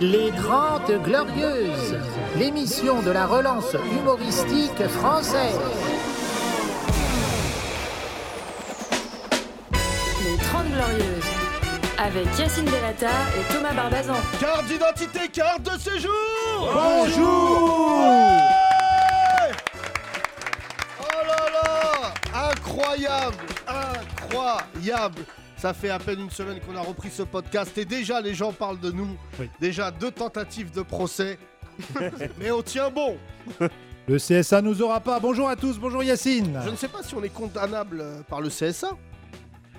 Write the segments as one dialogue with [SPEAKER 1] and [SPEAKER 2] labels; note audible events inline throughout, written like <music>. [SPEAKER 1] Les Grandes Glorieuses, l'émission de la relance humoristique française.
[SPEAKER 2] Les 30 Glorieuses, avec Yacine Delata et Thomas Barbazan.
[SPEAKER 3] Carte d'identité, carte de séjour
[SPEAKER 4] Bonjour
[SPEAKER 3] Oh là là Incroyable Incroyable ça fait à peine une semaine qu'on a repris ce podcast et déjà les gens parlent de nous.
[SPEAKER 4] Oui.
[SPEAKER 3] Déjà deux tentatives de
[SPEAKER 4] <laughs>
[SPEAKER 3] procès. Mais on tient bon.
[SPEAKER 4] Le CSA nous aura pas. Bonjour à tous, bonjour Yacine.
[SPEAKER 3] Je ne sais pas si on est condamnable euh, par le CSA.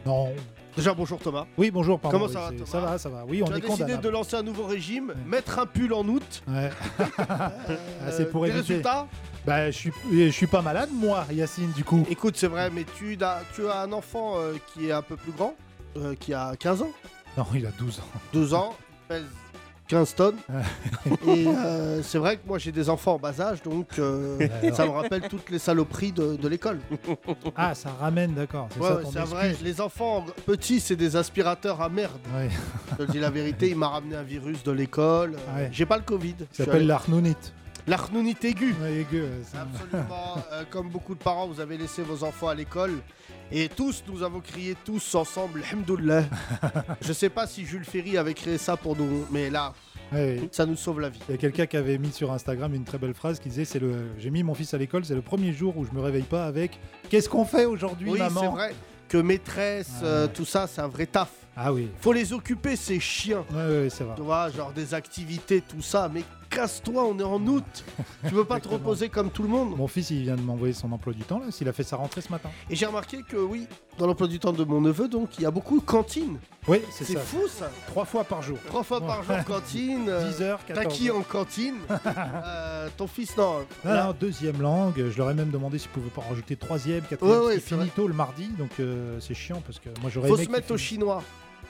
[SPEAKER 4] Non.
[SPEAKER 3] Déjà bonjour Thomas.
[SPEAKER 4] Oui, bonjour,
[SPEAKER 3] Comment
[SPEAKER 4] pardon. Oui,
[SPEAKER 3] ça va,
[SPEAKER 4] c'est-
[SPEAKER 3] Thomas
[SPEAKER 4] Ça va, ça va. Oui, on
[SPEAKER 3] tu as
[SPEAKER 4] est
[SPEAKER 3] décidé
[SPEAKER 4] condamnable.
[SPEAKER 3] de lancer un nouveau régime, mettre un pull en août.
[SPEAKER 4] Ouais. Ah, c'est
[SPEAKER 3] Euh,
[SPEAKER 4] pour
[SPEAKER 3] des
[SPEAKER 4] éviter.
[SPEAKER 3] résultats
[SPEAKER 4] Bah, je suis, je suis pas malade, moi, Yacine, du coup.
[SPEAKER 3] Écoute, c'est vrai, mais tu, as- tu as un enfant euh, qui est un peu plus grand, euh, qui a 15 ans.
[SPEAKER 4] Non, il a 12 ans.
[SPEAKER 3] <laughs> 12 ans, il pèse 15 tonnes.
[SPEAKER 4] Ah.
[SPEAKER 3] et euh, c'est vrai que moi j'ai des enfants en bas âge, donc euh,
[SPEAKER 4] Alors.
[SPEAKER 3] ça me rappelle toutes les saloperies de, de l'école.
[SPEAKER 4] Ah, ça ramène, d'accord. C'est
[SPEAKER 3] Ouais,
[SPEAKER 4] ça
[SPEAKER 3] ouais,
[SPEAKER 4] ton
[SPEAKER 3] c'est vrai,
[SPEAKER 4] excuse.
[SPEAKER 3] les enfants petits, c'est des aspirateurs à merde.
[SPEAKER 4] Ouais,
[SPEAKER 3] Je te le dis la vérité, il m'a ramené un virus de l'école. euh,
[SPEAKER 4] Ouais.
[SPEAKER 3] J'ai pas le Covid.
[SPEAKER 4] il
[SPEAKER 3] Je suis
[SPEAKER 4] s'appelle
[SPEAKER 3] allé-
[SPEAKER 4] l'arnonite.
[SPEAKER 3] l'arachnoïdite aiguë.
[SPEAKER 4] Ouais, dégueu, ça.
[SPEAKER 3] Absolument. Euh, comme beaucoup de parents, vous avez laissé vos enfants à l'école. Et tous, nous avons crié tous ensemble, Alhamdoulilah. Je sais pas si Jules Ferry avait créé ça pour nous, mais là,
[SPEAKER 4] Ouais.
[SPEAKER 3] ça nous sauve la vie.
[SPEAKER 4] Il y a quelqu'un qui avait mis sur Instagram une très belle phrase qui disait c'est le j'ai mis mon fils à l'école c'est le premier jour où je me réveille pas avec qu'est-ce qu'on fait aujourd'hui
[SPEAKER 3] Oui,
[SPEAKER 4] maman
[SPEAKER 3] c'est vrai que maîtresse, euh, tout ça, c'est un vrai taf.
[SPEAKER 4] ah oui
[SPEAKER 3] Faut les occuper, ces chiens.
[SPEAKER 4] ouais, ouais, c'est vrai
[SPEAKER 3] Tu vois, genre des activités, tout ça. Mais casse-toi, on est en
[SPEAKER 4] <laughs>
[SPEAKER 3] août. tu veux pas te
[SPEAKER 4] Exactement.
[SPEAKER 3] reposer comme tout le monde.
[SPEAKER 4] Mon fils, il vient de m'envoyer son emploi du temps, là, s'il a fait sa rentrée ce matin.
[SPEAKER 3] Et j'ai remarqué que, oui, dans l'emploi du temps de mon neveu, donc, il y a beaucoup de cantines.
[SPEAKER 4] Oui, c'est
[SPEAKER 3] C'est
[SPEAKER 4] ça.
[SPEAKER 3] fou, ça.
[SPEAKER 4] Trois fois par jour.
[SPEAKER 3] Trois fois par jour,
[SPEAKER 4] <laughs>
[SPEAKER 3] cantine. euh,
[SPEAKER 4] 10h, 14
[SPEAKER 3] T'as qui en
[SPEAKER 4] <laughs>
[SPEAKER 3] cantine Euh, Ton fils, non.
[SPEAKER 4] Non,
[SPEAKER 3] Là,
[SPEAKER 4] non, deuxième langue. Je leur ai même demandé s'ils pouvaient pas en rajouter troisième,
[SPEAKER 3] Ouais,
[SPEAKER 4] quatrième.
[SPEAKER 3] ouais,
[SPEAKER 4] c'est
[SPEAKER 3] c'est
[SPEAKER 4] finito le mardi, donc euh, c'est chiant parce que moi j'aurais
[SPEAKER 3] Faut
[SPEAKER 4] aimé
[SPEAKER 3] se mettre
[SPEAKER 4] qu'il
[SPEAKER 3] aux
[SPEAKER 4] finisse-
[SPEAKER 3] Chinois.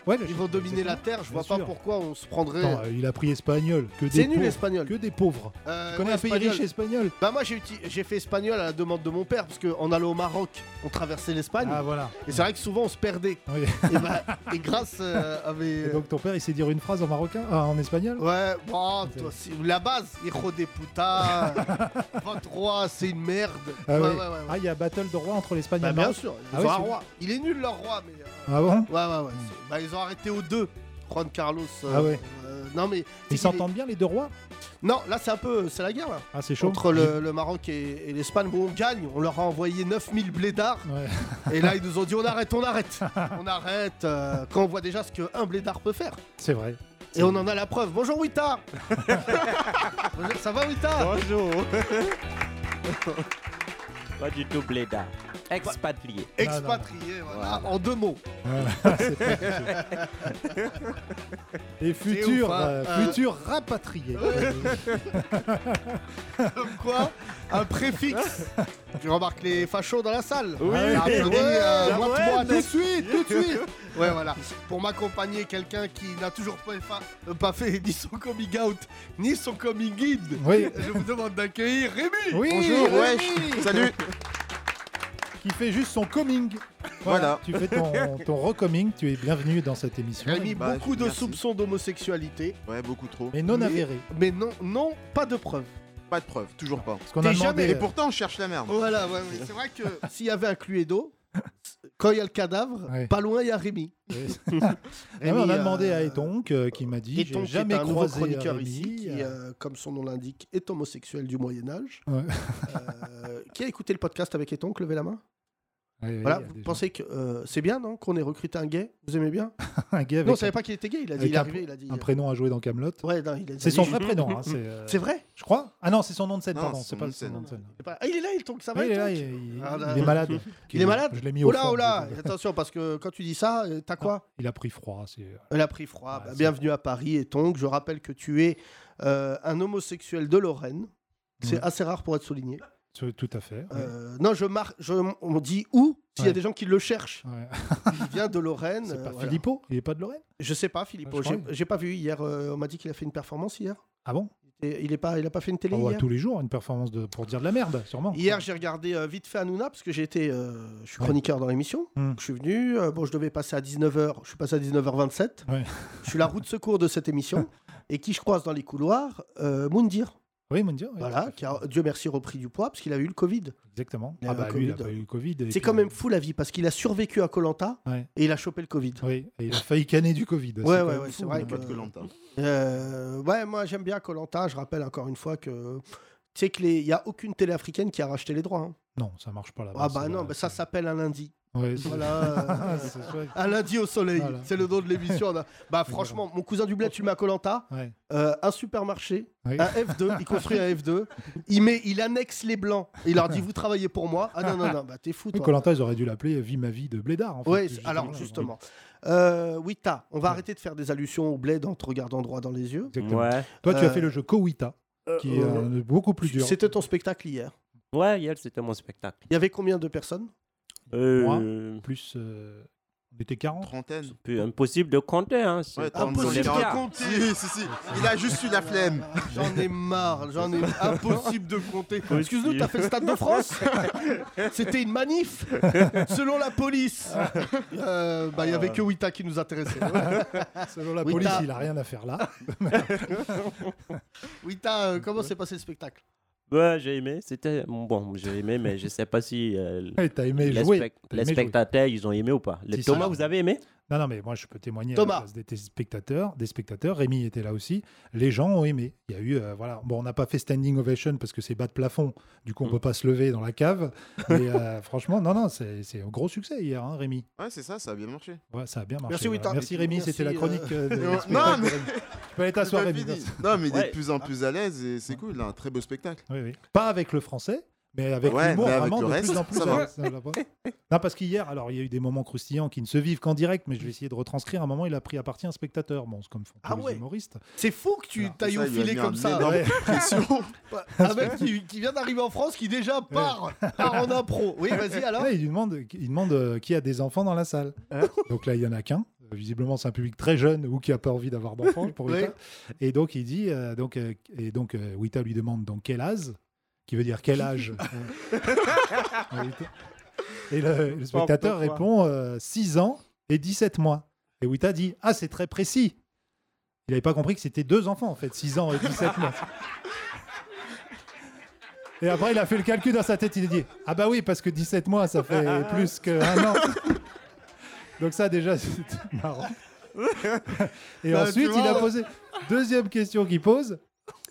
[SPEAKER 4] Ouais, le
[SPEAKER 3] Ils
[SPEAKER 4] chien,
[SPEAKER 3] vont dominer la
[SPEAKER 4] exactement.
[SPEAKER 3] Terre. Je
[SPEAKER 4] Bien
[SPEAKER 3] vois pas
[SPEAKER 4] sûr.
[SPEAKER 3] pourquoi on se prendrait.
[SPEAKER 4] Attends, euh, il a pris espagnol. Que des
[SPEAKER 3] C'est nul,
[SPEAKER 4] pauvres.
[SPEAKER 3] l'espagnol.
[SPEAKER 4] Que des pauvres.
[SPEAKER 3] Euh,
[SPEAKER 4] Tu connais
[SPEAKER 3] ouais,
[SPEAKER 4] un pays
[SPEAKER 3] espagnol.
[SPEAKER 4] riche espagnol
[SPEAKER 3] Bah moi j'ai uti- j'ai fait espagnol à la demande de mon père parce qu'on allait au Maroc, on traversait l'Espagne
[SPEAKER 4] Ah voilà.
[SPEAKER 3] et c'est vrai que souvent on se perdait.
[SPEAKER 4] Oui.
[SPEAKER 3] et, bah, et grâce euh, à mes...
[SPEAKER 4] Et donc ton père, il sait dire une phrase en marocain, ah, en espagnol.
[SPEAKER 3] Ouais, bon, Oh, toi, c'est- la base, hijo de
[SPEAKER 4] <laughs>
[SPEAKER 3] puta, votre roi c'est une merde. ouais,
[SPEAKER 4] Ah, oui.
[SPEAKER 3] ouais, ouais, ouais.
[SPEAKER 4] Ah, il y a battle de roi entre l'Espagne et
[SPEAKER 3] Bah,
[SPEAKER 4] le
[SPEAKER 3] bien
[SPEAKER 4] Maroc.
[SPEAKER 3] sûr, ils
[SPEAKER 4] Ah
[SPEAKER 3] ont
[SPEAKER 4] oui,
[SPEAKER 3] un
[SPEAKER 4] c'est-
[SPEAKER 3] roi. Il est nul leur roi mais... euh,
[SPEAKER 4] Ah bon Hmm.
[SPEAKER 3] Ouais, ouais, ouais. c'est- Bah ils ont arrêté aux deux, Juan Carlos. euh,
[SPEAKER 4] Ah ouais.
[SPEAKER 3] euh, non mais...
[SPEAKER 4] Ils s'entendent bien les deux rois
[SPEAKER 3] Non, là c'est un peu... C'est la guerre là.
[SPEAKER 4] Ah, c'est chaud.
[SPEAKER 3] Entre le, le Maroc et, et l'Espagne, bon on gagne, on leur a envoyé 9000 blédards.
[SPEAKER 4] Ouais.
[SPEAKER 3] Et là, ils nous ont dit on arrête, on
[SPEAKER 4] <laughs>
[SPEAKER 3] arrête. On arrête euh, quand on voit déjà ce qu'un blédard peut faire.
[SPEAKER 4] C'est vrai.
[SPEAKER 3] Et on en a la preuve. Bonjour Wita
[SPEAKER 4] <laughs>
[SPEAKER 3] Bonjour, Ça va Wita <laughs>
[SPEAKER 5] Bonjour. Pas du tout blédard. Expatrié.
[SPEAKER 3] Expatrié, voilà, Ah, en deux mots.
[SPEAKER 4] <laughs>
[SPEAKER 3] <laughs>
[SPEAKER 4] Et futur,
[SPEAKER 3] ouf, hein.
[SPEAKER 4] euh,
[SPEAKER 3] Euh.
[SPEAKER 4] futur rapatrié.
[SPEAKER 3] <laughs> Comme quoi, un préfixe. Tu remarques les fachos dans la salle
[SPEAKER 5] Oui,
[SPEAKER 3] Ah, applaudis, euh,
[SPEAKER 5] ouais,
[SPEAKER 3] moi,
[SPEAKER 5] ouais,
[SPEAKER 3] moi, tout de
[SPEAKER 5] mais-
[SPEAKER 3] suite, tout de suite <laughs> Ouais, voilà. Pour m'accompagner, quelqu'un qui n'a toujours pas, fa- euh, pas fait ni son coming out, ni son coming in.
[SPEAKER 4] Oui.
[SPEAKER 3] Je vous demande d'accueillir Rémi
[SPEAKER 4] Oui,
[SPEAKER 6] Bonjour,
[SPEAKER 4] Rémi,
[SPEAKER 6] wesh. Salut.
[SPEAKER 4] Qui fait juste son coming.
[SPEAKER 6] Voilà.
[SPEAKER 4] Tu
[SPEAKER 3] <laughs>
[SPEAKER 4] fais ton, ton recoming, tu es bienvenu dans cette émission.
[SPEAKER 3] Rémi,
[SPEAKER 6] Bah,
[SPEAKER 3] beaucoup
[SPEAKER 6] je-
[SPEAKER 3] de
[SPEAKER 6] merci.
[SPEAKER 3] soupçons d'homosexualité.
[SPEAKER 6] Ouais, beaucoup trop.
[SPEAKER 4] Mais non
[SPEAKER 3] Mais-
[SPEAKER 4] avéré.
[SPEAKER 3] Mais non, non, pas de preuves.
[SPEAKER 6] Pas de preuves, toujours pas.
[SPEAKER 4] Parce qu'on a
[SPEAKER 3] t'es jamais-
[SPEAKER 4] demandé,
[SPEAKER 6] Et
[SPEAKER 4] euh,
[SPEAKER 6] pourtant, on cherche la merde.
[SPEAKER 3] Voilà, ouais, ouais.
[SPEAKER 4] <laughs>
[SPEAKER 3] c'est vrai que s'il y avait <laughs> un Cluedo, <laughs> quand il y a le cadavre,
[SPEAKER 4] Ouais.
[SPEAKER 3] pas loin, il y a
[SPEAKER 4] <laughs>
[SPEAKER 3] Rémi. <laughs>
[SPEAKER 4] non, mais on
[SPEAKER 3] Rémi,
[SPEAKER 4] a
[SPEAKER 3] euh,
[SPEAKER 4] demandé à Etonk euh, qui m'a dit
[SPEAKER 3] Eton, qui est
[SPEAKER 4] j'ai jamais
[SPEAKER 3] un nouveau
[SPEAKER 4] croisé euh,
[SPEAKER 3] chroniqueur
[SPEAKER 4] Rémi,
[SPEAKER 3] ici, qui,
[SPEAKER 4] euh,
[SPEAKER 3] euh, comme son nom l'indique, est homosexuel du Moyen-Âge.
[SPEAKER 4] Ouais.
[SPEAKER 3] qui a écouté le podcast avec Etonk Levez la main.
[SPEAKER 4] ouais, ouais,
[SPEAKER 3] voilà,
[SPEAKER 4] il y a
[SPEAKER 3] vous
[SPEAKER 4] des
[SPEAKER 3] pensez que euh, c'est bien, non Qu'on ait recruté un gay Vous aimez bien
[SPEAKER 4] gens- <laughs> un gars
[SPEAKER 3] Non, on
[SPEAKER 4] avec
[SPEAKER 3] savait pas qu'il était gay, il a dit.
[SPEAKER 4] avec
[SPEAKER 3] Il est arrivé, il a dit. euh,
[SPEAKER 4] un prénom à jouer dans Camelot.
[SPEAKER 3] Ouais, non, il a
[SPEAKER 4] C'est
[SPEAKER 3] dit-
[SPEAKER 4] son vrai prénom.
[SPEAKER 3] <laughs>
[SPEAKER 4] hein, c'est, euh,
[SPEAKER 3] C'est vrai
[SPEAKER 4] Je crois. Ah non, c'est son nom de scène.
[SPEAKER 6] Non,
[SPEAKER 4] pardon,
[SPEAKER 6] c'est
[SPEAKER 4] c'est
[SPEAKER 6] son
[SPEAKER 4] pas
[SPEAKER 6] nom de
[SPEAKER 4] son
[SPEAKER 6] scène.
[SPEAKER 4] nom de scène.
[SPEAKER 3] C'est pas- Ah, il est là, Etonk, ça va
[SPEAKER 4] Ouais, il est
[SPEAKER 3] Etonk
[SPEAKER 4] là, il, il-
[SPEAKER 3] Ah,
[SPEAKER 4] il
[SPEAKER 3] là.
[SPEAKER 4] est
[SPEAKER 3] <laughs>
[SPEAKER 4] malade.
[SPEAKER 3] Il est malade
[SPEAKER 4] Je l'ai mis au
[SPEAKER 3] Oh là,
[SPEAKER 4] fond,
[SPEAKER 3] oh là
[SPEAKER 4] je-
[SPEAKER 3] Attention, parce que quand tu dis ça, euh, t'as quoi
[SPEAKER 4] Il a pris froid. c'est- euh,
[SPEAKER 3] Elle a pris froid.
[SPEAKER 4] Ouais,
[SPEAKER 3] Bah,
[SPEAKER 4] Ah. c'est
[SPEAKER 3] bienvenue à Paris et Tonk. Je rappelle que tu es euh, un homosexuel de Lorraine. C'est
[SPEAKER 4] Ouais.
[SPEAKER 3] assez rare pour être souligné.
[SPEAKER 4] c'est- Tout à fait. ouais.
[SPEAKER 3] Euh, non, je marque. Je, on dit où S'il y a
[SPEAKER 4] Ouais.
[SPEAKER 3] des gens qui le
[SPEAKER 4] <laughs>
[SPEAKER 3] cherchent.
[SPEAKER 4] Ouais.
[SPEAKER 3] Il vient de Lorraine.
[SPEAKER 4] C'est
[SPEAKER 3] euh,
[SPEAKER 4] pas
[SPEAKER 3] voilà.
[SPEAKER 4] Filippo Il est pas de Lorraine
[SPEAKER 3] Je sais pas, Philippe.
[SPEAKER 4] Ouais, je
[SPEAKER 3] J'ai
[SPEAKER 4] crois.
[SPEAKER 3] j'ai pas vu hier. euh, on m'a dit qu'il a fait une performance hier.
[SPEAKER 4] Ah bon
[SPEAKER 3] Et il est pas. Il a pas fait une télé
[SPEAKER 4] On voit
[SPEAKER 3] hier.
[SPEAKER 4] tous les jours une performance de, pour dire de la merde, sûrement.
[SPEAKER 3] Hier, j'ai regardé euh, vite fait Hanouna parce que j'ai été. euh, je suis
[SPEAKER 4] Ouais.
[SPEAKER 3] chroniqueur dans l'émission.
[SPEAKER 4] Hmm.
[SPEAKER 3] Donc, Je suis venu. euh, bon, je devais passer à 19h. Je suis passé à 19h27.
[SPEAKER 4] Ouais.
[SPEAKER 3] Je suis la roue de secours de cette émission. Et qui je croise dans les couloirs Euh, Moundir.
[SPEAKER 4] Oui, Moundir. oui, tout à
[SPEAKER 3] Voilà,
[SPEAKER 4] fait.
[SPEAKER 3] qui a, Dieu merci, repris du poids parce qu'il a eu le Covid.
[SPEAKER 4] Exactement.
[SPEAKER 3] Il a
[SPEAKER 4] Ah
[SPEAKER 3] eu
[SPEAKER 4] bah
[SPEAKER 3] le
[SPEAKER 4] lui, il a
[SPEAKER 3] Covid.
[SPEAKER 4] pas eu le Covid. et
[SPEAKER 3] C'est
[SPEAKER 4] puis-
[SPEAKER 3] quand même fou la vie parce qu'il a survécu à Colanta
[SPEAKER 4] Ouais.
[SPEAKER 3] et il a chopé le Covid.
[SPEAKER 4] Oui, et il a failli canner du Covid.
[SPEAKER 3] Ouais,
[SPEAKER 4] quand
[SPEAKER 3] ouais,
[SPEAKER 4] même
[SPEAKER 3] ouais, c'est
[SPEAKER 4] fou,
[SPEAKER 3] vrai
[SPEAKER 4] mais
[SPEAKER 3] que-
[SPEAKER 4] bon.
[SPEAKER 6] Pas de Koh-Lanta.
[SPEAKER 3] Euh, ouais, moi j'aime bien Colanta. Je rappelle encore une fois que tu sais qu'il n'y a aucune télé africaine qui a racheté les droits. hein.
[SPEAKER 4] Non, ça marche pas là-bas.
[SPEAKER 3] Ah bah
[SPEAKER 4] c'est-
[SPEAKER 3] non, bah, ça s'appelle un lundi.
[SPEAKER 4] Ouais, c'est-
[SPEAKER 3] Voilà. euh,
[SPEAKER 4] <laughs> c'est chouette.
[SPEAKER 3] un lundi au soleil,
[SPEAKER 4] Voilà.
[SPEAKER 3] c'est le nom de l'émission. on a- Bah franchement, mon cousin du bled, tu le mets à Colanta. Euh,
[SPEAKER 4] Ouais.
[SPEAKER 3] un supermarché,
[SPEAKER 4] Oui.
[SPEAKER 3] un F2, il construit un F2, il, met, il annexe les blancs, il leur dit vous travaillez pour moi. Ah non, non, non, bah t'es
[SPEAKER 4] <laughs>
[SPEAKER 3] fou toi.
[SPEAKER 4] Colanta, ils auraient dû l'appeler euh, Vie ma vie de Blédard. En fait,
[SPEAKER 3] Ouais, ah,
[SPEAKER 4] justement,
[SPEAKER 3] alors
[SPEAKER 4] là,
[SPEAKER 3] justement. Euh, Wita, on va
[SPEAKER 4] Ouais.
[SPEAKER 3] arrêter de faire des allusions au bled en te regardant droit dans les yeux.
[SPEAKER 4] Exactement.
[SPEAKER 5] Ouais.
[SPEAKER 4] Toi, tu as
[SPEAKER 3] Euh,
[SPEAKER 4] fait le jeu Kowita, qui est
[SPEAKER 3] Euh,
[SPEAKER 4] euh, beaucoup plus dur.
[SPEAKER 3] C'était ton spectacle hier.
[SPEAKER 5] Ouais, Yel, c'était mon spectacle.
[SPEAKER 3] Il y avait combien de personnes
[SPEAKER 5] Euh,
[SPEAKER 4] Plus. euh, on était 40.
[SPEAKER 6] Trentaine.
[SPEAKER 5] puis impossible de compter, hein. c'est-
[SPEAKER 6] Ouais,
[SPEAKER 5] on
[SPEAKER 6] t'as-
[SPEAKER 3] impossible
[SPEAKER 6] on est
[SPEAKER 5] les
[SPEAKER 3] de
[SPEAKER 5] regarde.
[SPEAKER 3] compter.
[SPEAKER 6] Si, si, si. Il a juste eu la flemme.
[SPEAKER 3] J'en ai marre, j'en <laughs> ai impossible de compter. Excuse-nous, t'as fait le Stade de France
[SPEAKER 4] <laughs>
[SPEAKER 3] C'était une manif Selon la police Euh, Bah, il y avait que Wita qui nous intéressait.
[SPEAKER 4] <laughs> Selon la
[SPEAKER 3] Oui,
[SPEAKER 4] police,
[SPEAKER 3] t'as-
[SPEAKER 4] il a rien
[SPEAKER 3] <laughs>
[SPEAKER 4] à faire là.
[SPEAKER 3] Wita, euh, comment s'est passé le spectacle
[SPEAKER 5] Ouais, j'ai aimé. C'était bon, j'ai aimé, mais je sais pas si euh,
[SPEAKER 4] Et T'as aimé
[SPEAKER 5] les,
[SPEAKER 4] jouer.
[SPEAKER 5] spec-
[SPEAKER 4] T'as
[SPEAKER 5] les
[SPEAKER 4] aimé jouer.
[SPEAKER 5] spectateurs, ils ont aimé ou pas. Les
[SPEAKER 4] Si, ça,
[SPEAKER 5] Thomas,
[SPEAKER 4] non.
[SPEAKER 5] vous avez aimé
[SPEAKER 4] Non, non, mais moi, je peux témoigner à
[SPEAKER 3] Thomas.
[SPEAKER 4] la place des spectateurs, des spectateurs. Rémi était là aussi. Les gens ont aimé. Il y a eu, euh, voilà. Bon, on n'a pas fait standing ovation parce que c'est bas de plafond. Du coup, on
[SPEAKER 5] Mm.
[SPEAKER 4] peut pas se lever dans la cave. Mais euh, <laughs> franchement, non, non, c'est c'est un gros succès hier, hein, Rémi.
[SPEAKER 6] Ouais, c'est ça, ça a bien marché.
[SPEAKER 4] Ouais, ça a bien marché.
[SPEAKER 3] Merci,
[SPEAKER 4] voilà.
[SPEAKER 3] Wita.
[SPEAKER 4] Merci, Rémi.
[SPEAKER 3] Merci,
[SPEAKER 4] C'était la chronique. euh, des
[SPEAKER 6] <laughs> Non,
[SPEAKER 4] spectacles de
[SPEAKER 6] mais-
[SPEAKER 4] Rémi.
[SPEAKER 6] <laughs>
[SPEAKER 4] Tu peux aller t'asseoir,
[SPEAKER 6] C'est pas
[SPEAKER 4] Rémi.
[SPEAKER 6] fini.
[SPEAKER 4] merci.
[SPEAKER 6] Non, mais il est
[SPEAKER 5] Ouais.
[SPEAKER 6] de plus en plus à l'aise et c'est cool. Il a un très beau spectacle.
[SPEAKER 4] Oui, oui. Pas avec le français, mais avec
[SPEAKER 6] Ouais,
[SPEAKER 4] l'humour,
[SPEAKER 6] mais avec
[SPEAKER 4] vraiment,
[SPEAKER 6] le
[SPEAKER 4] de
[SPEAKER 6] reste,
[SPEAKER 4] plus en plus.
[SPEAKER 6] ça va.
[SPEAKER 4] hein, ça va pas. non, parce qu'hier, alors, il y a eu des moments croustillants qui ne se vivent qu'en direct, mais je vais essayer de retranscrire. À un moment, il a pris à partie un spectateur. Bon, c'est comme font
[SPEAKER 3] Ah
[SPEAKER 4] tous
[SPEAKER 3] ouais.
[SPEAKER 4] les humoristes.
[SPEAKER 3] C'est fou que tu
[SPEAKER 4] Alors,
[SPEAKER 3] t'ailles
[SPEAKER 6] ça,
[SPEAKER 3] au
[SPEAKER 6] il lui a
[SPEAKER 3] filet
[SPEAKER 6] mis
[SPEAKER 3] comme
[SPEAKER 6] un
[SPEAKER 3] ça.
[SPEAKER 6] énorme-
[SPEAKER 4] Ouais.
[SPEAKER 3] <laughs>
[SPEAKER 6] Pression.
[SPEAKER 3] Un mec qui, qui vient d'arriver en France qui déjà part, part
[SPEAKER 6] ah,
[SPEAKER 3] en impro. Oui,
[SPEAKER 4] <laughs>
[SPEAKER 3] vas-y alors.
[SPEAKER 4] Là, il lui demande, il demande euh, qui a des enfants dans la salle.
[SPEAKER 6] Hein
[SPEAKER 4] donc là, il y en a qu'un. Euh, Visiblement, c'est un public très jeune ou qui a pas envie d'avoir d'enfants pour
[SPEAKER 3] Ouais.
[SPEAKER 4] Wita. Et donc, il dit, euh, donc, euh, et donc, euh, Wita lui demande donc quel âge, qui veut dire
[SPEAKER 6] <laughs>
[SPEAKER 4] quel âge. euh, euh, Wita. et Euh, le, le spectateur
[SPEAKER 5] N'importe quoi.
[SPEAKER 4] répond 6 ans et 17 mois. Et Wita dit ah c'est très précis. Il n'avait pas compris que c'était deux enfants en fait, 6 ans et 17 mois. Et après, il a fait le calcul dans sa tête. Il a dit Ah, bah oui, parce que 17 mois, ça fait plus qu'un an. Donc, ça, déjà, <laughs> c'était marrant.
[SPEAKER 3] <laughs>
[SPEAKER 4] Et
[SPEAKER 3] Bah,
[SPEAKER 4] ensuite,
[SPEAKER 3] tu vois,
[SPEAKER 4] il a
[SPEAKER 3] ouais.
[SPEAKER 4] posé. Deuxième question qu'il pose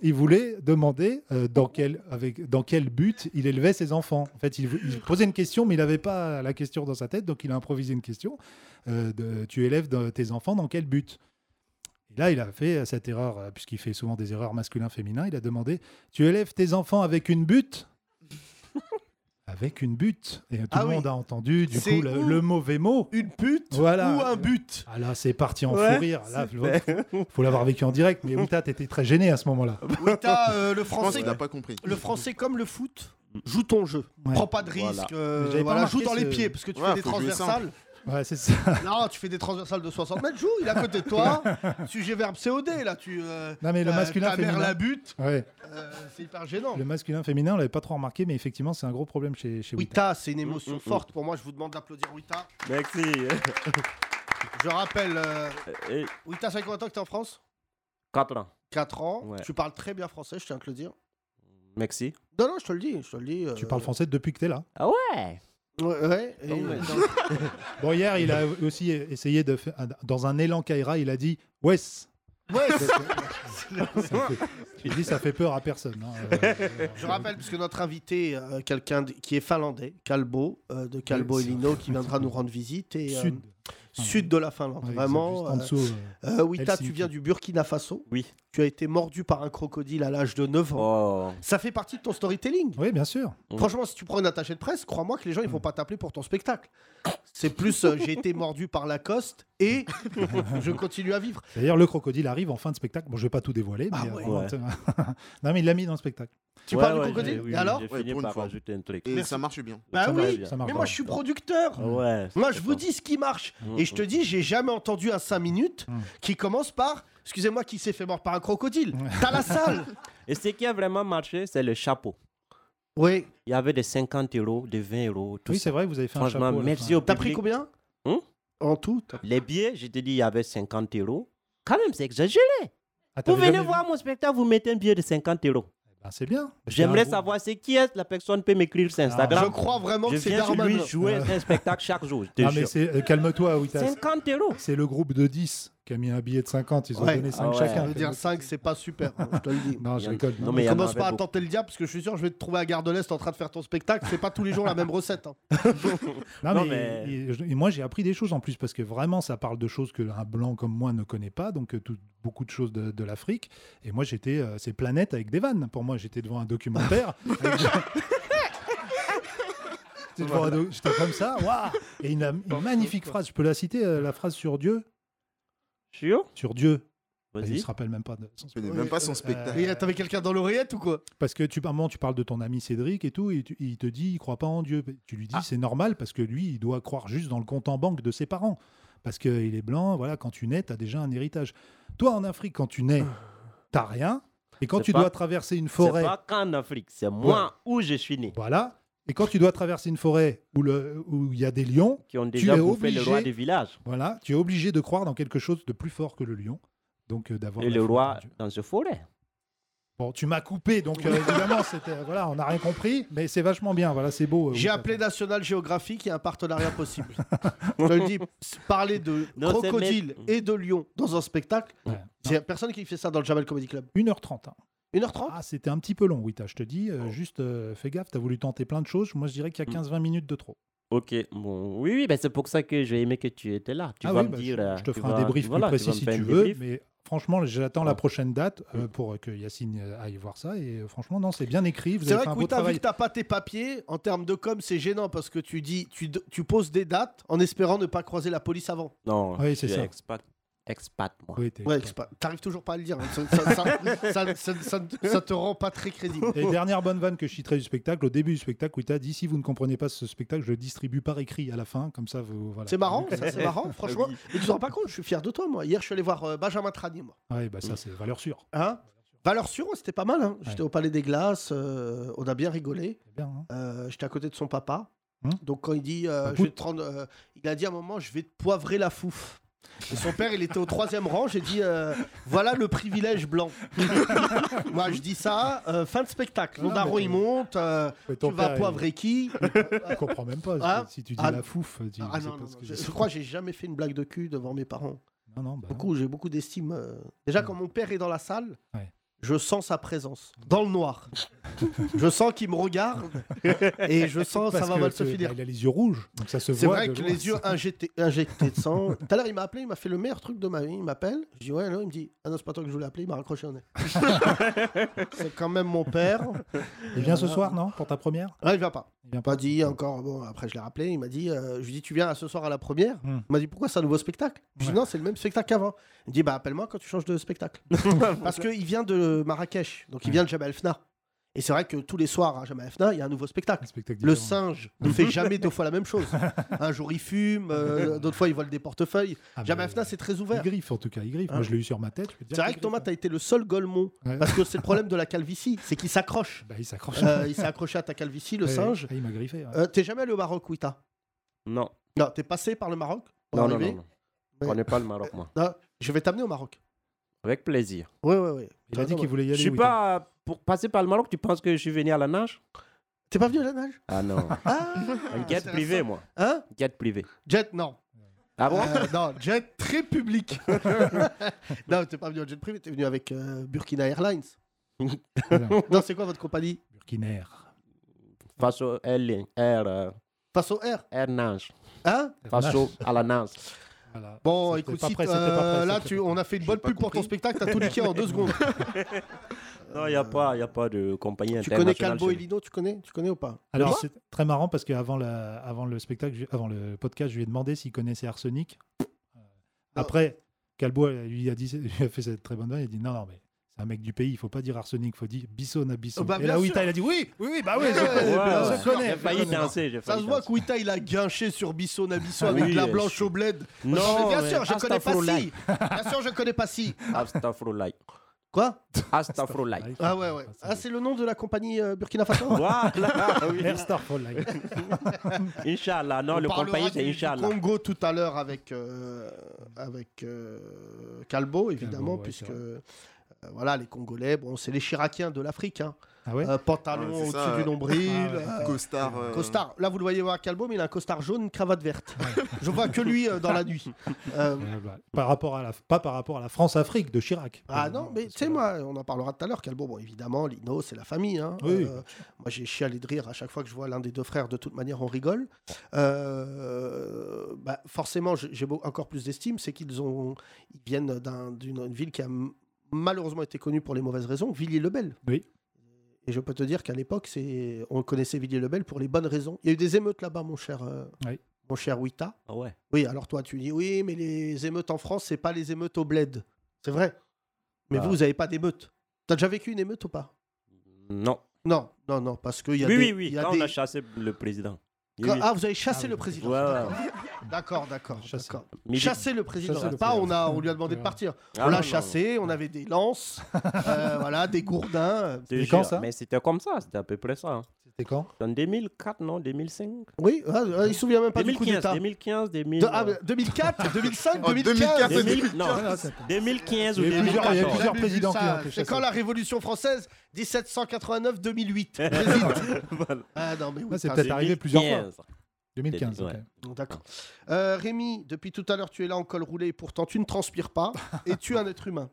[SPEAKER 4] il voulait demander euh, dans, quel, avec, dans quel but il élevait ses enfants. En fait, il, vou- il posait une question, mais il n'avait pas la question dans sa tête, donc il a improvisé une question. euh, de, tu élèves de- tes enfants dans quel but et là, il a fait euh, cette erreur, euh, puisqu'il fait souvent des erreurs masculin-féminin. Il a demandé Tu élèves tes enfants avec
[SPEAKER 3] <laughs>
[SPEAKER 4] une butte Avec une butte. Et tout
[SPEAKER 3] Ah
[SPEAKER 4] le
[SPEAKER 3] oui.
[SPEAKER 4] monde a entendu, du
[SPEAKER 3] C'est
[SPEAKER 4] coup, le,
[SPEAKER 3] où
[SPEAKER 4] le mauvais mot.
[SPEAKER 3] Une pute
[SPEAKER 4] Voilà.
[SPEAKER 3] ou un
[SPEAKER 4] <laughs>
[SPEAKER 3] but
[SPEAKER 4] Ah là, c'est parti en
[SPEAKER 5] Ouais,
[SPEAKER 4] fou rire. Là, faut, faut l'avoir vécu en direct. Mais Wita, t'étais très gêné à ce moment-là.
[SPEAKER 3] Oui, t'as euh, le
[SPEAKER 6] Je pense
[SPEAKER 3] français
[SPEAKER 6] qu'il n'a pas compris.
[SPEAKER 3] le français comme le foot, joue ton jeu.
[SPEAKER 4] Ouais.
[SPEAKER 3] Prends pas de risque.
[SPEAKER 5] Voilà.
[SPEAKER 3] euh,
[SPEAKER 4] Mais j'avais pas
[SPEAKER 3] voilà,
[SPEAKER 4] remarqué
[SPEAKER 3] joue dans les
[SPEAKER 4] ce-
[SPEAKER 3] pieds parce que tu
[SPEAKER 6] Ouais,
[SPEAKER 3] fais des
[SPEAKER 6] faut jouer
[SPEAKER 3] transversales.
[SPEAKER 4] Ouais, c'est ça.
[SPEAKER 3] Non, tu fais des transversales de 60 mètres, joue, il est à côté de
[SPEAKER 4] <laughs>
[SPEAKER 3] toi. Sujet verbe COD, là, tu. euh,
[SPEAKER 4] Non, mais le
[SPEAKER 3] euh,
[SPEAKER 4] masculin
[SPEAKER 3] ta mère
[SPEAKER 4] féminin.
[SPEAKER 3] la bute,
[SPEAKER 4] Ouais.
[SPEAKER 3] euh, c'est hyper gênant.
[SPEAKER 4] Le masculin féminin, on l'avait pas trop remarqué, mais effectivement, c'est un gros problème chez, chez Wita.
[SPEAKER 3] Wita, c'est une émotion
[SPEAKER 5] Mm, mm, mm.
[SPEAKER 3] forte pour moi, je vous demande d'applaudir Wita.
[SPEAKER 5] Merci. <laughs>
[SPEAKER 3] Je rappelle, euh,
[SPEAKER 5] Et
[SPEAKER 3] Wita, ça fait combien de temps que t'es en France
[SPEAKER 5] 4 Eh, ans.
[SPEAKER 3] 4 ans.
[SPEAKER 5] Ouais.
[SPEAKER 3] Tu parles très bien français, je tiens à te le dire.
[SPEAKER 5] Merci.
[SPEAKER 3] Non, non, je te le dis, je te le dis. euh,
[SPEAKER 4] Tu parles français depuis que t'es là.
[SPEAKER 5] Ah ouais.
[SPEAKER 3] Ouais, ouais,
[SPEAKER 4] Oh,
[SPEAKER 3] et-
[SPEAKER 5] Non, mais-
[SPEAKER 4] <laughs> Bon, hier, il a aussi essayé de faire, dans un élan Kaira, il a dit Wes.
[SPEAKER 3] Ouais,
[SPEAKER 4] Ça fait- Il dit ça fait peur à personne. hein. Euh, euh,
[SPEAKER 3] Je rappelle, puisque notre invité, euh, quelqu'un de- qui est finlandais, Calbo, euh, de Calbo
[SPEAKER 4] Oui,
[SPEAKER 3] et
[SPEAKER 4] c'est
[SPEAKER 3] Lino, qui viendra nous rendre visite, et euh,
[SPEAKER 4] Sud.
[SPEAKER 3] sud. de la Finlande.
[SPEAKER 4] Ouais,
[SPEAKER 3] Vraiment.
[SPEAKER 4] juste en
[SPEAKER 3] euh,
[SPEAKER 4] dessous. euh,
[SPEAKER 3] euh, Wita, tu
[SPEAKER 4] Helsinki.
[SPEAKER 3] viens du Burkina Faso.
[SPEAKER 5] Oui.
[SPEAKER 3] Tu as été mordu par un crocodile à l'âge de 9 ans.
[SPEAKER 5] Oh.
[SPEAKER 3] Ça fait partie de ton storytelling.
[SPEAKER 4] Oui, bien sûr. Mm.
[SPEAKER 5] Mm.
[SPEAKER 3] Franchement, si tu prends une attachée de presse, crois-moi que les gens ils vont pas t'appeler pour ton spectacle. C'est plus euh, j'ai été mordu par Lacoste
[SPEAKER 4] <laughs>
[SPEAKER 3] et je continue à vivre.
[SPEAKER 4] D'ailleurs, le crocodile arrive en fin de spectacle. Bon, je vais pas tout dévoiler, mais
[SPEAKER 3] Ah
[SPEAKER 4] euh, <laughs>
[SPEAKER 3] ouais.
[SPEAKER 4] vraiment, non, mais il l'a mis dans le spectacle.
[SPEAKER 3] Tu
[SPEAKER 5] Ouais,
[SPEAKER 3] parles
[SPEAKER 5] ouais,
[SPEAKER 3] du crocodile
[SPEAKER 5] j'ai- oui,
[SPEAKER 3] Et alors
[SPEAKER 5] J'ai
[SPEAKER 6] Ouais,
[SPEAKER 5] fini
[SPEAKER 6] pour une
[SPEAKER 5] par
[SPEAKER 6] fois.
[SPEAKER 5] ajouter un truc.
[SPEAKER 6] Et ça marche bien.
[SPEAKER 3] Bah
[SPEAKER 5] Ça
[SPEAKER 3] oui,
[SPEAKER 5] marche bien.
[SPEAKER 4] Ça marche
[SPEAKER 3] Mais moi
[SPEAKER 4] bien.
[SPEAKER 3] je suis producteur.
[SPEAKER 5] Ah Ouais.
[SPEAKER 3] Moi, je vous dis ce qui marche.
[SPEAKER 5] Mm,
[SPEAKER 3] Et je te dis, j'ai jamais entendu un 5 minutes
[SPEAKER 4] Mm.
[SPEAKER 3] qui commence par Excusez-moi, qui s'est fait mort par un crocodile
[SPEAKER 4] Ouais.
[SPEAKER 3] T'as la
[SPEAKER 5] <laughs>
[SPEAKER 3] salle
[SPEAKER 5] Et ce qui a vraiment marché, c'est le chapeau.
[SPEAKER 3] Oui.
[SPEAKER 5] Il y avait des 50 euros, des 20 euros, tout
[SPEAKER 4] oui,
[SPEAKER 5] ça.
[SPEAKER 4] c'est vrai, vous avez fait un
[SPEAKER 5] Franchement,
[SPEAKER 4] chapeau. à la
[SPEAKER 5] merci
[SPEAKER 4] fin.
[SPEAKER 5] au
[SPEAKER 3] T'as
[SPEAKER 5] public.
[SPEAKER 3] pris combien
[SPEAKER 5] Hein
[SPEAKER 3] En tout t'as-
[SPEAKER 5] Les billets, je t'ai dit, il y avait 50 euros. Quand même, c'est exagéré.
[SPEAKER 4] Ah, t'avais
[SPEAKER 5] Pouvez venir
[SPEAKER 4] jamais vu
[SPEAKER 5] voir mon spectacle, vous mettez un billet de 50 euros.
[SPEAKER 4] Ben, c'est bien.
[SPEAKER 5] J'aimerais
[SPEAKER 4] C'est un beau- Ah,
[SPEAKER 5] savoir c'est qui est la personne peut m'écrire sur Instagram.
[SPEAKER 3] Je crois vraiment
[SPEAKER 5] Je
[SPEAKER 3] que c'est
[SPEAKER 5] viens chez lui
[SPEAKER 3] Darmanin.
[SPEAKER 5] jouer un spectacle chaque jour. je te
[SPEAKER 4] Ah, mais
[SPEAKER 5] jure.
[SPEAKER 4] c'est- euh, calme-toi, Witas.
[SPEAKER 5] 50 euros.
[SPEAKER 4] C'est le groupe de 10 qui a mis un billet de 50. Ils ont
[SPEAKER 3] Ouais.
[SPEAKER 4] donné 5
[SPEAKER 5] Ah ouais.
[SPEAKER 4] chacun.
[SPEAKER 3] Ça veut dire 5, c'est pas super, hein, je te le dis.
[SPEAKER 4] Non, je
[SPEAKER 5] Il y en-
[SPEAKER 4] rigole.
[SPEAKER 3] <laughs>
[SPEAKER 5] Non, mais il y en
[SPEAKER 3] Commence
[SPEAKER 5] avait
[SPEAKER 3] pas à
[SPEAKER 5] beaucoup.
[SPEAKER 3] tenter le diable parce que je suis sûr je vais te trouver à Gare de l'Est en train de faire ton spectacle. C'est pas tous les jours la même recette. hein.
[SPEAKER 4] Non,
[SPEAKER 5] <laughs> Non,
[SPEAKER 4] mais,
[SPEAKER 5] mais-
[SPEAKER 4] et- et- et moi j'ai appris des choses en plus parce que vraiment ça parle de choses que un blanc comme moi ne connaît pas, donc euh, tout- beaucoup de choses de, de l'Afrique. Et moi j'étais euh, c'est planète avec des vannes. Pour moi j'étais devant un <laughs> documentaire. avec- J'étais devant un doc- j'étais comme ça, waouh Et une, une magnifique phrase, je peux la citer, euh, la phrase sur Dieu,
[SPEAKER 5] Sûr
[SPEAKER 4] sur Dieu. Il
[SPEAKER 5] Vas-y.
[SPEAKER 4] se rappelle même pas de son
[SPEAKER 6] Je connais même
[SPEAKER 3] euh,
[SPEAKER 6] pas son spectacle.
[SPEAKER 3] Et là, T'avais quelqu'un dans l'oreillette ou quoi
[SPEAKER 4] Parce que tu, à un moment, tu parles de ton ami Cédric et tout, et tu- il te dit, il croit pas en Dieu. Tu lui dis,
[SPEAKER 5] Ah.
[SPEAKER 4] c'est normal parce que lui, il doit croire juste dans le compte en banque de ses parents. Parce qu'il est blanc, voilà, quand tu nais, tu as déjà un héritage. Toi, en Afrique, quand tu nais, t'as rien. Et quand
[SPEAKER 5] C'est
[SPEAKER 4] tu
[SPEAKER 5] pas-
[SPEAKER 4] dois traverser une
[SPEAKER 5] C'est
[SPEAKER 4] forêt,
[SPEAKER 5] pas qu'en Afrique, c'est moi où je suis né.
[SPEAKER 4] voilà. Et quand tu dois traverser une forêt où le- où il y a des lions,
[SPEAKER 5] Qui ont
[SPEAKER 4] Tu
[SPEAKER 5] déjà
[SPEAKER 4] es
[SPEAKER 5] bouffé le roi
[SPEAKER 4] obligé-
[SPEAKER 5] du village.
[SPEAKER 4] voilà, tu es obligé de croire dans quelque chose de plus fort que le lion. Donc, euh, d'avoir.
[SPEAKER 5] Et
[SPEAKER 4] la
[SPEAKER 5] le
[SPEAKER 4] foi
[SPEAKER 5] roi
[SPEAKER 4] en Dieu.
[SPEAKER 5] dans ce forêt.
[SPEAKER 4] Bon, tu m'as coupé, donc euh,
[SPEAKER 3] <laughs>
[SPEAKER 4] évidemment, c'était, voilà, on n'a rien compris, mais c'est vachement bien. Voilà, c'est beau. euh,
[SPEAKER 3] J'ai
[SPEAKER 4] Wita.
[SPEAKER 3] appelé National Geographic, il y a un partenariat
[SPEAKER 5] <laughs>
[SPEAKER 3] possible. je te le dis, parler de
[SPEAKER 5] Non, c'est
[SPEAKER 3] crocodile
[SPEAKER 5] mais-
[SPEAKER 3] et de lion dans un spectacle,
[SPEAKER 4] Ouais.
[SPEAKER 3] il y a personne qui fait ça dans le Jamel Comedy Club.
[SPEAKER 4] 1h30. hein.
[SPEAKER 3] 1h30
[SPEAKER 4] Ah, c'était un petit peu long, Wita, je te dis.
[SPEAKER 3] Oh.
[SPEAKER 4] Euh, Juste, euh, fais gaffe, t'as voulu tenter plein de choses. Moi, je dirais
[SPEAKER 3] Hmm.
[SPEAKER 4] qu'il y a 15-20 minutes de trop.
[SPEAKER 5] Ok, bon, oui, oui, ben c'est pour ça que j'ai aimé que tu étais là. Tu
[SPEAKER 4] Ah
[SPEAKER 5] vas
[SPEAKER 4] oui,
[SPEAKER 5] me
[SPEAKER 4] bah,
[SPEAKER 5] dire.
[SPEAKER 4] je-
[SPEAKER 5] euh,
[SPEAKER 4] je te
[SPEAKER 5] tu
[SPEAKER 4] ferai
[SPEAKER 5] vas-
[SPEAKER 4] un débrief
[SPEAKER 5] voilà,
[SPEAKER 4] plus
[SPEAKER 5] vas
[SPEAKER 4] précis
[SPEAKER 5] me
[SPEAKER 4] si
[SPEAKER 5] faire
[SPEAKER 4] tu
[SPEAKER 5] un
[SPEAKER 4] veux.
[SPEAKER 5] débrief. Oh.
[SPEAKER 4] Mais franchement, j'attends la
[SPEAKER 5] Ouais.
[SPEAKER 4] prochaine date euh,
[SPEAKER 5] Mm.
[SPEAKER 4] pour que Yacine euh, aille voir ça. Et euh, franchement, non, c'est bien écrit. Vous
[SPEAKER 3] C'est
[SPEAKER 4] avez
[SPEAKER 3] vrai
[SPEAKER 4] fait
[SPEAKER 3] que
[SPEAKER 4] un beau
[SPEAKER 3] Wita, vu que
[SPEAKER 4] travail.
[SPEAKER 3] t'as pas tes papiers, en termes de com, c'est gênant parce que tu dis, tu, tu poses des dates en espérant ne pas croiser la police avant.
[SPEAKER 5] Non,
[SPEAKER 4] Oui, c'est
[SPEAKER 5] je suis
[SPEAKER 4] ça.
[SPEAKER 5] Expat, expat, moi.
[SPEAKER 4] Oui, t'es-
[SPEAKER 3] Ouais, c'est pas- t'arrives toujours pas à le dire. hein. Ça, ça- ça- ça- ça- ça- ça te rend pas très crédible.
[SPEAKER 4] Et dernière bonne vanne que je citerai du spectacle, au début du spectacle, Wita dit si vous ne comprenez pas ce spectacle, je le distribue par écrit à la fin, comme ça vous. Voilà.
[SPEAKER 3] C'est marrant, ça,
[SPEAKER 4] <laughs>
[SPEAKER 3] c'est marrant, franchement.
[SPEAKER 6] Ah oui.
[SPEAKER 3] Mais tu te rends pas compte, je suis fier de toi, moi. Hier, je suis allé voir euh, Benjamin Trani, moi.
[SPEAKER 4] Ouais, bah ça, c'est valeur sûre.
[SPEAKER 3] Hein Valeur sûre, c'était pas mal. hein. J'étais au Palais des Glaces, euh, on a bien rigolé.
[SPEAKER 4] C'est bien, hein.
[SPEAKER 3] Euh, J'étais à côté de son papa.
[SPEAKER 4] Hmm.
[SPEAKER 3] Donc quand il dit, euh,
[SPEAKER 4] Ah,
[SPEAKER 3] je vais
[SPEAKER 4] pout-
[SPEAKER 3] te rendre, euh, il a dit à un moment, je vais te poivrer la fouf. Et son père, il était au troisième rang. J'ai dit, euh, voilà le privilège blanc. <laughs> Moi, je dis ça. euh, fin de spectacle. Mon
[SPEAKER 4] Ah,
[SPEAKER 3] daron,
[SPEAKER 4] mais-
[SPEAKER 3] il monte. euh,
[SPEAKER 4] Mais ton
[SPEAKER 3] tu vas
[SPEAKER 4] père, il-
[SPEAKER 3] poivrer
[SPEAKER 4] <laughs>
[SPEAKER 3] qui
[SPEAKER 4] Je comprends même pas.
[SPEAKER 3] Ah.
[SPEAKER 4] si tu dis
[SPEAKER 3] Ah.
[SPEAKER 4] la fouf,
[SPEAKER 3] Ah
[SPEAKER 4] tu- c'est
[SPEAKER 3] non,
[SPEAKER 4] pas
[SPEAKER 3] non,
[SPEAKER 4] ce
[SPEAKER 3] non,
[SPEAKER 4] que
[SPEAKER 3] je,
[SPEAKER 4] j'ai-
[SPEAKER 3] je crois que j'ai jamais fait une blague de cul devant mes parents.
[SPEAKER 4] Non, non, bah non.
[SPEAKER 3] Beaucoup, j'ai beaucoup d'estime. euh, Déjà,
[SPEAKER 4] Ouais.
[SPEAKER 3] quand mon père est dans la salle,
[SPEAKER 4] Ouais.
[SPEAKER 3] je sens sa présence dans le
[SPEAKER 4] <laughs>
[SPEAKER 3] noir. je sens qu'il me regarde et je sens Oh, ça
[SPEAKER 4] Parce
[SPEAKER 3] va
[SPEAKER 4] que
[SPEAKER 3] mal se
[SPEAKER 4] tu-
[SPEAKER 3] finir.
[SPEAKER 4] bah, Il a les yeux rouges, donc ça se voit.
[SPEAKER 3] C'est vrai
[SPEAKER 4] de
[SPEAKER 3] que
[SPEAKER 4] loin.
[SPEAKER 3] les yeux
[SPEAKER 4] <laughs>
[SPEAKER 3] injectés, injectés de sang. Tout à l'heure, il m'a appelé, il m'a fait le meilleur truc de ma vie. Il m'appelle, je dis ouais, non, il me dit ah non, c'est pas toi que je voulais appeler, il m'a raccroché
[SPEAKER 4] <laughs>
[SPEAKER 3] au nez. c'est quand même mon père.
[SPEAKER 4] Il vient ce soir, non Pour ta première
[SPEAKER 3] Ah, il vient pas.
[SPEAKER 4] Il vient
[SPEAKER 3] Il m'a dit encore, bon, après je l'ai rappelé, il m'a dit, euh, je lui dis, tu viens à ce soir à la première
[SPEAKER 4] Hmm.
[SPEAKER 3] Il m'a dit, pourquoi c'est un nouveau spectacle Je lui dis, non, c'est le même spectacle qu'avant. Il me dit, bah appelle-moi quand tu changes de
[SPEAKER 4] <laughs>
[SPEAKER 3] spectacle. Parce qu'il vient de Marrakech, donc il vient de Jabal Fna. Et c'est vrai que tous les soirs à Jabal Fna, il y a un nouveau spectacle.
[SPEAKER 4] Un spectacle
[SPEAKER 3] Le
[SPEAKER 4] différent.
[SPEAKER 3] singe ne fait jamais deux fois la même
[SPEAKER 4] <laughs>
[SPEAKER 3] chose. Un jour il fume, euh, d'autres fois il vole des portefeuilles.
[SPEAKER 4] Ah, mais,
[SPEAKER 3] Jabal Fna,
[SPEAKER 4] euh,
[SPEAKER 3] c'est très ouvert.
[SPEAKER 4] Il griffe en tout cas, il griffe. Moi
[SPEAKER 3] Hein
[SPEAKER 4] je l'ai eu sur ma tête. je peux te dire
[SPEAKER 3] C'est vrai que
[SPEAKER 4] qu'il
[SPEAKER 3] Thomas,
[SPEAKER 4] griffe. hein.
[SPEAKER 3] t'as été le seul golemon.
[SPEAKER 4] Ouais.
[SPEAKER 3] Parce que c'est le problème de la calvitie, c'est qu'il s'accroche.
[SPEAKER 4] Bah, il s'accroche.
[SPEAKER 3] Euh, il s'est accroché à ta calvitie, le
[SPEAKER 4] Ouais,
[SPEAKER 3] singe.
[SPEAKER 4] ah, il m'a griffé. ouais.
[SPEAKER 3] Euh, T'es jamais allé au Maroc, Wita
[SPEAKER 5] Non,
[SPEAKER 3] Non, t'es passé par le Maroc pour
[SPEAKER 5] non, non,
[SPEAKER 3] arriver.
[SPEAKER 5] non, non. Je connais pas le Maroc, moi.
[SPEAKER 3] Non, je vais t'amener au Maroc.
[SPEAKER 5] Avec plaisir.
[SPEAKER 3] Oui, oui, oui.
[SPEAKER 4] il a dit qu'il voulait y
[SPEAKER 5] Je
[SPEAKER 4] aller.
[SPEAKER 5] suis
[SPEAKER 4] oui,
[SPEAKER 5] pas. Pour passer par le Maroc, tu penses que je suis venu à la nage
[SPEAKER 3] T'es pas venu à la nage
[SPEAKER 5] Ah <laughs> non.
[SPEAKER 3] Ah
[SPEAKER 5] Un guette privé, moi.
[SPEAKER 3] Hein
[SPEAKER 5] Guette privé.
[SPEAKER 3] Jet, non.
[SPEAKER 5] Ah bon
[SPEAKER 3] Euh, non, jet très public. <laughs> non, t'es pas venu en jet privé, t'es venu avec euh, Burkina Airlines.
[SPEAKER 4] t'as- voilà.
[SPEAKER 3] Non, c'est quoi votre compagnie
[SPEAKER 4] Burkinaire.
[SPEAKER 5] Face au L, R, euh,
[SPEAKER 3] Façon Air,
[SPEAKER 5] R nage.
[SPEAKER 3] hein
[SPEAKER 5] Face au- à la nage.
[SPEAKER 4] Voilà.
[SPEAKER 3] Bon,
[SPEAKER 4] C'était
[SPEAKER 3] écoute,
[SPEAKER 4] pas
[SPEAKER 3] si
[SPEAKER 4] prêt,
[SPEAKER 3] t-
[SPEAKER 4] c'était pas prêt,
[SPEAKER 3] euh, là,
[SPEAKER 4] c'était
[SPEAKER 3] tu,
[SPEAKER 4] pas
[SPEAKER 3] on a fait une bonne
[SPEAKER 6] pas
[SPEAKER 3] pub pour ton
[SPEAKER 6] compris.
[SPEAKER 3] spectacle, t'as tout niqué en deux secondes.
[SPEAKER 5] Non, il n'y a, pas- y a pas de compagnie
[SPEAKER 3] tu connais
[SPEAKER 5] internationale.
[SPEAKER 3] Calbo
[SPEAKER 5] chez
[SPEAKER 3] et <laughs> Lino, tu connais Tu connais ou pas
[SPEAKER 4] Alors
[SPEAKER 3] Toi
[SPEAKER 4] Ah c'est très marrant parce qu'avant la... avant le spectacle, je- avant le podcast, je lui ai demandé s'il connaissait Arsenic. Euh,
[SPEAKER 3] Ah.
[SPEAKER 4] Après, Calbo euh, lui a dit, <laughs> lui a fait cette très bonne vanne. Il a dit non, non, mais c'est un mec du pays, il faut pas dire Arsenic, faut dire Bisson à Bisson.
[SPEAKER 3] Oh, bah,
[SPEAKER 4] Et
[SPEAKER 3] bien
[SPEAKER 4] là,
[SPEAKER 3] sûr.
[SPEAKER 4] Wita, il a dit Eh ben oui, oui, oui, bah oui, je
[SPEAKER 3] Ouais,
[SPEAKER 5] nous.
[SPEAKER 4] connais.
[SPEAKER 5] Ouais,
[SPEAKER 3] bien
[SPEAKER 5] ouais.
[SPEAKER 4] Je connais.
[SPEAKER 5] J'ai failli danser. j'ai
[SPEAKER 3] Ça
[SPEAKER 5] failli
[SPEAKER 3] se voit
[SPEAKER 5] danser.
[SPEAKER 3] que Wita, il a guinché sur Bisson Nabisson
[SPEAKER 5] Ah
[SPEAKER 3] avec
[SPEAKER 5] oui,
[SPEAKER 3] de la
[SPEAKER 5] euh,
[SPEAKER 3] blanche
[SPEAKER 5] je-
[SPEAKER 3] au bled.
[SPEAKER 5] Non,
[SPEAKER 3] mais bien
[SPEAKER 5] mais
[SPEAKER 3] sûr, je connais pas
[SPEAKER 5] Astaghfirullah.
[SPEAKER 3] si. Bien sûr, je connais pas si.
[SPEAKER 5] Astafrolai.
[SPEAKER 3] Quoi
[SPEAKER 5] Astafrolai.
[SPEAKER 3] Ah ouais, ouais. Ah, c'est le nom de la compagnie euh, Burkina Faso
[SPEAKER 4] <laughs>
[SPEAKER 5] Voilà, oui.
[SPEAKER 4] Starfall Live.
[SPEAKER 5] <laughs> Inch'Allah. Non,
[SPEAKER 3] On
[SPEAKER 5] le
[SPEAKER 3] parlera
[SPEAKER 5] compagnie, c'est
[SPEAKER 3] du- du
[SPEAKER 5] Inch'Allah.
[SPEAKER 3] Congo tout à l'heure avec, euh, avec euh, Calbo, évidemment,
[SPEAKER 4] Calbo, ouais,
[SPEAKER 3] puisque euh,
[SPEAKER 4] c'est
[SPEAKER 3] voilà, les Congolais, bon, c'est les Chiraciens de l'Afrique. hein.
[SPEAKER 4] Ah ouais
[SPEAKER 3] Euh, pantalon
[SPEAKER 6] Ouais, c'est
[SPEAKER 3] au-dessus
[SPEAKER 6] ça,
[SPEAKER 3] du
[SPEAKER 6] ouais.
[SPEAKER 3] nombril.
[SPEAKER 4] Ah ouais.
[SPEAKER 3] euh,
[SPEAKER 6] Costard. euh,
[SPEAKER 3] Costard, là vous le voyez voir Calbo, mais il a un costard jaune, une cravate verte. Je vois que lui euh, dans
[SPEAKER 4] <laughs>
[SPEAKER 3] la
[SPEAKER 5] <laughs>
[SPEAKER 3] nuit. Euh,
[SPEAKER 4] Euh, bah, par rapport à la, pas par rapport à la France-Afrique de Chirac.
[SPEAKER 3] ah
[SPEAKER 4] Euh,
[SPEAKER 3] non, mais
[SPEAKER 4] parce
[SPEAKER 3] tu sais,
[SPEAKER 4] que-
[SPEAKER 3] moi, on en parlera tout à l'heure. Calbo, bon, évidemment, Lino, c'est la famille. hein.
[SPEAKER 4] Oui.
[SPEAKER 3] moi, j'ai chialé de rire à chaque fois que je vois l'un des deux frères. De toute manière, on rigole. Euh, bah, forcément, j'ai j'ai beau- encore plus d'estime, c'est qu'ils ont, ils viennent d'un- d'une une ville qui a m- malheureusement été connue pour les mauvaises raisons, Villiers-le-Bel.
[SPEAKER 4] Oui.
[SPEAKER 3] Et je peux te dire qu'à l'époque, c'est- on connaissait Villiers-le-Bel pour les bonnes raisons. Il y a eu des émeutes là-bas, mon cher, euh,
[SPEAKER 4] Oui.
[SPEAKER 3] mon cher Wita.
[SPEAKER 5] Ah ouais.
[SPEAKER 3] Oui, alors toi, tu dis oui, mais les émeutes en France, c'est pas les émeutes au bled. C'est vrai. Mais
[SPEAKER 5] Ah.
[SPEAKER 3] vous, vous n'avez pas d'émeutes. T'as déjà vécu une émeute ou pas
[SPEAKER 5] Non.
[SPEAKER 3] Non, non, non, parce qu'il y
[SPEAKER 5] Oui,
[SPEAKER 3] a des.
[SPEAKER 5] oui, oui.
[SPEAKER 3] il y a
[SPEAKER 5] Quand
[SPEAKER 3] des-
[SPEAKER 5] on a chassé le président. Oui,
[SPEAKER 3] Quand-
[SPEAKER 5] oui.
[SPEAKER 3] Ah, vous avez chassé
[SPEAKER 4] Ah oui.
[SPEAKER 3] le président.
[SPEAKER 5] Ouais, ouais.
[SPEAKER 3] d'accord. D'accord, d'accord.
[SPEAKER 4] Chassé.
[SPEAKER 3] d'accord.
[SPEAKER 5] Mais il-
[SPEAKER 3] Chasser le président. Ah,
[SPEAKER 4] Chasser le
[SPEAKER 3] pas,
[SPEAKER 4] président.
[SPEAKER 3] on, a, on lui a demandé de partir.
[SPEAKER 5] Ah
[SPEAKER 3] on
[SPEAKER 5] non,
[SPEAKER 3] l'a
[SPEAKER 5] non.
[SPEAKER 3] chassé, on avait des
[SPEAKER 5] <laughs>
[SPEAKER 3] lances, euh, voilà, des gourdins.
[SPEAKER 5] Je te
[SPEAKER 4] Et quand
[SPEAKER 5] jure,
[SPEAKER 4] ça
[SPEAKER 5] Mais c'était comme ça, c'était à peu près ça. hein.
[SPEAKER 4] C'était quand
[SPEAKER 5] C'était en 2004, non 2005
[SPEAKER 3] Oui, ah, ah, il se souvient même pas du coup
[SPEAKER 5] 2015,
[SPEAKER 3] d'État.
[SPEAKER 5] 2015, 2000,
[SPEAKER 3] De- ah,
[SPEAKER 5] <laughs>
[SPEAKER 3] 2004, 2005,
[SPEAKER 6] Oh,
[SPEAKER 3] 2015.
[SPEAKER 6] 2015.
[SPEAKER 5] 2000, non,
[SPEAKER 3] <laughs>
[SPEAKER 5] 2015 ou
[SPEAKER 4] Il y a eu plusieurs- il y a eu
[SPEAKER 5] 2014.
[SPEAKER 4] plusieurs
[SPEAKER 3] J'ai
[SPEAKER 4] présidents
[SPEAKER 3] vu
[SPEAKER 4] qui
[SPEAKER 3] ça.
[SPEAKER 4] ont fait
[SPEAKER 3] C'est
[SPEAKER 4] chasser.
[SPEAKER 3] quand la Révolution française
[SPEAKER 5] <laughs>
[SPEAKER 3] 1789-2008. J'hésite.
[SPEAKER 5] Voilà.
[SPEAKER 3] ah non, mais oui.
[SPEAKER 4] Ah, c'est
[SPEAKER 3] putain,
[SPEAKER 4] peut-être arrivé plusieurs fois.
[SPEAKER 5] 2015.
[SPEAKER 4] 2015.
[SPEAKER 5] Ouais.
[SPEAKER 4] ok.
[SPEAKER 3] c'est- D'accord. Euh, Rémi, depuis tout à l'heure, tu es là en col roulé, pourtant tu ne transpires
[SPEAKER 4] <laughs>
[SPEAKER 3] pas et tu es un être humain.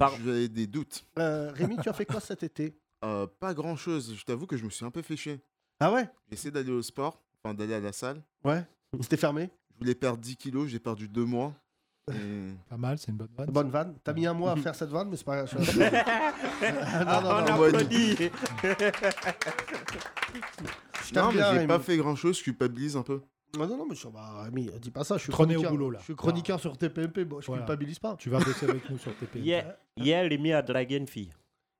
[SPEAKER 6] J'avais des doutes.
[SPEAKER 3] Euh, Rémi, tu as fait quoi cet été
[SPEAKER 6] Euh, pas grand chose. Je t'avoue que je me suis un peu fait chier.
[SPEAKER 3] Ah ouais
[SPEAKER 6] J'ai essayé d'aller au sport, enfin d'aller à la salle.
[SPEAKER 3] Ouais. C'était fermé
[SPEAKER 6] Je voulais perdre 10 kilos, j'ai perdu 2 mois. Et-
[SPEAKER 4] Pas mal, c'est une bonne vanne.
[SPEAKER 3] Bonne vanne. T'as mis un mois à faire cette vanne, mais c'est pas grave.
[SPEAKER 5] <laughs>
[SPEAKER 3] <laughs>
[SPEAKER 5] Ah,
[SPEAKER 3] Ah, non, non,
[SPEAKER 5] on
[SPEAKER 3] non. <laughs>
[SPEAKER 6] ouais,
[SPEAKER 5] applaudit. <laughs>
[SPEAKER 3] Je t'aime
[SPEAKER 6] Non, mais
[SPEAKER 3] bien,
[SPEAKER 6] j'ai
[SPEAKER 3] Rémi.
[SPEAKER 6] pas fait grand chose, je culpabilise un peu.
[SPEAKER 3] Non, non, non, mais je... bah, Rémi, dis pas ça. Je suis
[SPEAKER 4] Prenez au
[SPEAKER 3] chroniqueur-
[SPEAKER 4] boulot, là.
[SPEAKER 3] Je suis chroniqueur sur TPMP, bon, je
[SPEAKER 4] Voilà.
[SPEAKER 3] culpabilise pas.
[SPEAKER 4] Tu vas bosser avec nous sur
[SPEAKER 5] <laughs>
[SPEAKER 4] TP.
[SPEAKER 5] Hier, hier, Rémi a dragué une fille.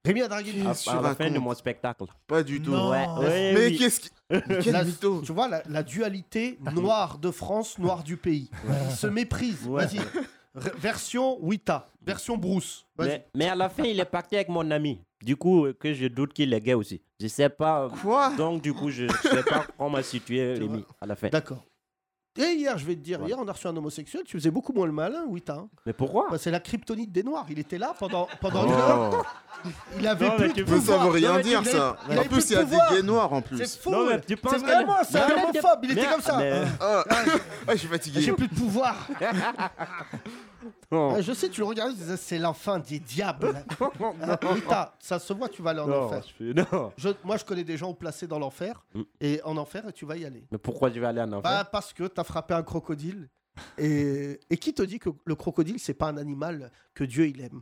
[SPEAKER 3] Rémi a dragué une
[SPEAKER 5] À,
[SPEAKER 6] tu
[SPEAKER 5] à la fin de
[SPEAKER 6] racontes
[SPEAKER 5] mon spectacle.
[SPEAKER 6] Pas du tout.
[SPEAKER 4] Non.
[SPEAKER 5] Ouais,
[SPEAKER 4] Ah.
[SPEAKER 5] ouais,
[SPEAKER 6] Mais
[SPEAKER 5] oui. Ah,
[SPEAKER 6] qu'est-ce qui.
[SPEAKER 5] <laughs>
[SPEAKER 6] Mais quel
[SPEAKER 3] La-
[SPEAKER 6] mytho
[SPEAKER 3] Tu vois, la, la dualité noire de France, noire du pays. Ils se méprisent.
[SPEAKER 5] Ouais.
[SPEAKER 3] Vas-y. R- version Wita, version Bruce. Vas-y.
[SPEAKER 5] mais, mais à la fin, il est parti avec mon ami. Du coup, euh, que je doute qu'il est gay aussi. Je sais pas. euh,
[SPEAKER 6] Quoi
[SPEAKER 5] Donc, du coup, je je
[SPEAKER 6] <laughs>
[SPEAKER 5] sais pas comment situer
[SPEAKER 3] C'est
[SPEAKER 5] Rémi à la fin.
[SPEAKER 3] D'accord. Et hier, je vais te dire,
[SPEAKER 5] Ouais.
[SPEAKER 3] hier, on a reçu un homosexuel, tu faisais beaucoup moins le malin, Wita. hein.
[SPEAKER 5] Mais pourquoi
[SPEAKER 3] Bah, c'est la kryptonite des Noirs. Il était là pendant, pendant une heure.
[SPEAKER 6] Oh.
[SPEAKER 3] Il avait
[SPEAKER 5] Non, mais
[SPEAKER 3] plus de
[SPEAKER 5] tu
[SPEAKER 6] Mais
[SPEAKER 5] peux
[SPEAKER 6] ça
[SPEAKER 3] pouvoir.
[SPEAKER 6] veut rien
[SPEAKER 3] Non, mais
[SPEAKER 6] dire
[SPEAKER 3] il
[SPEAKER 6] Ah, ça.
[SPEAKER 3] avait- il
[SPEAKER 6] En
[SPEAKER 3] avait
[SPEAKER 6] plus,
[SPEAKER 3] plus
[SPEAKER 6] il
[SPEAKER 3] de
[SPEAKER 6] y a des
[SPEAKER 3] pouvoir.
[SPEAKER 6] gays noirs en
[SPEAKER 3] C'est
[SPEAKER 6] plus.
[SPEAKER 3] fou.
[SPEAKER 5] Non, mais tu penses
[SPEAKER 3] C'est
[SPEAKER 5] que-
[SPEAKER 3] vraiment, c'est
[SPEAKER 5] Non, mais
[SPEAKER 3] un
[SPEAKER 5] tu-
[SPEAKER 3] homophobe. Il était
[SPEAKER 5] Mais-
[SPEAKER 3] comme ça.
[SPEAKER 5] mais-
[SPEAKER 6] Ah, ah, je suis
[SPEAKER 3] J'ai
[SPEAKER 6] fatigué.
[SPEAKER 3] plus de
[SPEAKER 5] <laughs>
[SPEAKER 3] pouvoir.
[SPEAKER 5] Non.
[SPEAKER 3] Ah, Je sais, tu le regardais, tu disais, c'est l'enfin des
[SPEAKER 5] <laughs>
[SPEAKER 3] diables. Ah, Wita, ça se voit, tu vas aller en
[SPEAKER 5] Non,
[SPEAKER 3] enfer.
[SPEAKER 5] je suis- <laughs> non.
[SPEAKER 3] Je- moi, je connais des gens placés dans l'enfer
[SPEAKER 6] Hmm.
[SPEAKER 5] Mm.
[SPEAKER 3] et en enfer, et tu vas y aller.
[SPEAKER 5] Mais pourquoi je vais aller en
[SPEAKER 3] Bah,
[SPEAKER 5] enfer
[SPEAKER 3] parce que t'as frappé un crocodile.
[SPEAKER 5] <laughs>
[SPEAKER 3] Et, et qui te dit que le crocodile, c'est pas un animal que Dieu il aime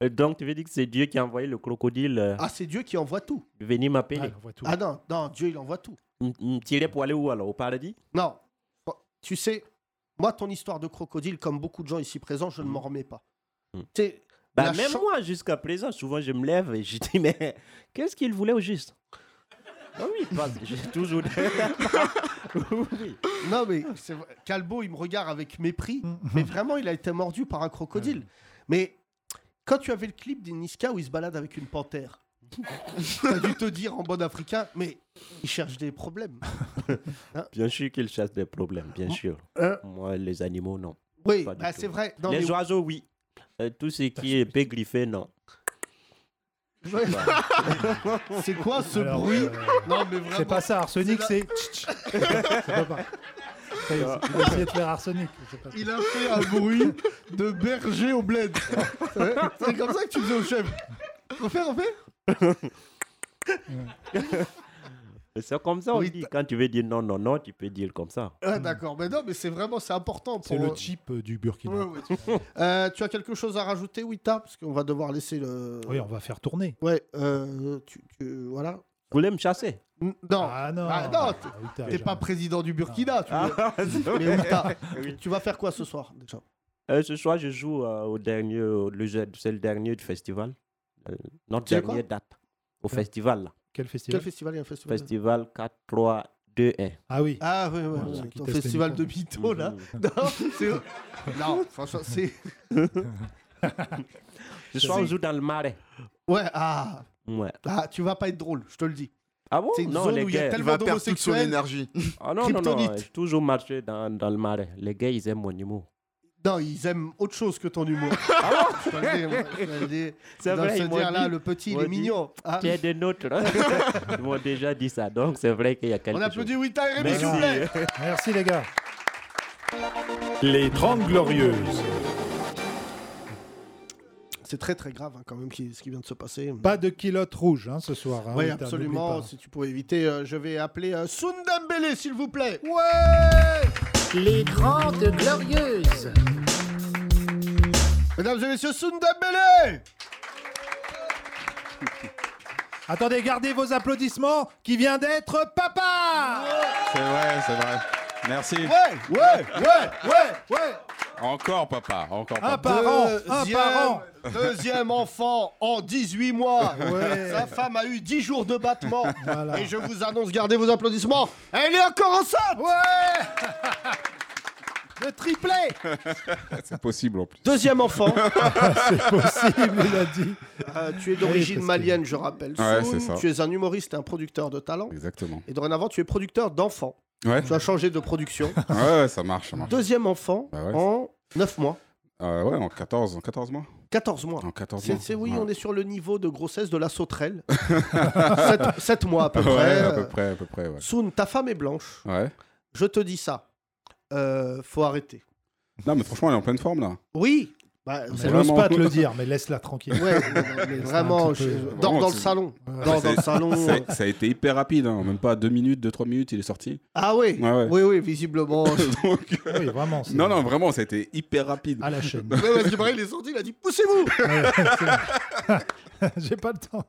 [SPEAKER 5] Et Euh, Donc, tu veux dire que c'est Dieu qui a envoyé le crocodile euh,
[SPEAKER 3] Ah, c'est Dieu qui envoie tout.
[SPEAKER 5] venir
[SPEAKER 4] Ah,
[SPEAKER 5] m'appeler
[SPEAKER 4] on voit tout.
[SPEAKER 3] Ah non, non, Dieu il envoie tout.
[SPEAKER 5] M- Me tirer pour aller où alors Au paradis
[SPEAKER 3] Non, Bon, tu sais, moi, ton histoire de crocodile, comme beaucoup de gens ici présents, je ne m'en remets pas.
[SPEAKER 5] Mm.
[SPEAKER 3] Tu sais,
[SPEAKER 5] bah,
[SPEAKER 3] la
[SPEAKER 5] Même
[SPEAKER 3] chan-
[SPEAKER 5] moi, jusqu'à présent, souvent je me lève et je dis Mais qu'est-ce qu'il voulait au juste Ah oui, parce que j'ai toujours.
[SPEAKER 3] <laughs>
[SPEAKER 5] oui.
[SPEAKER 3] Non, mais c'est vrai. Calbo, il me regarde avec mépris,
[SPEAKER 4] Mhm.
[SPEAKER 3] mais vraiment, il a été mordu par un crocodile. Mais quand tu avais le clip d'Iniska où il se balade avec une
[SPEAKER 4] <laughs>
[SPEAKER 3] panthère, t'as dû te dire en bon africain, mais il cherche des problèmes.
[SPEAKER 5] Bien sûr qu'il chasse des problèmes, bien sûr.
[SPEAKER 3] Hein
[SPEAKER 5] Moi, les animaux, non.
[SPEAKER 3] Oui,
[SPEAKER 5] Pas du
[SPEAKER 3] bah,
[SPEAKER 5] tout.
[SPEAKER 3] c'est vrai. Non,
[SPEAKER 5] les
[SPEAKER 3] mais-
[SPEAKER 5] oiseaux, oui. Euh, tout ce qui est épégriffé, non.
[SPEAKER 3] <laughs> Ouais. c'est quoi ce
[SPEAKER 4] Alors,
[SPEAKER 3] bruit
[SPEAKER 4] euh,
[SPEAKER 3] Non, mais vraiment.
[SPEAKER 4] C'est pas ça, arsenic, c'est.
[SPEAKER 3] <laughs>
[SPEAKER 4] C'est pas pareil. Il a essayé de faire arsenic. c'est pas ça.
[SPEAKER 3] Il a fait un bruit de berger au bled. <laughs> Ouais, c'est comme ça que tu faisais au chef. Refais, refais.
[SPEAKER 5] <laughs>
[SPEAKER 4] <laughs>
[SPEAKER 5] C'est comme ça, on
[SPEAKER 3] Oui,
[SPEAKER 5] dit. Quand tu veux dire non, non, non, tu peux dire comme ça.
[SPEAKER 3] Ah, D'accord, mais non, mais c'est vraiment, c'est important pour.
[SPEAKER 4] C'est le chip euh, du
[SPEAKER 3] Ouais,
[SPEAKER 4] Burkina.
[SPEAKER 3] ouais,
[SPEAKER 4] <laughs>
[SPEAKER 3] tu- Euh, tu as quelque chose à rajouter, Wita Parce qu'on va devoir laisser le.
[SPEAKER 4] Oui, on va faire tourner.
[SPEAKER 3] Ouais, euh, tu, tu- voilà.
[SPEAKER 5] Vous voulez me chasser
[SPEAKER 3] N- Non,
[SPEAKER 4] Ah non.
[SPEAKER 3] Ah, non, t'es-
[SPEAKER 4] Ah, oui, t'as
[SPEAKER 3] t'es
[SPEAKER 4] raison.
[SPEAKER 3] pas président du Burkina. Tu,
[SPEAKER 5] <laughs> Ah,
[SPEAKER 3] veux- mais Wita,
[SPEAKER 5] Oui.
[SPEAKER 3] tu vas faire quoi ce soir déjà
[SPEAKER 5] Euh, ce soir, je joue euh, au dernier, au- le jeu- c'est le dernier du festival. Euh, notre
[SPEAKER 3] C'est quoi Hein?
[SPEAKER 5] dernière date au festival. là.
[SPEAKER 4] Quel
[SPEAKER 3] Quel
[SPEAKER 4] festival
[SPEAKER 3] festival il y a un festival
[SPEAKER 5] Festival 4, 3, 2, 1.
[SPEAKER 4] Ah oui.
[SPEAKER 3] Ah oui, oui,
[SPEAKER 4] Voilà,
[SPEAKER 3] oui,
[SPEAKER 4] ceux qui
[SPEAKER 3] ton
[SPEAKER 4] testent les
[SPEAKER 3] festival de
[SPEAKER 4] micros.
[SPEAKER 3] mythos là.
[SPEAKER 5] Mhm.
[SPEAKER 3] Non, c'est. Non, franchement,
[SPEAKER 5] <laughs>
[SPEAKER 3] c'est.
[SPEAKER 5] Ce soir, on joue dans le marais.
[SPEAKER 3] Ouais, ah,
[SPEAKER 5] Ouais.
[SPEAKER 3] ah, tu vas pas être drôle, je te le dis.
[SPEAKER 5] Ah bon
[SPEAKER 3] C'est une
[SPEAKER 5] Non,
[SPEAKER 3] zone
[SPEAKER 5] les
[SPEAKER 3] où il y a
[SPEAKER 5] gays.
[SPEAKER 6] Il
[SPEAKER 3] tellement
[SPEAKER 6] va perdre toute son
[SPEAKER 3] d'homosexuels.
[SPEAKER 6] énergie.
[SPEAKER 5] Ah non, non, non,
[SPEAKER 3] Kryptonite.
[SPEAKER 5] j'ai toujours marché dans, dans le marais. Les gays, ils aiment mon humour.
[SPEAKER 3] Non, ils aiment autre chose que ton humour.
[SPEAKER 5] Ah
[SPEAKER 3] <laughs> Je te le dis,
[SPEAKER 5] <laughs>
[SPEAKER 3] moi, je te le dis.
[SPEAKER 5] C'est
[SPEAKER 3] Ils doivent
[SPEAKER 5] vrai,
[SPEAKER 3] se
[SPEAKER 5] ils m'ont
[SPEAKER 3] dire, là,
[SPEAKER 5] dit-
[SPEAKER 3] le petit,
[SPEAKER 5] ils
[SPEAKER 3] il est
[SPEAKER 5] m'ont dit,
[SPEAKER 3] mignon. Ah,
[SPEAKER 5] Tu es des nôtres. hein. <laughs> Ils m'ont déjà dit ça. Donc, c'est vrai qu'il y a quelque
[SPEAKER 3] on
[SPEAKER 5] chose.
[SPEAKER 3] applaudit Wita et Rémi, s'il vous plaît.
[SPEAKER 5] Merci.
[SPEAKER 4] Merci les gars.
[SPEAKER 7] Les 30 Glorieuses.
[SPEAKER 3] C'est très, très grave, hein, quand même, qui- ce qui vient de se passer.
[SPEAKER 4] Pas de kilote rouge hein, ce soir. hein,
[SPEAKER 3] Oui,
[SPEAKER 4] Wita,
[SPEAKER 3] absolument.
[SPEAKER 4] n'oublie
[SPEAKER 3] Si tu pouvais éviter, euh, je vais appeler euh, Sundambele, s'il vous plaît.
[SPEAKER 1] Les Grandes Glorieuses.
[SPEAKER 3] Mesdames et messieurs, Sundambele
[SPEAKER 4] pas. Attendez, gardez vos applaudissements qui vient d'être papa
[SPEAKER 7] C'est vrai, c'est vrai. Merci.
[SPEAKER 3] Ouais, ouais, ouais, ouais, ouais.
[SPEAKER 7] Encore papa, encore
[SPEAKER 4] Un
[SPEAKER 7] papa.
[SPEAKER 4] parent, un
[SPEAKER 3] Deuxième-
[SPEAKER 4] parent.
[SPEAKER 3] Deuxième enfant en 18 mois.
[SPEAKER 4] Ouais.
[SPEAKER 3] Sa femme a eu 10 jours de battement.
[SPEAKER 4] Voilà.
[SPEAKER 3] Et je vous annonce, gardez vos applaudissements. Elle est encore enceinte
[SPEAKER 4] Ouais <laughs> Le triplé
[SPEAKER 7] <laughs> C'est possible en plus.
[SPEAKER 3] Deuxième
[SPEAKER 7] <laughs>
[SPEAKER 3] enfant.
[SPEAKER 4] C'est possible, il a dit.
[SPEAKER 3] Euh, tu es
[SPEAKER 4] Oui,
[SPEAKER 3] d'origine
[SPEAKER 4] parce que-
[SPEAKER 3] malienne, je rappelle.
[SPEAKER 7] Ouais,
[SPEAKER 3] Soun,
[SPEAKER 7] c'est ça.
[SPEAKER 3] tu es un humoriste et un producteur de talent.
[SPEAKER 7] Exactement.
[SPEAKER 3] Et dorénavant, tu es producteur d'enfants.
[SPEAKER 7] Ouais,
[SPEAKER 3] Tu as changé de production.
[SPEAKER 7] <laughs> ouais, ouais, ça marche, ça marche.
[SPEAKER 3] Deuxième enfant
[SPEAKER 7] Bah ouais.
[SPEAKER 3] en 9 mois.
[SPEAKER 7] Euh, ouais, en 14, en 14 mois.
[SPEAKER 3] 14 mois.
[SPEAKER 7] En 14 mois.
[SPEAKER 3] C'est, c'est- oui,
[SPEAKER 7] Ouais.
[SPEAKER 3] on est sur le niveau de grossesse de la
[SPEAKER 7] <laughs>
[SPEAKER 3] sauterelle. 7, mois à peu
[SPEAKER 7] Ouais,
[SPEAKER 3] près. euh,
[SPEAKER 7] à peu près, à peu près, ouais.
[SPEAKER 3] Soun, ta femme est blanche.
[SPEAKER 7] Ouais.
[SPEAKER 3] Je te dis ça. Euh, faut arrêter.
[SPEAKER 7] Non, mais franchement, elle est en pleine forme, là.
[SPEAKER 3] Oui. Bah, c'est-
[SPEAKER 4] Elle
[SPEAKER 7] vraiment-
[SPEAKER 4] n'ose pas te le dire, mais laisse-la tranquille.
[SPEAKER 3] ouais, mais- mais
[SPEAKER 4] un
[SPEAKER 3] vraiment,
[SPEAKER 4] petit
[SPEAKER 3] je-
[SPEAKER 4] peu-
[SPEAKER 3] dors dans,
[SPEAKER 7] Vraiment,
[SPEAKER 3] le
[SPEAKER 7] c'est-
[SPEAKER 3] salon.
[SPEAKER 4] Ouais.
[SPEAKER 3] Dors dans le
[SPEAKER 7] C'est-
[SPEAKER 3] salon. euh.
[SPEAKER 7] Ça, ça a été hyper rapide, hein. même pas 2 minutes, 2-3 minutes, il est sorti.
[SPEAKER 3] Ah oui,
[SPEAKER 7] Ouais, ouais.
[SPEAKER 3] oui, oui, visiblement.
[SPEAKER 7] <laughs> Donc, euh,
[SPEAKER 4] Oui, vraiment. c'est-
[SPEAKER 7] non, non, vraiment, ça a été hyper rapide.
[SPEAKER 4] À la
[SPEAKER 7] <laughs>
[SPEAKER 4] chaîne.
[SPEAKER 3] Ouais, ouais, c'est pareil, il est sorti, il a dit <laughs> poussez-vous.
[SPEAKER 4] Ouais, c'est- J'ai pas le temps.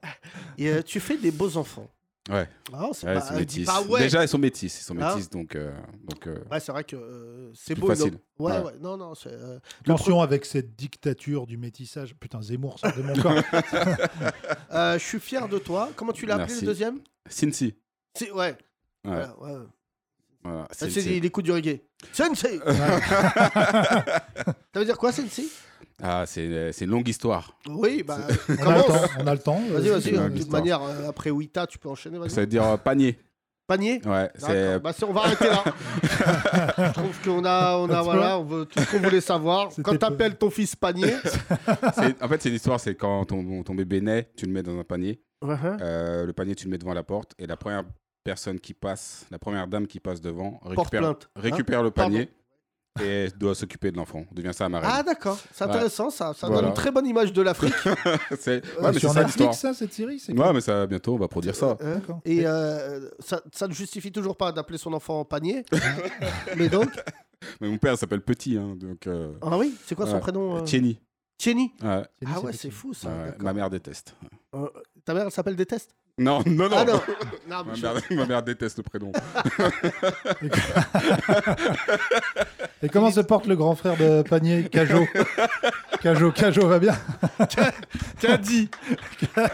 [SPEAKER 3] Et, euh, tu fais des beaux enfants.
[SPEAKER 7] Ouais.
[SPEAKER 3] Ah, c'est
[SPEAKER 7] Ouais,
[SPEAKER 3] pas,
[SPEAKER 7] ils
[SPEAKER 3] euh,
[SPEAKER 7] sont
[SPEAKER 3] dis
[SPEAKER 7] métis.
[SPEAKER 3] pas ouais.
[SPEAKER 7] Déjà, ils sont métis, ils sont
[SPEAKER 3] Hein
[SPEAKER 7] métis, donc... euh, donc euh,
[SPEAKER 3] Ouais, c'est vrai que euh, c'est
[SPEAKER 7] Plus
[SPEAKER 3] beau.
[SPEAKER 7] facile.
[SPEAKER 3] donc- Ouais,
[SPEAKER 7] Ouais.
[SPEAKER 3] ouais, Non, non, c'est. euh,
[SPEAKER 4] Attention avec cette dictature du métissage. Putain, Zemmour sort de mon corps.
[SPEAKER 3] euh, je suis fier de toi. Comment tu l'as appelé
[SPEAKER 7] Merci.
[SPEAKER 3] le deuxième
[SPEAKER 7] Cincy.
[SPEAKER 3] C'est ouais.
[SPEAKER 7] Ouais. Ah,
[SPEAKER 3] Voilà, ouais.
[SPEAKER 7] Voilà,
[SPEAKER 3] Ça,
[SPEAKER 7] Cincy.
[SPEAKER 3] c'est Ah, il écoute du reggae.
[SPEAKER 7] <laughs>
[SPEAKER 3] Sensei. ça veut dire quoi, Sensei
[SPEAKER 7] Ah, c'est c'est une longue histoire.
[SPEAKER 3] Oui, bah
[SPEAKER 4] On a le
[SPEAKER 3] commence.
[SPEAKER 4] temps. On a le temps.
[SPEAKER 3] Vas-y, vas-y.
[SPEAKER 7] une
[SPEAKER 3] De
[SPEAKER 7] longue
[SPEAKER 3] toute
[SPEAKER 7] histoire.
[SPEAKER 3] manière, euh, après Wita, tu peux enchaîner. Vas-y.
[SPEAKER 7] Ça veut dire euh, panier.
[SPEAKER 3] Ah, Panier.
[SPEAKER 7] Ouais, c'est
[SPEAKER 3] D'accord.
[SPEAKER 7] euh,
[SPEAKER 3] Bah, si, on va arrêter
[SPEAKER 4] <laughs>
[SPEAKER 3] là. je trouve qu'on a, on a,
[SPEAKER 4] Toi
[SPEAKER 3] voilà, on veut tout ce qu'on voulait savoir.
[SPEAKER 4] C'était
[SPEAKER 3] Quand t'appelles ton fils panier.
[SPEAKER 7] <laughs> C'est- En fait, c'est l'histoire, c'est quand ton, ton bébé naît, tu le mets dans un panier.
[SPEAKER 3] Uh-huh.
[SPEAKER 7] Euh, le panier, tu le mets devant la porte. Et la première personne qui passe, la première dame qui passe devant,
[SPEAKER 3] Porte
[SPEAKER 7] récupère,
[SPEAKER 3] plainte. hein.
[SPEAKER 7] récupère le panier et doit s'occuper de l'enfant. Devient ça ma
[SPEAKER 3] Ah
[SPEAKER 7] reine.
[SPEAKER 3] d'accord, c'est
[SPEAKER 7] Ouais.
[SPEAKER 3] intéressant ça, ça donne
[SPEAKER 7] Voilà.
[SPEAKER 3] une très bonne image de l'Afrique.
[SPEAKER 7] <laughs> C'est- ouais,
[SPEAKER 4] Ouais,
[SPEAKER 7] mais c'est
[SPEAKER 4] Euh, sur
[SPEAKER 7] ça
[SPEAKER 4] Netflix,
[SPEAKER 7] l'histoire.
[SPEAKER 4] ça, cette série c'est
[SPEAKER 7] Ouais, mais ça, bientôt, on va produire ça.
[SPEAKER 3] Hein.
[SPEAKER 4] D'accord.
[SPEAKER 3] Et euh, ça, ça ne justifie toujours pas d'appeler son enfant
[SPEAKER 7] <laughs>
[SPEAKER 3] panier. Mais donc,
[SPEAKER 7] Mais mon père s'appelle Petit, hein, donc. Euh...
[SPEAKER 3] ah oui, c'est quoi son
[SPEAKER 7] Ouais.
[SPEAKER 3] prénom euh,
[SPEAKER 7] Tieni.
[SPEAKER 3] Tieni.
[SPEAKER 7] Ouais,
[SPEAKER 3] Ah ouais, c'est fou ça.
[SPEAKER 7] ouais,
[SPEAKER 3] d'accord.
[SPEAKER 7] ma mère déteste.
[SPEAKER 3] Euh, ta mère elle s'appelle Déteste
[SPEAKER 7] Non, <laughs> non, non.
[SPEAKER 3] Ah non, non mais
[SPEAKER 7] Ma
[SPEAKER 3] je-
[SPEAKER 7] mère, ma mère déteste
[SPEAKER 3] <laughs>
[SPEAKER 7] le prénom. <laughs>
[SPEAKER 4] Et comment se porte le grand frère de Panier, Cajot Cajot, Cajot va bien
[SPEAKER 7] Caddy.
[SPEAKER 4] Caddy.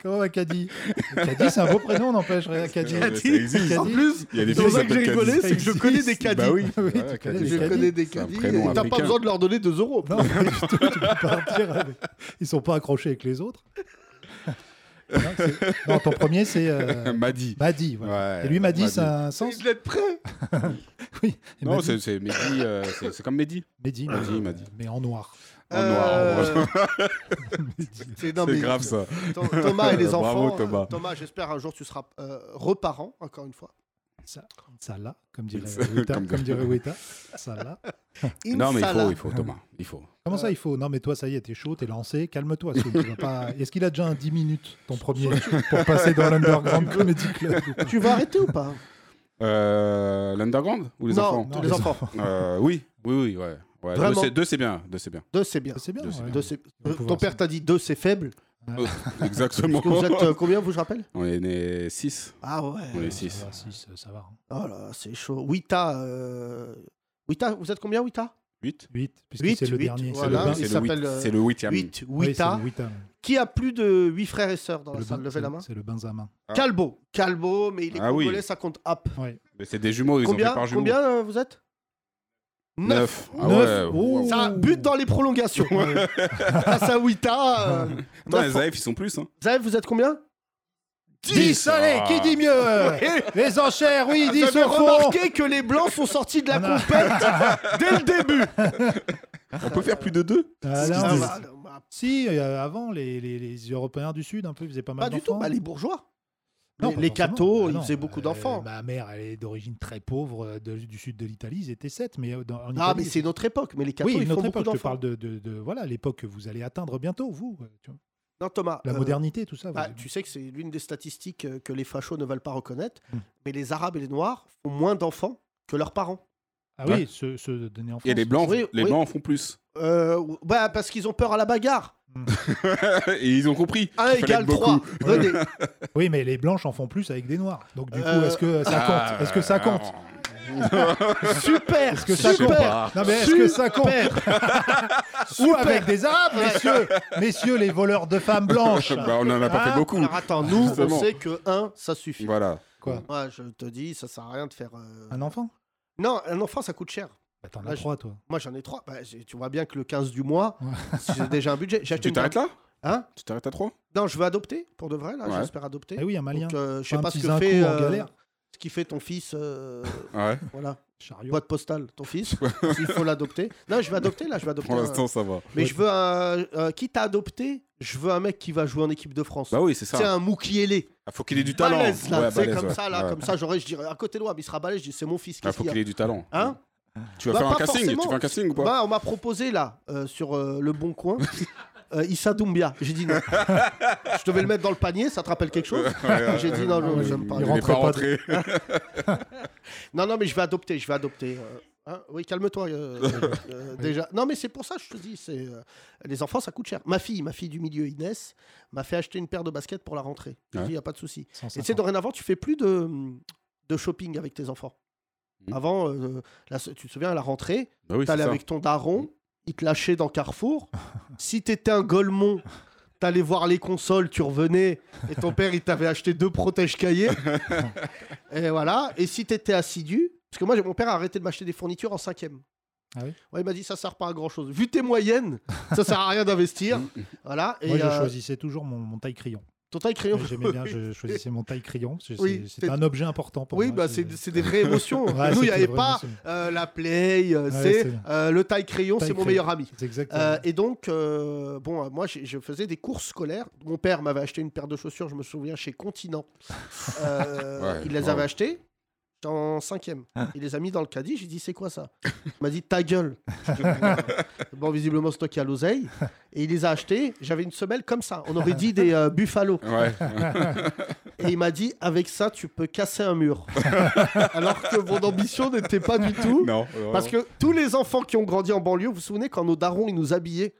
[SPEAKER 4] Comment va Caddy Caddy, c'est un beau prénom, n'empêche, regarde, Caddy.
[SPEAKER 7] Ça existe.
[SPEAKER 4] Caddy.
[SPEAKER 3] En plus,
[SPEAKER 7] Il y a des
[SPEAKER 3] c'est pour
[SPEAKER 7] filles
[SPEAKER 3] ça
[SPEAKER 7] qui
[SPEAKER 3] que j'ai
[SPEAKER 7] s'appellent
[SPEAKER 3] rigolé,
[SPEAKER 7] Caddy.
[SPEAKER 3] c'est que je
[SPEAKER 4] Ça
[SPEAKER 3] connais des
[SPEAKER 4] existe.
[SPEAKER 3] caddies. <laughs>
[SPEAKER 7] Bah oui,
[SPEAKER 4] Oui, tu
[SPEAKER 7] Ouais,
[SPEAKER 4] connais
[SPEAKER 7] Caddy.
[SPEAKER 4] des
[SPEAKER 3] je
[SPEAKER 4] caddies.
[SPEAKER 3] connais des
[SPEAKER 7] C'est un
[SPEAKER 3] caddies.
[SPEAKER 7] prénom
[SPEAKER 3] et T'as pas
[SPEAKER 7] américain.
[SPEAKER 3] besoin de leur donner 2 euros.
[SPEAKER 4] Non, pas du tout, tu peux partir avec- Ils sont pas accrochés avec les autres. Non, c'est- non, ton premier,
[SPEAKER 7] <laughs>
[SPEAKER 4] c'est euh,
[SPEAKER 7] Maddy.
[SPEAKER 4] Maddy. voilà.
[SPEAKER 7] Ouais,
[SPEAKER 4] Et lui, Maddy,
[SPEAKER 7] Maddy.
[SPEAKER 4] ça a un sens
[SPEAKER 3] Je l'ai de près.
[SPEAKER 4] <laughs> Oui. Et
[SPEAKER 7] Non,
[SPEAKER 4] Maddy-
[SPEAKER 7] c'est c'est Mehdi, euh, c'est c'est comme Mehdi.
[SPEAKER 4] Maddy,
[SPEAKER 7] Maddy,
[SPEAKER 4] Maddy,
[SPEAKER 7] Maddy.
[SPEAKER 4] Mais en noir.
[SPEAKER 7] En noir. en
[SPEAKER 3] Euh,
[SPEAKER 7] <laughs> noir.
[SPEAKER 3] C'est non,
[SPEAKER 7] C'est
[SPEAKER 3] mais-
[SPEAKER 7] grave ça.
[SPEAKER 3] Tho- Thomas et les
[SPEAKER 7] <laughs> Bravo,
[SPEAKER 3] enfants.
[SPEAKER 7] Thomas.
[SPEAKER 3] euh, j'espère un jour tu seras euh, reparent, encore une fois.
[SPEAKER 4] Ça, ça là, comme dirait
[SPEAKER 7] Ça,
[SPEAKER 4] Weta.
[SPEAKER 7] comme-
[SPEAKER 4] Comme dirait Weta. Ça là.
[SPEAKER 7] <laughs> Non, mais il
[SPEAKER 3] Inch'Allah.
[SPEAKER 7] faut, il faut, Thomas. Il faut.
[SPEAKER 4] Comment ça, il faut Non, mais toi, ça y est, t'es chaud, t'es lancé, calme-toi. Soul, tu
[SPEAKER 7] <laughs>
[SPEAKER 4] vas pas- Est-ce qu'il a déjà un 10 minutes, ton premier, pour passer dans l'Underground Comedy Club ou pas
[SPEAKER 3] Tu vas arrêter ou pas
[SPEAKER 7] Euh, L'underground ou les
[SPEAKER 3] Non,
[SPEAKER 7] enfants
[SPEAKER 3] les enfants.
[SPEAKER 7] Euh, Oui, oui, oui, ouais. Ouais, deux,
[SPEAKER 3] Vraiment
[SPEAKER 7] c'est- deux, c'est bien. Deux, c'est bien.
[SPEAKER 3] Deux, c'est bien.
[SPEAKER 4] C'est bien.
[SPEAKER 7] Deux, c'est
[SPEAKER 4] ouais.
[SPEAKER 3] Deux, c'est-
[SPEAKER 4] On va
[SPEAKER 3] Ton
[SPEAKER 4] pouvoir
[SPEAKER 3] père
[SPEAKER 4] ça.
[SPEAKER 3] t'a dit deux, c'est faible.
[SPEAKER 7] Euh, <laughs>
[SPEAKER 3] <laughs>
[SPEAKER 7] Exactement.
[SPEAKER 3] Parce que vous êtes euh, combien, vous, je rappelle
[SPEAKER 7] On est né 6.
[SPEAKER 3] Ah
[SPEAKER 7] On
[SPEAKER 3] ouais.
[SPEAKER 7] est
[SPEAKER 4] Ça
[SPEAKER 7] 6.
[SPEAKER 4] va, six, euh, ça va. hein.
[SPEAKER 3] Oh là, là, c'est chaud. Wita, euh, Wita, vous êtes combien, Wita
[SPEAKER 7] 8.
[SPEAKER 4] 8, puisque
[SPEAKER 3] Huit,
[SPEAKER 4] c'est le
[SPEAKER 3] huit,
[SPEAKER 4] dernier.
[SPEAKER 7] C'est
[SPEAKER 3] Voilà,
[SPEAKER 7] le-
[SPEAKER 3] il
[SPEAKER 7] c'est le
[SPEAKER 3] s'appelle,
[SPEAKER 7] huit-
[SPEAKER 3] euh, ah.
[SPEAKER 7] c'est le 8
[SPEAKER 3] 8,
[SPEAKER 4] Ouais, c'est
[SPEAKER 3] Wita.
[SPEAKER 4] le Wita.
[SPEAKER 3] Qui a plus de 8 frères et sœurs dans
[SPEAKER 4] C'est
[SPEAKER 3] la
[SPEAKER 4] le
[SPEAKER 3] salle
[SPEAKER 4] Ben-
[SPEAKER 3] Levez la
[SPEAKER 4] c'est-
[SPEAKER 3] main.
[SPEAKER 4] C'est le Benjamin.
[SPEAKER 7] Ah.
[SPEAKER 3] Calbo. Calbo, mais il est
[SPEAKER 7] Ah oui.
[SPEAKER 3] congolais, ça compte up.
[SPEAKER 7] C'est des jumeaux, ils ont
[SPEAKER 3] Combien,
[SPEAKER 7] fait par jumeaux.
[SPEAKER 3] combien euh, vous êtes
[SPEAKER 7] 9. Ah
[SPEAKER 4] Neuf.
[SPEAKER 7] ouais.
[SPEAKER 4] Oh.
[SPEAKER 3] Ça bute dans les prolongations.
[SPEAKER 4] <laughs>
[SPEAKER 3] Face à Wita. euh,
[SPEAKER 7] Attends, les
[SPEAKER 4] euh,
[SPEAKER 3] neuf-
[SPEAKER 7] AF, ils sont plus. Hein.
[SPEAKER 3] Zaev, vous êtes combien
[SPEAKER 4] 10 Allez,
[SPEAKER 7] Ah.
[SPEAKER 4] qui dit mieux euh, <laughs> Les enchères, oui, 10
[SPEAKER 3] J'avais
[SPEAKER 4] au fond Ah
[SPEAKER 3] remarqué que les blancs sont sortis de la
[SPEAKER 4] Non. <laughs>
[SPEAKER 3] compète dès le début.
[SPEAKER 7] On peut faire plus de deux
[SPEAKER 4] Ah,
[SPEAKER 3] Ah,
[SPEAKER 4] là,
[SPEAKER 3] bah,
[SPEAKER 4] on-
[SPEAKER 3] bah, bah,
[SPEAKER 4] Si, euh, avant, les, les- les Européens du Sud, un peu, ils faisaient pas
[SPEAKER 3] pas
[SPEAKER 4] mal
[SPEAKER 3] du tout.
[SPEAKER 4] d'enfants.
[SPEAKER 3] Bah, les bourgeois.
[SPEAKER 4] Non,
[SPEAKER 3] les
[SPEAKER 4] pas
[SPEAKER 3] les
[SPEAKER 4] forcément.
[SPEAKER 3] cathos,
[SPEAKER 4] Bah
[SPEAKER 3] ils
[SPEAKER 4] non,
[SPEAKER 3] faisaient beaucoup
[SPEAKER 4] euh,
[SPEAKER 3] d'enfants.
[SPEAKER 4] ma mère, elle est d'origine très pauvre euh, de- du sud de l'Italie, ils étaient sept, mais euh, dans, en
[SPEAKER 3] ah,
[SPEAKER 4] Italie,
[SPEAKER 3] mais c'est notre époque. Mais les cathos,
[SPEAKER 4] Oui,
[SPEAKER 3] ils font
[SPEAKER 4] notre
[SPEAKER 3] beaucoup
[SPEAKER 4] époque, je te
[SPEAKER 3] d'enfants.
[SPEAKER 4] parle de, de- de- voilà, l'époque que vous allez atteindre bientôt, vous. euh, tu vois.
[SPEAKER 3] Non, Thomas.
[SPEAKER 4] La
[SPEAKER 3] euh,
[SPEAKER 4] modernité, tout ça. vous-
[SPEAKER 3] bah, tu sais que c'est l'une des statistiques euh, que les fachos ne veulent pas reconnaître.
[SPEAKER 4] Hmm.
[SPEAKER 3] Mais les Arabes et les Noirs font moins d'enfants que leurs parents.
[SPEAKER 4] Ah
[SPEAKER 7] Ouais.
[SPEAKER 4] oui, ceux, ceux de- donnés en France.
[SPEAKER 7] Et les blancs,
[SPEAKER 3] Oui,
[SPEAKER 7] les
[SPEAKER 3] oui.
[SPEAKER 7] blancs <laughs> en font plus.
[SPEAKER 3] Euh, bah, parce qu'ils ont peur à la bagarre.
[SPEAKER 7] Et ils ont compris.
[SPEAKER 3] 1
[SPEAKER 7] qu'il fallait
[SPEAKER 3] égale
[SPEAKER 7] être beaucoup.
[SPEAKER 3] 3. René,
[SPEAKER 4] Oui, mais les blanches en font plus avec des noirs. Donc du coup,
[SPEAKER 3] Euh,
[SPEAKER 4] est-ce que ça
[SPEAKER 7] Ah,
[SPEAKER 4] compte Est-ce que ça compte <laughs>
[SPEAKER 3] super,
[SPEAKER 4] Est-ce que ça compte
[SPEAKER 3] super.
[SPEAKER 4] Non mais est-ce que ça compte <laughs> Ou
[SPEAKER 3] Super.
[SPEAKER 4] avec des arabes, messieurs Messieurs les voleurs de femmes blanches
[SPEAKER 7] <laughs> <laughs> Bah, on n'en a pas
[SPEAKER 4] Ah,
[SPEAKER 7] fait beaucoup.
[SPEAKER 3] Alors attends, nous, on
[SPEAKER 7] Justement.
[SPEAKER 3] sait que 1, ça suffit.
[SPEAKER 7] Voilà.
[SPEAKER 4] Quoi
[SPEAKER 3] Moi, je te dis, ça sert à rien de faire. euh,
[SPEAKER 4] Un enfant
[SPEAKER 3] Non, un enfant, ça coûte cher.
[SPEAKER 4] bah, T'en
[SPEAKER 3] Ah,
[SPEAKER 4] as
[SPEAKER 3] je-
[SPEAKER 4] trois, toi.
[SPEAKER 3] Moi, j'en ai 3. tu vois bien que le 15 du mois,
[SPEAKER 4] Ouais.
[SPEAKER 3] j'ai déjà un
[SPEAKER 7] <laughs>
[SPEAKER 3] budget. J'ai acheté
[SPEAKER 7] Tu
[SPEAKER 3] une
[SPEAKER 7] t'arrêtes là
[SPEAKER 3] Hein
[SPEAKER 7] Tu t'arrêtes à 3
[SPEAKER 3] Non, je veux adopter, pour de vrai, là,
[SPEAKER 7] Ouais.
[SPEAKER 3] j'espère adopter.
[SPEAKER 4] Eh oui, un malien.
[SPEAKER 3] Donc, euh, je sais
[SPEAKER 4] Pas un
[SPEAKER 3] pas ce
[SPEAKER 4] petit
[SPEAKER 3] que
[SPEAKER 4] zinco
[SPEAKER 3] fait.
[SPEAKER 4] en
[SPEAKER 3] euh,
[SPEAKER 4] galère.
[SPEAKER 3] Ce qui fait ton fils, euh,
[SPEAKER 7] Ouais.
[SPEAKER 3] voilà,
[SPEAKER 4] Chariot.
[SPEAKER 3] boîte postale, ton
[SPEAKER 7] <laughs>
[SPEAKER 3] fils, il faut l'adopter. Non, je vais adopter, là, je vais adopter.
[SPEAKER 7] Pour
[SPEAKER 3] un-
[SPEAKER 7] l'instant, ça va.
[SPEAKER 3] Mais je veux un, euh, quitte à adopter, je veux un mec qui va jouer en équipe de France.
[SPEAKER 7] Bah oui, c'est ça.
[SPEAKER 3] C'est un Moukielé.
[SPEAKER 7] Ah, faut qu'il ait du talent.
[SPEAKER 3] Balèze, là,
[SPEAKER 7] Ouais,
[SPEAKER 3] tu sais,
[SPEAKER 7] balèze,
[SPEAKER 3] comme
[SPEAKER 7] ouais.
[SPEAKER 3] ça, là,
[SPEAKER 7] Ouais.
[SPEAKER 3] comme ça, j'aurais, je dirais, à côté de moi, mais il sera balèze, je dis, c'est mon fils,
[SPEAKER 7] Ah,
[SPEAKER 3] qu'est-ce
[SPEAKER 7] faut
[SPEAKER 3] qu'il y a
[SPEAKER 7] qu'il ait du talent.
[SPEAKER 3] Hein
[SPEAKER 7] Tu vas
[SPEAKER 3] Bah,
[SPEAKER 7] faire un
[SPEAKER 3] pas
[SPEAKER 7] casting
[SPEAKER 3] forcément.
[SPEAKER 7] Tu fais un casting ou pas
[SPEAKER 3] Bah, on m'a proposé, là, euh, sur euh, Le Bon
[SPEAKER 7] <laughs>
[SPEAKER 3] Coin, euh, Issa Doumbia. J'ai dit non. je devais le mettre dans le panier, ça te rappelle quelque chose J'ai dit non, non, j'aime pas.
[SPEAKER 4] Il
[SPEAKER 7] Il
[SPEAKER 4] rentrait
[SPEAKER 7] rentrait
[SPEAKER 4] pas
[SPEAKER 7] pas rentré.
[SPEAKER 3] <laughs> Non, non, mais je vais adopter, je vais adopter. euh, hein, oui, calme-toi euh,
[SPEAKER 7] <laughs>
[SPEAKER 3] euh, euh, déjà. Non, mais c'est pour ça que je te dis, c'est euh, les enfants, ça coûte cher. Ma fille, ma fille du milieu, Inès, m'a fait acheter une paire de baskets pour la rentrée. Je lui
[SPEAKER 7] Ouais.
[SPEAKER 3] dis, il n'y a pas de souci. Et
[SPEAKER 4] 150.
[SPEAKER 3] tu sais, dorénavant, tu fais plus de, de shopping avec tes enfants.
[SPEAKER 7] Mhm.
[SPEAKER 3] Avant, euh, la- tu te souviens, à la rentrée,
[SPEAKER 7] Bah oui, c'est
[SPEAKER 3] t'allais
[SPEAKER 7] ça. Mmh.
[SPEAKER 3] avec ton daron, il te lâchait dans
[SPEAKER 7] <laughs>
[SPEAKER 3] Carrefour. si t'étais un golemont, t'allais voir les consoles, tu revenais, et ton père, il t'avait acheté deux protèges
[SPEAKER 7] <laughs>
[SPEAKER 3] cahiers. et voilà. Et si t'étais assidu, parce que moi, j'ai- mon père a arrêté de m'acheter des fournitures en cinquième.
[SPEAKER 4] Ah oui
[SPEAKER 3] ouais, il m'a dit ça sert pas à grand chose. Vu tes moyennes, ça sert à rien d'investir.
[SPEAKER 7] Mmh.
[SPEAKER 3] voilà. Et
[SPEAKER 4] Moi, je
[SPEAKER 3] euh,
[SPEAKER 4] choisissais toujours mon, mon taille-crayon.
[SPEAKER 3] ton taille crayon.
[SPEAKER 4] Ouais, J'aimais bien, je choisissais mon taille-crayon. parce que
[SPEAKER 3] Oui,
[SPEAKER 4] c'est-
[SPEAKER 3] c'est-
[SPEAKER 4] C'était un objet important pour
[SPEAKER 3] Oui,
[SPEAKER 4] moi.
[SPEAKER 3] bah, c'est c'est des
[SPEAKER 4] <laughs>
[SPEAKER 3] vraies émotions.
[SPEAKER 4] Ouais,
[SPEAKER 3] Nous, il n'y
[SPEAKER 4] c'était
[SPEAKER 3] avait
[SPEAKER 4] des vraies
[SPEAKER 3] pas
[SPEAKER 4] émotions.
[SPEAKER 3] euh, la play, euh,
[SPEAKER 4] Ouais,
[SPEAKER 3] c'est
[SPEAKER 4] c'est-
[SPEAKER 3] euh, le taille crayon, c'est mon
[SPEAKER 4] Taille-crayon.
[SPEAKER 3] meilleur ami.
[SPEAKER 4] C'est exactement.
[SPEAKER 3] Euh, et donc, euh, bon, euh, moi, j'ai- je faisais des courses scolaires. Mon père m'avait acheté une paire de chaussures, je me souviens, chez
[SPEAKER 4] <laughs>
[SPEAKER 3] Continent. Euh,
[SPEAKER 7] Ouais,
[SPEAKER 3] il les
[SPEAKER 7] wow.
[SPEAKER 3] avait achetées en cinquième. Il les a mis dans le caddie. J'ai dit, c'est quoi ça Il m'a dit, ta
[SPEAKER 4] <laughs>
[SPEAKER 3] gueule. bon, visiblement, stocké à l'oseille. Et il les a achetées. J'avais une semelle comme ça. On aurait dit des euh, buffalo.
[SPEAKER 7] Ouais.
[SPEAKER 3] Et il m'a dit, avec ça, tu peux casser un
[SPEAKER 7] <laughs>
[SPEAKER 3] mur. Alors que mon ambition n'était pas du tout.
[SPEAKER 7] non.
[SPEAKER 3] Parce que tous les enfants qui ont grandi en banlieue, vous vous souvenez quand nos darons ils nous habillaient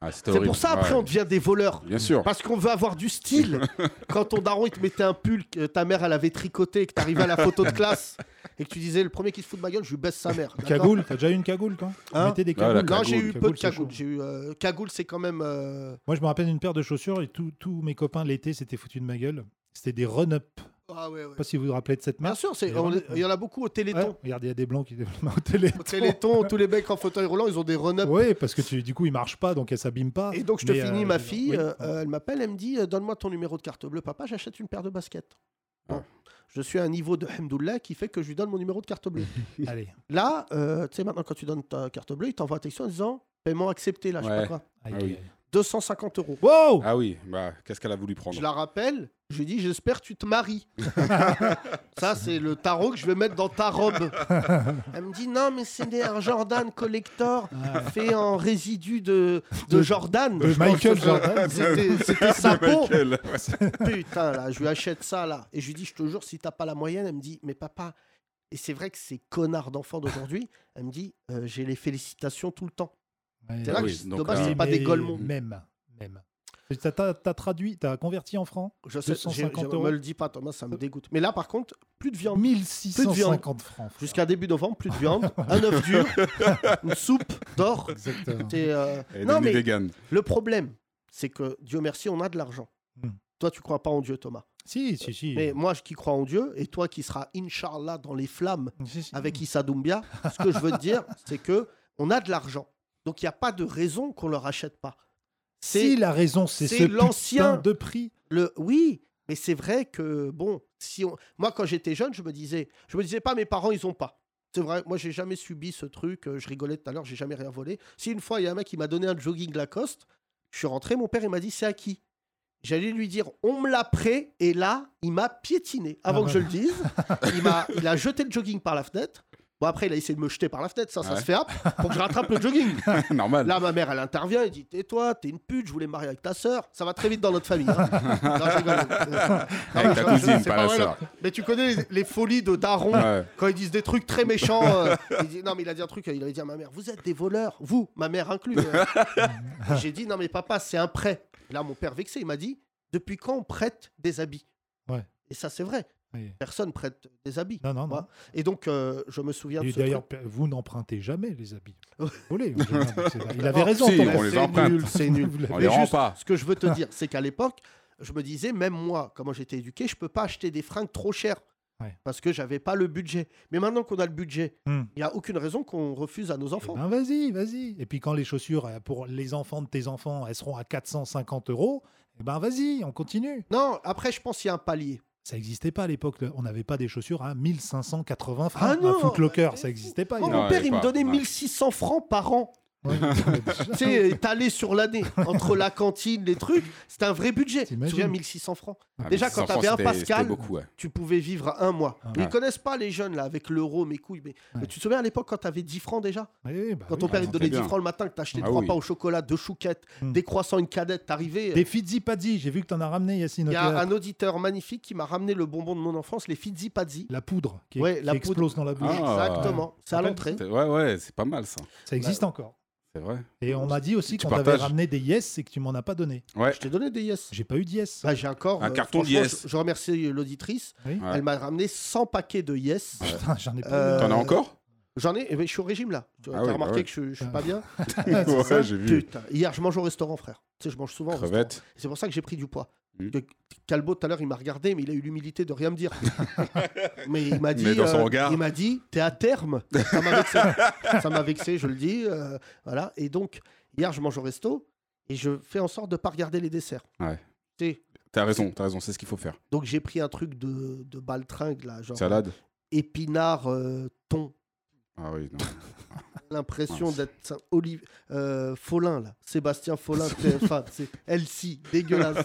[SPEAKER 7] Ah, c'était
[SPEAKER 3] C'est
[SPEAKER 7] horrible.
[SPEAKER 3] pour ça après
[SPEAKER 7] Ouais.
[SPEAKER 3] on devient des voleurs.
[SPEAKER 7] Bien sûr.
[SPEAKER 3] Parce qu'on veut avoir du
[SPEAKER 7] <laughs>
[SPEAKER 3] style. Quand ton daron il te mettait un pull que ta mère elle avait tricoté et que t'arrivais à la photo de classe et que tu disais le premier qui se fout de ma gueule, je lui baisse sa mère. D'accord
[SPEAKER 4] Cagoule, t'as déjà eu une cagoule, toi Vous
[SPEAKER 3] Hein
[SPEAKER 4] mettez des
[SPEAKER 7] Ah, la
[SPEAKER 4] cagoules.
[SPEAKER 3] Non, j'ai eu peu de
[SPEAKER 4] c'est
[SPEAKER 3] cagoules.
[SPEAKER 4] chaud.
[SPEAKER 3] J'ai eu euh, cagoule, c'est quand même euh,
[SPEAKER 4] Moi, je me rappelle une paire de chaussures et tous tous mes copains l'été s'étaient foutus de ma gueule. C'était des run-up. Je
[SPEAKER 3] ah ouais, ouais.
[SPEAKER 4] sais pas si vous vous rappelez de cette
[SPEAKER 3] Bien
[SPEAKER 4] marque.
[SPEAKER 3] sûr, c'est-
[SPEAKER 4] les
[SPEAKER 3] on-
[SPEAKER 4] run-up.
[SPEAKER 3] il y en a beaucoup au Téléthon.
[SPEAKER 4] Ouais, regarde, il y a des blancs qui au téléthon.
[SPEAKER 3] Au Téléthon, tous les mecs en fauteuil roulant, ils ont des run-up.
[SPEAKER 4] Oui, parce que tu- du coup, ils marchent pas, donc elles s'abîment pas.
[SPEAKER 3] Et donc je te
[SPEAKER 4] Mais,
[SPEAKER 3] finis,
[SPEAKER 4] euh,
[SPEAKER 3] ma
[SPEAKER 4] je-
[SPEAKER 3] fille,
[SPEAKER 4] oui.
[SPEAKER 3] euh, euh, elle m'appelle, elle me dit euh, Donne-moi ton numéro de carte bleue, papa, j'achète une paire de baskets.
[SPEAKER 4] Ah.
[SPEAKER 3] Bon, je suis à un niveau de Hamdoullah qui fait que je lui donne mon numéro de carte bleue.
[SPEAKER 4] <laughs> Allez,
[SPEAKER 3] là, euh, tu sais, maintenant, quand tu donnes ta carte bleue, il t'envoie un texte en disant Paiement accepté, là, je sais
[SPEAKER 7] Ouais.
[SPEAKER 3] pas quoi.
[SPEAKER 4] Aïe,
[SPEAKER 7] Ah oui.
[SPEAKER 4] aïe, aïe.
[SPEAKER 3] 250 euros.
[SPEAKER 4] Wow
[SPEAKER 7] Ah oui, bah, qu'est-ce qu'elle a voulu prendre
[SPEAKER 3] Je la rappelle, je lui dis J'espère que tu te
[SPEAKER 7] <laughs>
[SPEAKER 3] maries. Ça, c'est le tarot que je vais mettre dans ta
[SPEAKER 7] <laughs>
[SPEAKER 3] robe. Elle me dit Non, mais c'est des- un Jordan collector fait en résidu de, de Jordan.
[SPEAKER 4] Ah. de
[SPEAKER 3] Je pense
[SPEAKER 4] Michael
[SPEAKER 3] que ça-
[SPEAKER 4] Jordan.
[SPEAKER 3] c'était-
[SPEAKER 4] <laughs>
[SPEAKER 3] C'était sa peau.
[SPEAKER 7] Michael.
[SPEAKER 3] <laughs> putain là, je lui achète ça là. Et je lui dis, je te jure, si t'as pas la moyenne, elle me dit, mais papa, et c'est vrai que ces connards d'enfants
[SPEAKER 4] <laughs>
[SPEAKER 3] d'aujourd'hui, elle me dit, euh, j'ai les félicitations tout le temps.
[SPEAKER 4] Ouais.
[SPEAKER 3] C'est là
[SPEAKER 7] Ah
[SPEAKER 3] que
[SPEAKER 7] oui,
[SPEAKER 3] je-
[SPEAKER 7] donc
[SPEAKER 3] dommage,
[SPEAKER 7] là-
[SPEAKER 3] c'est pas des
[SPEAKER 4] Mais
[SPEAKER 3] golemons.
[SPEAKER 4] Même, <laughs> même. T'as- T'as t'as traduit, t'as converti en francs
[SPEAKER 3] Je sais, j'ai-
[SPEAKER 4] 250
[SPEAKER 3] j'ai-
[SPEAKER 4] euros.
[SPEAKER 3] me le dis pas, Thomas, ça me dégoûte. Mais là, par contre, plus de viande.
[SPEAKER 4] 1650 francs. frère.
[SPEAKER 3] Jusqu'à début novembre, plus de
[SPEAKER 4] <laughs>
[SPEAKER 3] viande, un œuf dur, une soupe d'or.
[SPEAKER 4] Exactement.
[SPEAKER 3] T'es, euh,
[SPEAKER 7] Elle
[SPEAKER 3] Non,
[SPEAKER 7] est
[SPEAKER 3] mais
[SPEAKER 7] vegan.
[SPEAKER 3] le problème, c'est que Dieu merci, on a de l'argent.
[SPEAKER 4] Hmm.
[SPEAKER 3] Toi, tu crois pas en Dieu, Thomas.
[SPEAKER 4] Si, si, si.
[SPEAKER 3] Mais moi, je qui crois en Dieu, et toi qui seras, Inch'Allah, dans les flammes
[SPEAKER 4] Si, si.
[SPEAKER 3] avec Issa Doumbia, ce que je veux te dire, c'est que on a de l'argent. Donc il n'y a pas de raison qu'on leur achète pas. C'est
[SPEAKER 4] Si la raison, c'est
[SPEAKER 3] c'est
[SPEAKER 4] ce
[SPEAKER 3] l'ancien-
[SPEAKER 4] l'ancien de prix.
[SPEAKER 3] le oui, Mais c'est vrai que, bon, si on... moi, quand j'étais jeune, je me disais, je me disais pas, mes parents, ils ont pas. C'est vrai, moi, j'ai jamais subi ce truc. euh, Je rigolais tout à l'heure, j'ai jamais rien volé. Si une fois, il y a un mec qui m'a donné un jogging Lacoste, je suis rentré, mon père, il m'a dit, c'est à qui J'allais lui dire, on me l'a prêt, et là, il m'a piétiné. Avant
[SPEAKER 4] Ah,
[SPEAKER 7] bah.
[SPEAKER 3] que je le dise, il,
[SPEAKER 7] <laughs>
[SPEAKER 3] m'a, il a jeté le jogging par la fenêtre. Bon, après, il a essayé de me jeter par la fenêtre, ça, ça
[SPEAKER 7] Ouais.
[SPEAKER 3] se fait hop, pour que je rattrape le jogging.
[SPEAKER 7] <laughs> Normal.
[SPEAKER 3] Là, ma mère, elle intervient, elle dit Tais-toi, t'es une pute, je voulais me marier avec ta sœur. Ça va très vite dans notre famille.
[SPEAKER 7] <laughs>
[SPEAKER 3] hein. Non, je rigole. Non,
[SPEAKER 7] Avec
[SPEAKER 3] je-
[SPEAKER 7] ta cousine,
[SPEAKER 3] c'est
[SPEAKER 7] pas la
[SPEAKER 3] vrai,
[SPEAKER 7] sœur.
[SPEAKER 3] là. Mais tu connais les, les folies de Daron
[SPEAKER 7] Ouais.
[SPEAKER 3] quand ils disent des trucs très méchants. euh, ils disent- non, mais il a dit un truc, il avait dit à ma mère Vous êtes des voleurs, vous, ma mère inclue. euh. Et J'ai dit Non, mais papa, c'est un prêt. Là, mon père vexé, il m'a dit Depuis quand on prête des habits
[SPEAKER 4] Ouais.
[SPEAKER 3] Et ça, c'est vrai.
[SPEAKER 4] Oui.
[SPEAKER 3] Personne prête des habits.
[SPEAKER 4] Non, non, non.
[SPEAKER 3] Moi, Et donc, euh, je me souviens de
[SPEAKER 4] Et
[SPEAKER 3] ce truc.
[SPEAKER 4] d'ailleurs, pe- vous n'empruntez jamais les habits.
[SPEAKER 3] Ouais.
[SPEAKER 4] Volez, en général,
[SPEAKER 7] <laughs>
[SPEAKER 4] c'est- Il avait
[SPEAKER 3] Oh,
[SPEAKER 4] raison.
[SPEAKER 7] Ah, si,
[SPEAKER 4] ton
[SPEAKER 7] on
[SPEAKER 4] père.
[SPEAKER 7] les
[SPEAKER 3] C'est
[SPEAKER 7] emprunte.
[SPEAKER 3] nul, c'est nul.
[SPEAKER 4] Vous l'avez-
[SPEAKER 7] On
[SPEAKER 3] Mais
[SPEAKER 7] les rend
[SPEAKER 3] juste,
[SPEAKER 7] pas.
[SPEAKER 3] Ce que je veux te dire, c'est qu'à l'époque, je me disais, même moi, comment j'étais éduqué, je peux pas acheter des fringues trop chères.
[SPEAKER 4] Ouais.
[SPEAKER 3] Parce que j'avais pas le budget. Mais maintenant qu'on a le budget, il
[SPEAKER 4] Hmm.
[SPEAKER 3] n'y a aucune raison qu'on refuse à nos
[SPEAKER 4] Eh
[SPEAKER 3] enfants.
[SPEAKER 4] ben, vas-y, vas-y. Et puis quand les chaussures euh, pour les enfants de tes enfants, elles seront à 450 euros, eh ben vas-y, on continue.
[SPEAKER 3] Non, après, je pense qu'il y a un palier.
[SPEAKER 4] Ça n'existait pas à l'époque. là. On n'avait pas des chaussures à 1580 francs.
[SPEAKER 3] Ah
[SPEAKER 4] un
[SPEAKER 3] non,
[SPEAKER 4] footlocker,
[SPEAKER 3] c'est
[SPEAKER 4] ça n'existait pas.
[SPEAKER 3] Moi,
[SPEAKER 4] Il y
[SPEAKER 7] Non,
[SPEAKER 3] mon
[SPEAKER 4] avait-
[SPEAKER 3] père,
[SPEAKER 7] ouais,
[SPEAKER 3] il me
[SPEAKER 7] pas,
[SPEAKER 3] donnait
[SPEAKER 7] ouais.
[SPEAKER 3] 1600 francs par an.
[SPEAKER 4] Ouais.
[SPEAKER 3] <laughs> tu sais, étalé sur
[SPEAKER 4] <laughs>
[SPEAKER 3] l'année, entre la cantine, les trucs. C'était un vrai budget. Tu te
[SPEAKER 4] T'imagines
[SPEAKER 3] souviens, 1600 francs.
[SPEAKER 7] Ah,
[SPEAKER 3] Déjà,
[SPEAKER 7] mais
[SPEAKER 3] quand
[SPEAKER 7] les enfants,
[SPEAKER 3] t'avais un
[SPEAKER 7] c'était-
[SPEAKER 3] Pascal-
[SPEAKER 7] c'était beaucoup, ouais.
[SPEAKER 3] tu pouvais vivre un mois.
[SPEAKER 4] Ah.
[SPEAKER 3] Mais
[SPEAKER 7] Ouais.
[SPEAKER 3] Ils connaissent pas les jeunes, là, avec l'euro, mes couilles. Mais, mais tu te souviens à l'époque quand t'avais 10 francs déjà
[SPEAKER 4] Oui, bah
[SPEAKER 3] Quand
[SPEAKER 4] oui.
[SPEAKER 3] ton père il te
[SPEAKER 7] ça,
[SPEAKER 3] donnait
[SPEAKER 7] c'est
[SPEAKER 3] 10
[SPEAKER 7] bien.
[SPEAKER 3] francs le matin, que t'achetais
[SPEAKER 7] Ah
[SPEAKER 3] trois
[SPEAKER 7] oui.
[SPEAKER 3] pains au chocolat, deux chouquettes,
[SPEAKER 4] Hmm.
[SPEAKER 3] des croissants, une cadette, t'arrivais. euh,
[SPEAKER 4] Des Fizzy Pazzi, j'ai vu que t'en as ramené,
[SPEAKER 3] Il
[SPEAKER 4] Yacine. euh, au
[SPEAKER 3] y a
[SPEAKER 4] théâtre.
[SPEAKER 3] un auditeur magnifique qui m'a ramené le bonbon de mon enfance, les Fizzy-Pazzi.
[SPEAKER 4] La poudre qui,
[SPEAKER 3] Ouais,
[SPEAKER 4] qui
[SPEAKER 3] la poudre.
[SPEAKER 4] explose dans la bouche.
[SPEAKER 7] Ah.
[SPEAKER 3] Exactement, c'est à
[SPEAKER 4] Après,
[SPEAKER 3] l'entrée.
[SPEAKER 7] C'est- Ouais, ouais, c'est pas mal ça.
[SPEAKER 4] Ça existe encore.
[SPEAKER 7] C'est vrai.
[SPEAKER 4] Et on m'a dit aussi
[SPEAKER 7] Tu
[SPEAKER 4] qu'on t'avait
[SPEAKER 7] partages.
[SPEAKER 4] ramené des yes et que tu m'en as pas donné.
[SPEAKER 7] Ouais.
[SPEAKER 3] Je t'ai donné des yes.
[SPEAKER 4] J'ai pas eu de yes.
[SPEAKER 3] Bah, j'ai encore.
[SPEAKER 7] Un carton
[SPEAKER 3] franchement,
[SPEAKER 7] d'Yes.
[SPEAKER 3] Je, je remercie l'auditrice.
[SPEAKER 4] Oui. Ah,
[SPEAKER 7] Ouais.
[SPEAKER 3] Elle m'a ramené 100 paquets de yes.
[SPEAKER 4] Putain, j'en ai pas
[SPEAKER 3] Euh,
[SPEAKER 4] eu.
[SPEAKER 7] T'en as encore
[SPEAKER 3] J'en ai, eh ben, je suis au régime là. Tu
[SPEAKER 7] Ah
[SPEAKER 3] as
[SPEAKER 7] oui, bah
[SPEAKER 3] remarqué
[SPEAKER 7] ouais.
[SPEAKER 3] que je, je suis pas
[SPEAKER 4] <laughs>
[SPEAKER 3] bien.
[SPEAKER 7] Ouais, j'ai vu.
[SPEAKER 3] Putain, hier je mange au restaurant, frère. Tu sais, je mange souvent. au restaurant.
[SPEAKER 7] Crevette.
[SPEAKER 3] C'est pour ça que j'ai pris du poids.
[SPEAKER 7] Mm.
[SPEAKER 3] Que- Calbo, tout à l'heure, il m'a regardé, mais il a eu l'humilité de rien
[SPEAKER 7] <laughs>
[SPEAKER 3] me dire. mais il m'a dit, euh,
[SPEAKER 7] Mais dans son regard.
[SPEAKER 3] il m'a dit, t'es à terme. Ça m'a
[SPEAKER 7] <laughs>
[SPEAKER 3] vexé. ça m'a vexé, je le dis. euh, voilà. Et donc, hier, je mange au resto et je fais en sorte de pas regarder les desserts.
[SPEAKER 7] Ouais.
[SPEAKER 3] Tu sais,
[SPEAKER 7] T'as raison, t'as raison, c'est ce qu'il faut faire.
[SPEAKER 3] donc j'ai pris un truc de, de baltringue là, genre
[SPEAKER 7] Salade.
[SPEAKER 3] épinard euh, thon.
[SPEAKER 7] Ah oui, non.
[SPEAKER 3] L'impression
[SPEAKER 7] Mince.
[SPEAKER 3] d'être un Olive euh, Follin là, Sébastien Follin,
[SPEAKER 7] <laughs>
[SPEAKER 3] TF1, c'est LC, dégueulasse.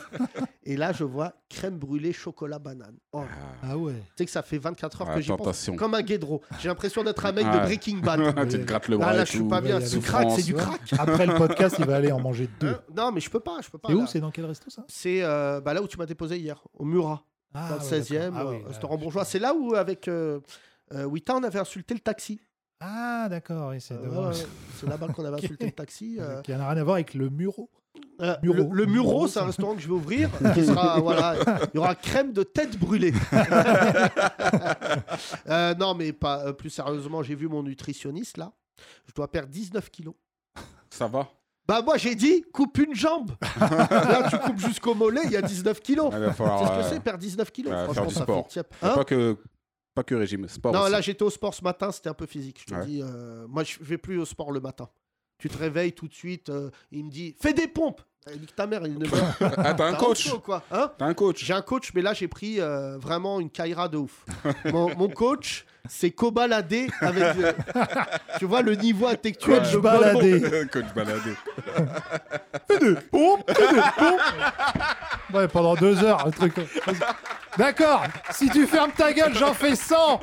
[SPEAKER 3] Et là, je vois crème brûlée, chocolat, banane. Oh,
[SPEAKER 7] Ah.
[SPEAKER 4] Ah ouais.
[SPEAKER 3] Tu sais que ça fait 24 heures
[SPEAKER 7] Ah,
[SPEAKER 3] que j'y pense.
[SPEAKER 7] tentation.
[SPEAKER 3] Comme un guédro. J'ai l'impression d'être un mec de
[SPEAKER 7] Ouais.
[SPEAKER 3] Breaking Bad.
[SPEAKER 7] Ah. <laughs> tu te grattes le bras
[SPEAKER 3] Ah, là,
[SPEAKER 7] et
[SPEAKER 3] je suis
[SPEAKER 7] tout.
[SPEAKER 3] pas bien.
[SPEAKER 4] Ouais,
[SPEAKER 3] C'est du
[SPEAKER 4] avec
[SPEAKER 3] crack,
[SPEAKER 7] France,
[SPEAKER 3] c'est du
[SPEAKER 7] ouais.
[SPEAKER 3] crack.
[SPEAKER 4] <laughs> Après le podcast, il va aller en manger deux.
[SPEAKER 3] Hein non, mais je peux pas, je peux pas.
[SPEAKER 4] C'est où
[SPEAKER 3] là.
[SPEAKER 4] C'est dans quel resto ça
[SPEAKER 3] C'est euh, bah, là où tu m'as déposé hier, au Murat,
[SPEAKER 4] ah,
[SPEAKER 3] dans le 16e,
[SPEAKER 4] d'accord. Ah
[SPEAKER 3] euh,
[SPEAKER 4] oui,
[SPEAKER 3] restaurant
[SPEAKER 4] ouais,
[SPEAKER 3] bourgeois.
[SPEAKER 4] je-
[SPEAKER 3] C'est là où, avec euh, euh, Wita, on avait insulté le taxi.
[SPEAKER 4] Ah d'accord, oui, c'est
[SPEAKER 3] Euh,
[SPEAKER 4] devant.
[SPEAKER 3] ouais, c'est là-bas qu'on
[SPEAKER 4] <laughs>
[SPEAKER 3] avait insulté le taxi. euh.
[SPEAKER 4] Qui n'a rien à voir avec le muro.
[SPEAKER 3] Euh,
[SPEAKER 4] Murat.
[SPEAKER 3] le, le Murat, c'est un restaurant que je vais ouvrir. qui
[SPEAKER 4] <laughs>
[SPEAKER 3] sera, voilà, il y aura crème de tête brûlée. Euh, non, mais pas euh, plus sérieusement, j'ai vu mon nutritionniste là. Je dois perdre 19 kilos.
[SPEAKER 7] Ça va
[SPEAKER 3] Bah moi j'ai dit coupe une
[SPEAKER 7] <laughs>
[SPEAKER 3] jambe. Là tu coupes jusqu'au mollet, il y a 19 kilos.
[SPEAKER 7] Ah,
[SPEAKER 4] <laughs>
[SPEAKER 7] Il va
[SPEAKER 3] C'est ce
[SPEAKER 7] falloir.
[SPEAKER 3] que
[SPEAKER 7] euh,
[SPEAKER 3] c'est perdre 19 kilos.
[SPEAKER 7] ouais, faire
[SPEAKER 3] Franchement
[SPEAKER 7] du
[SPEAKER 3] ça
[SPEAKER 7] sport.
[SPEAKER 3] fait tiep. Hein
[SPEAKER 7] Pas que, pas que régime, sport.
[SPEAKER 3] non
[SPEAKER 7] aussi.
[SPEAKER 3] là j'étais au sport ce matin, c'était un peu physique. Je te
[SPEAKER 7] Ouais.
[SPEAKER 3] dis, euh, moi je vais plus au sport le matin. Tu te réveilles tout de suite, euh, il me dit fais des pompes. Euh, Nique ta mère, il
[SPEAKER 7] <laughs>
[SPEAKER 3] ne meurt.
[SPEAKER 7] Ah, t'as un coach
[SPEAKER 3] quoi hein
[SPEAKER 7] T'as un coach
[SPEAKER 3] J'ai un coach, mais là j'ai pris euh, vraiment une caïra de ouf. Mon, mon coach, c'est cobaladé avec.
[SPEAKER 7] <laughs>
[SPEAKER 3] euh, tu vois le niveau intellectuel.
[SPEAKER 4] Coach
[SPEAKER 3] de
[SPEAKER 7] <laughs>
[SPEAKER 4] baladé. <laughs>
[SPEAKER 7] Coach baladé.
[SPEAKER 4] Pompe, fais des pompes. Ouais, pendant deux heures, un truc. D'accord, si tu fermes ta gueule, j'en fais 100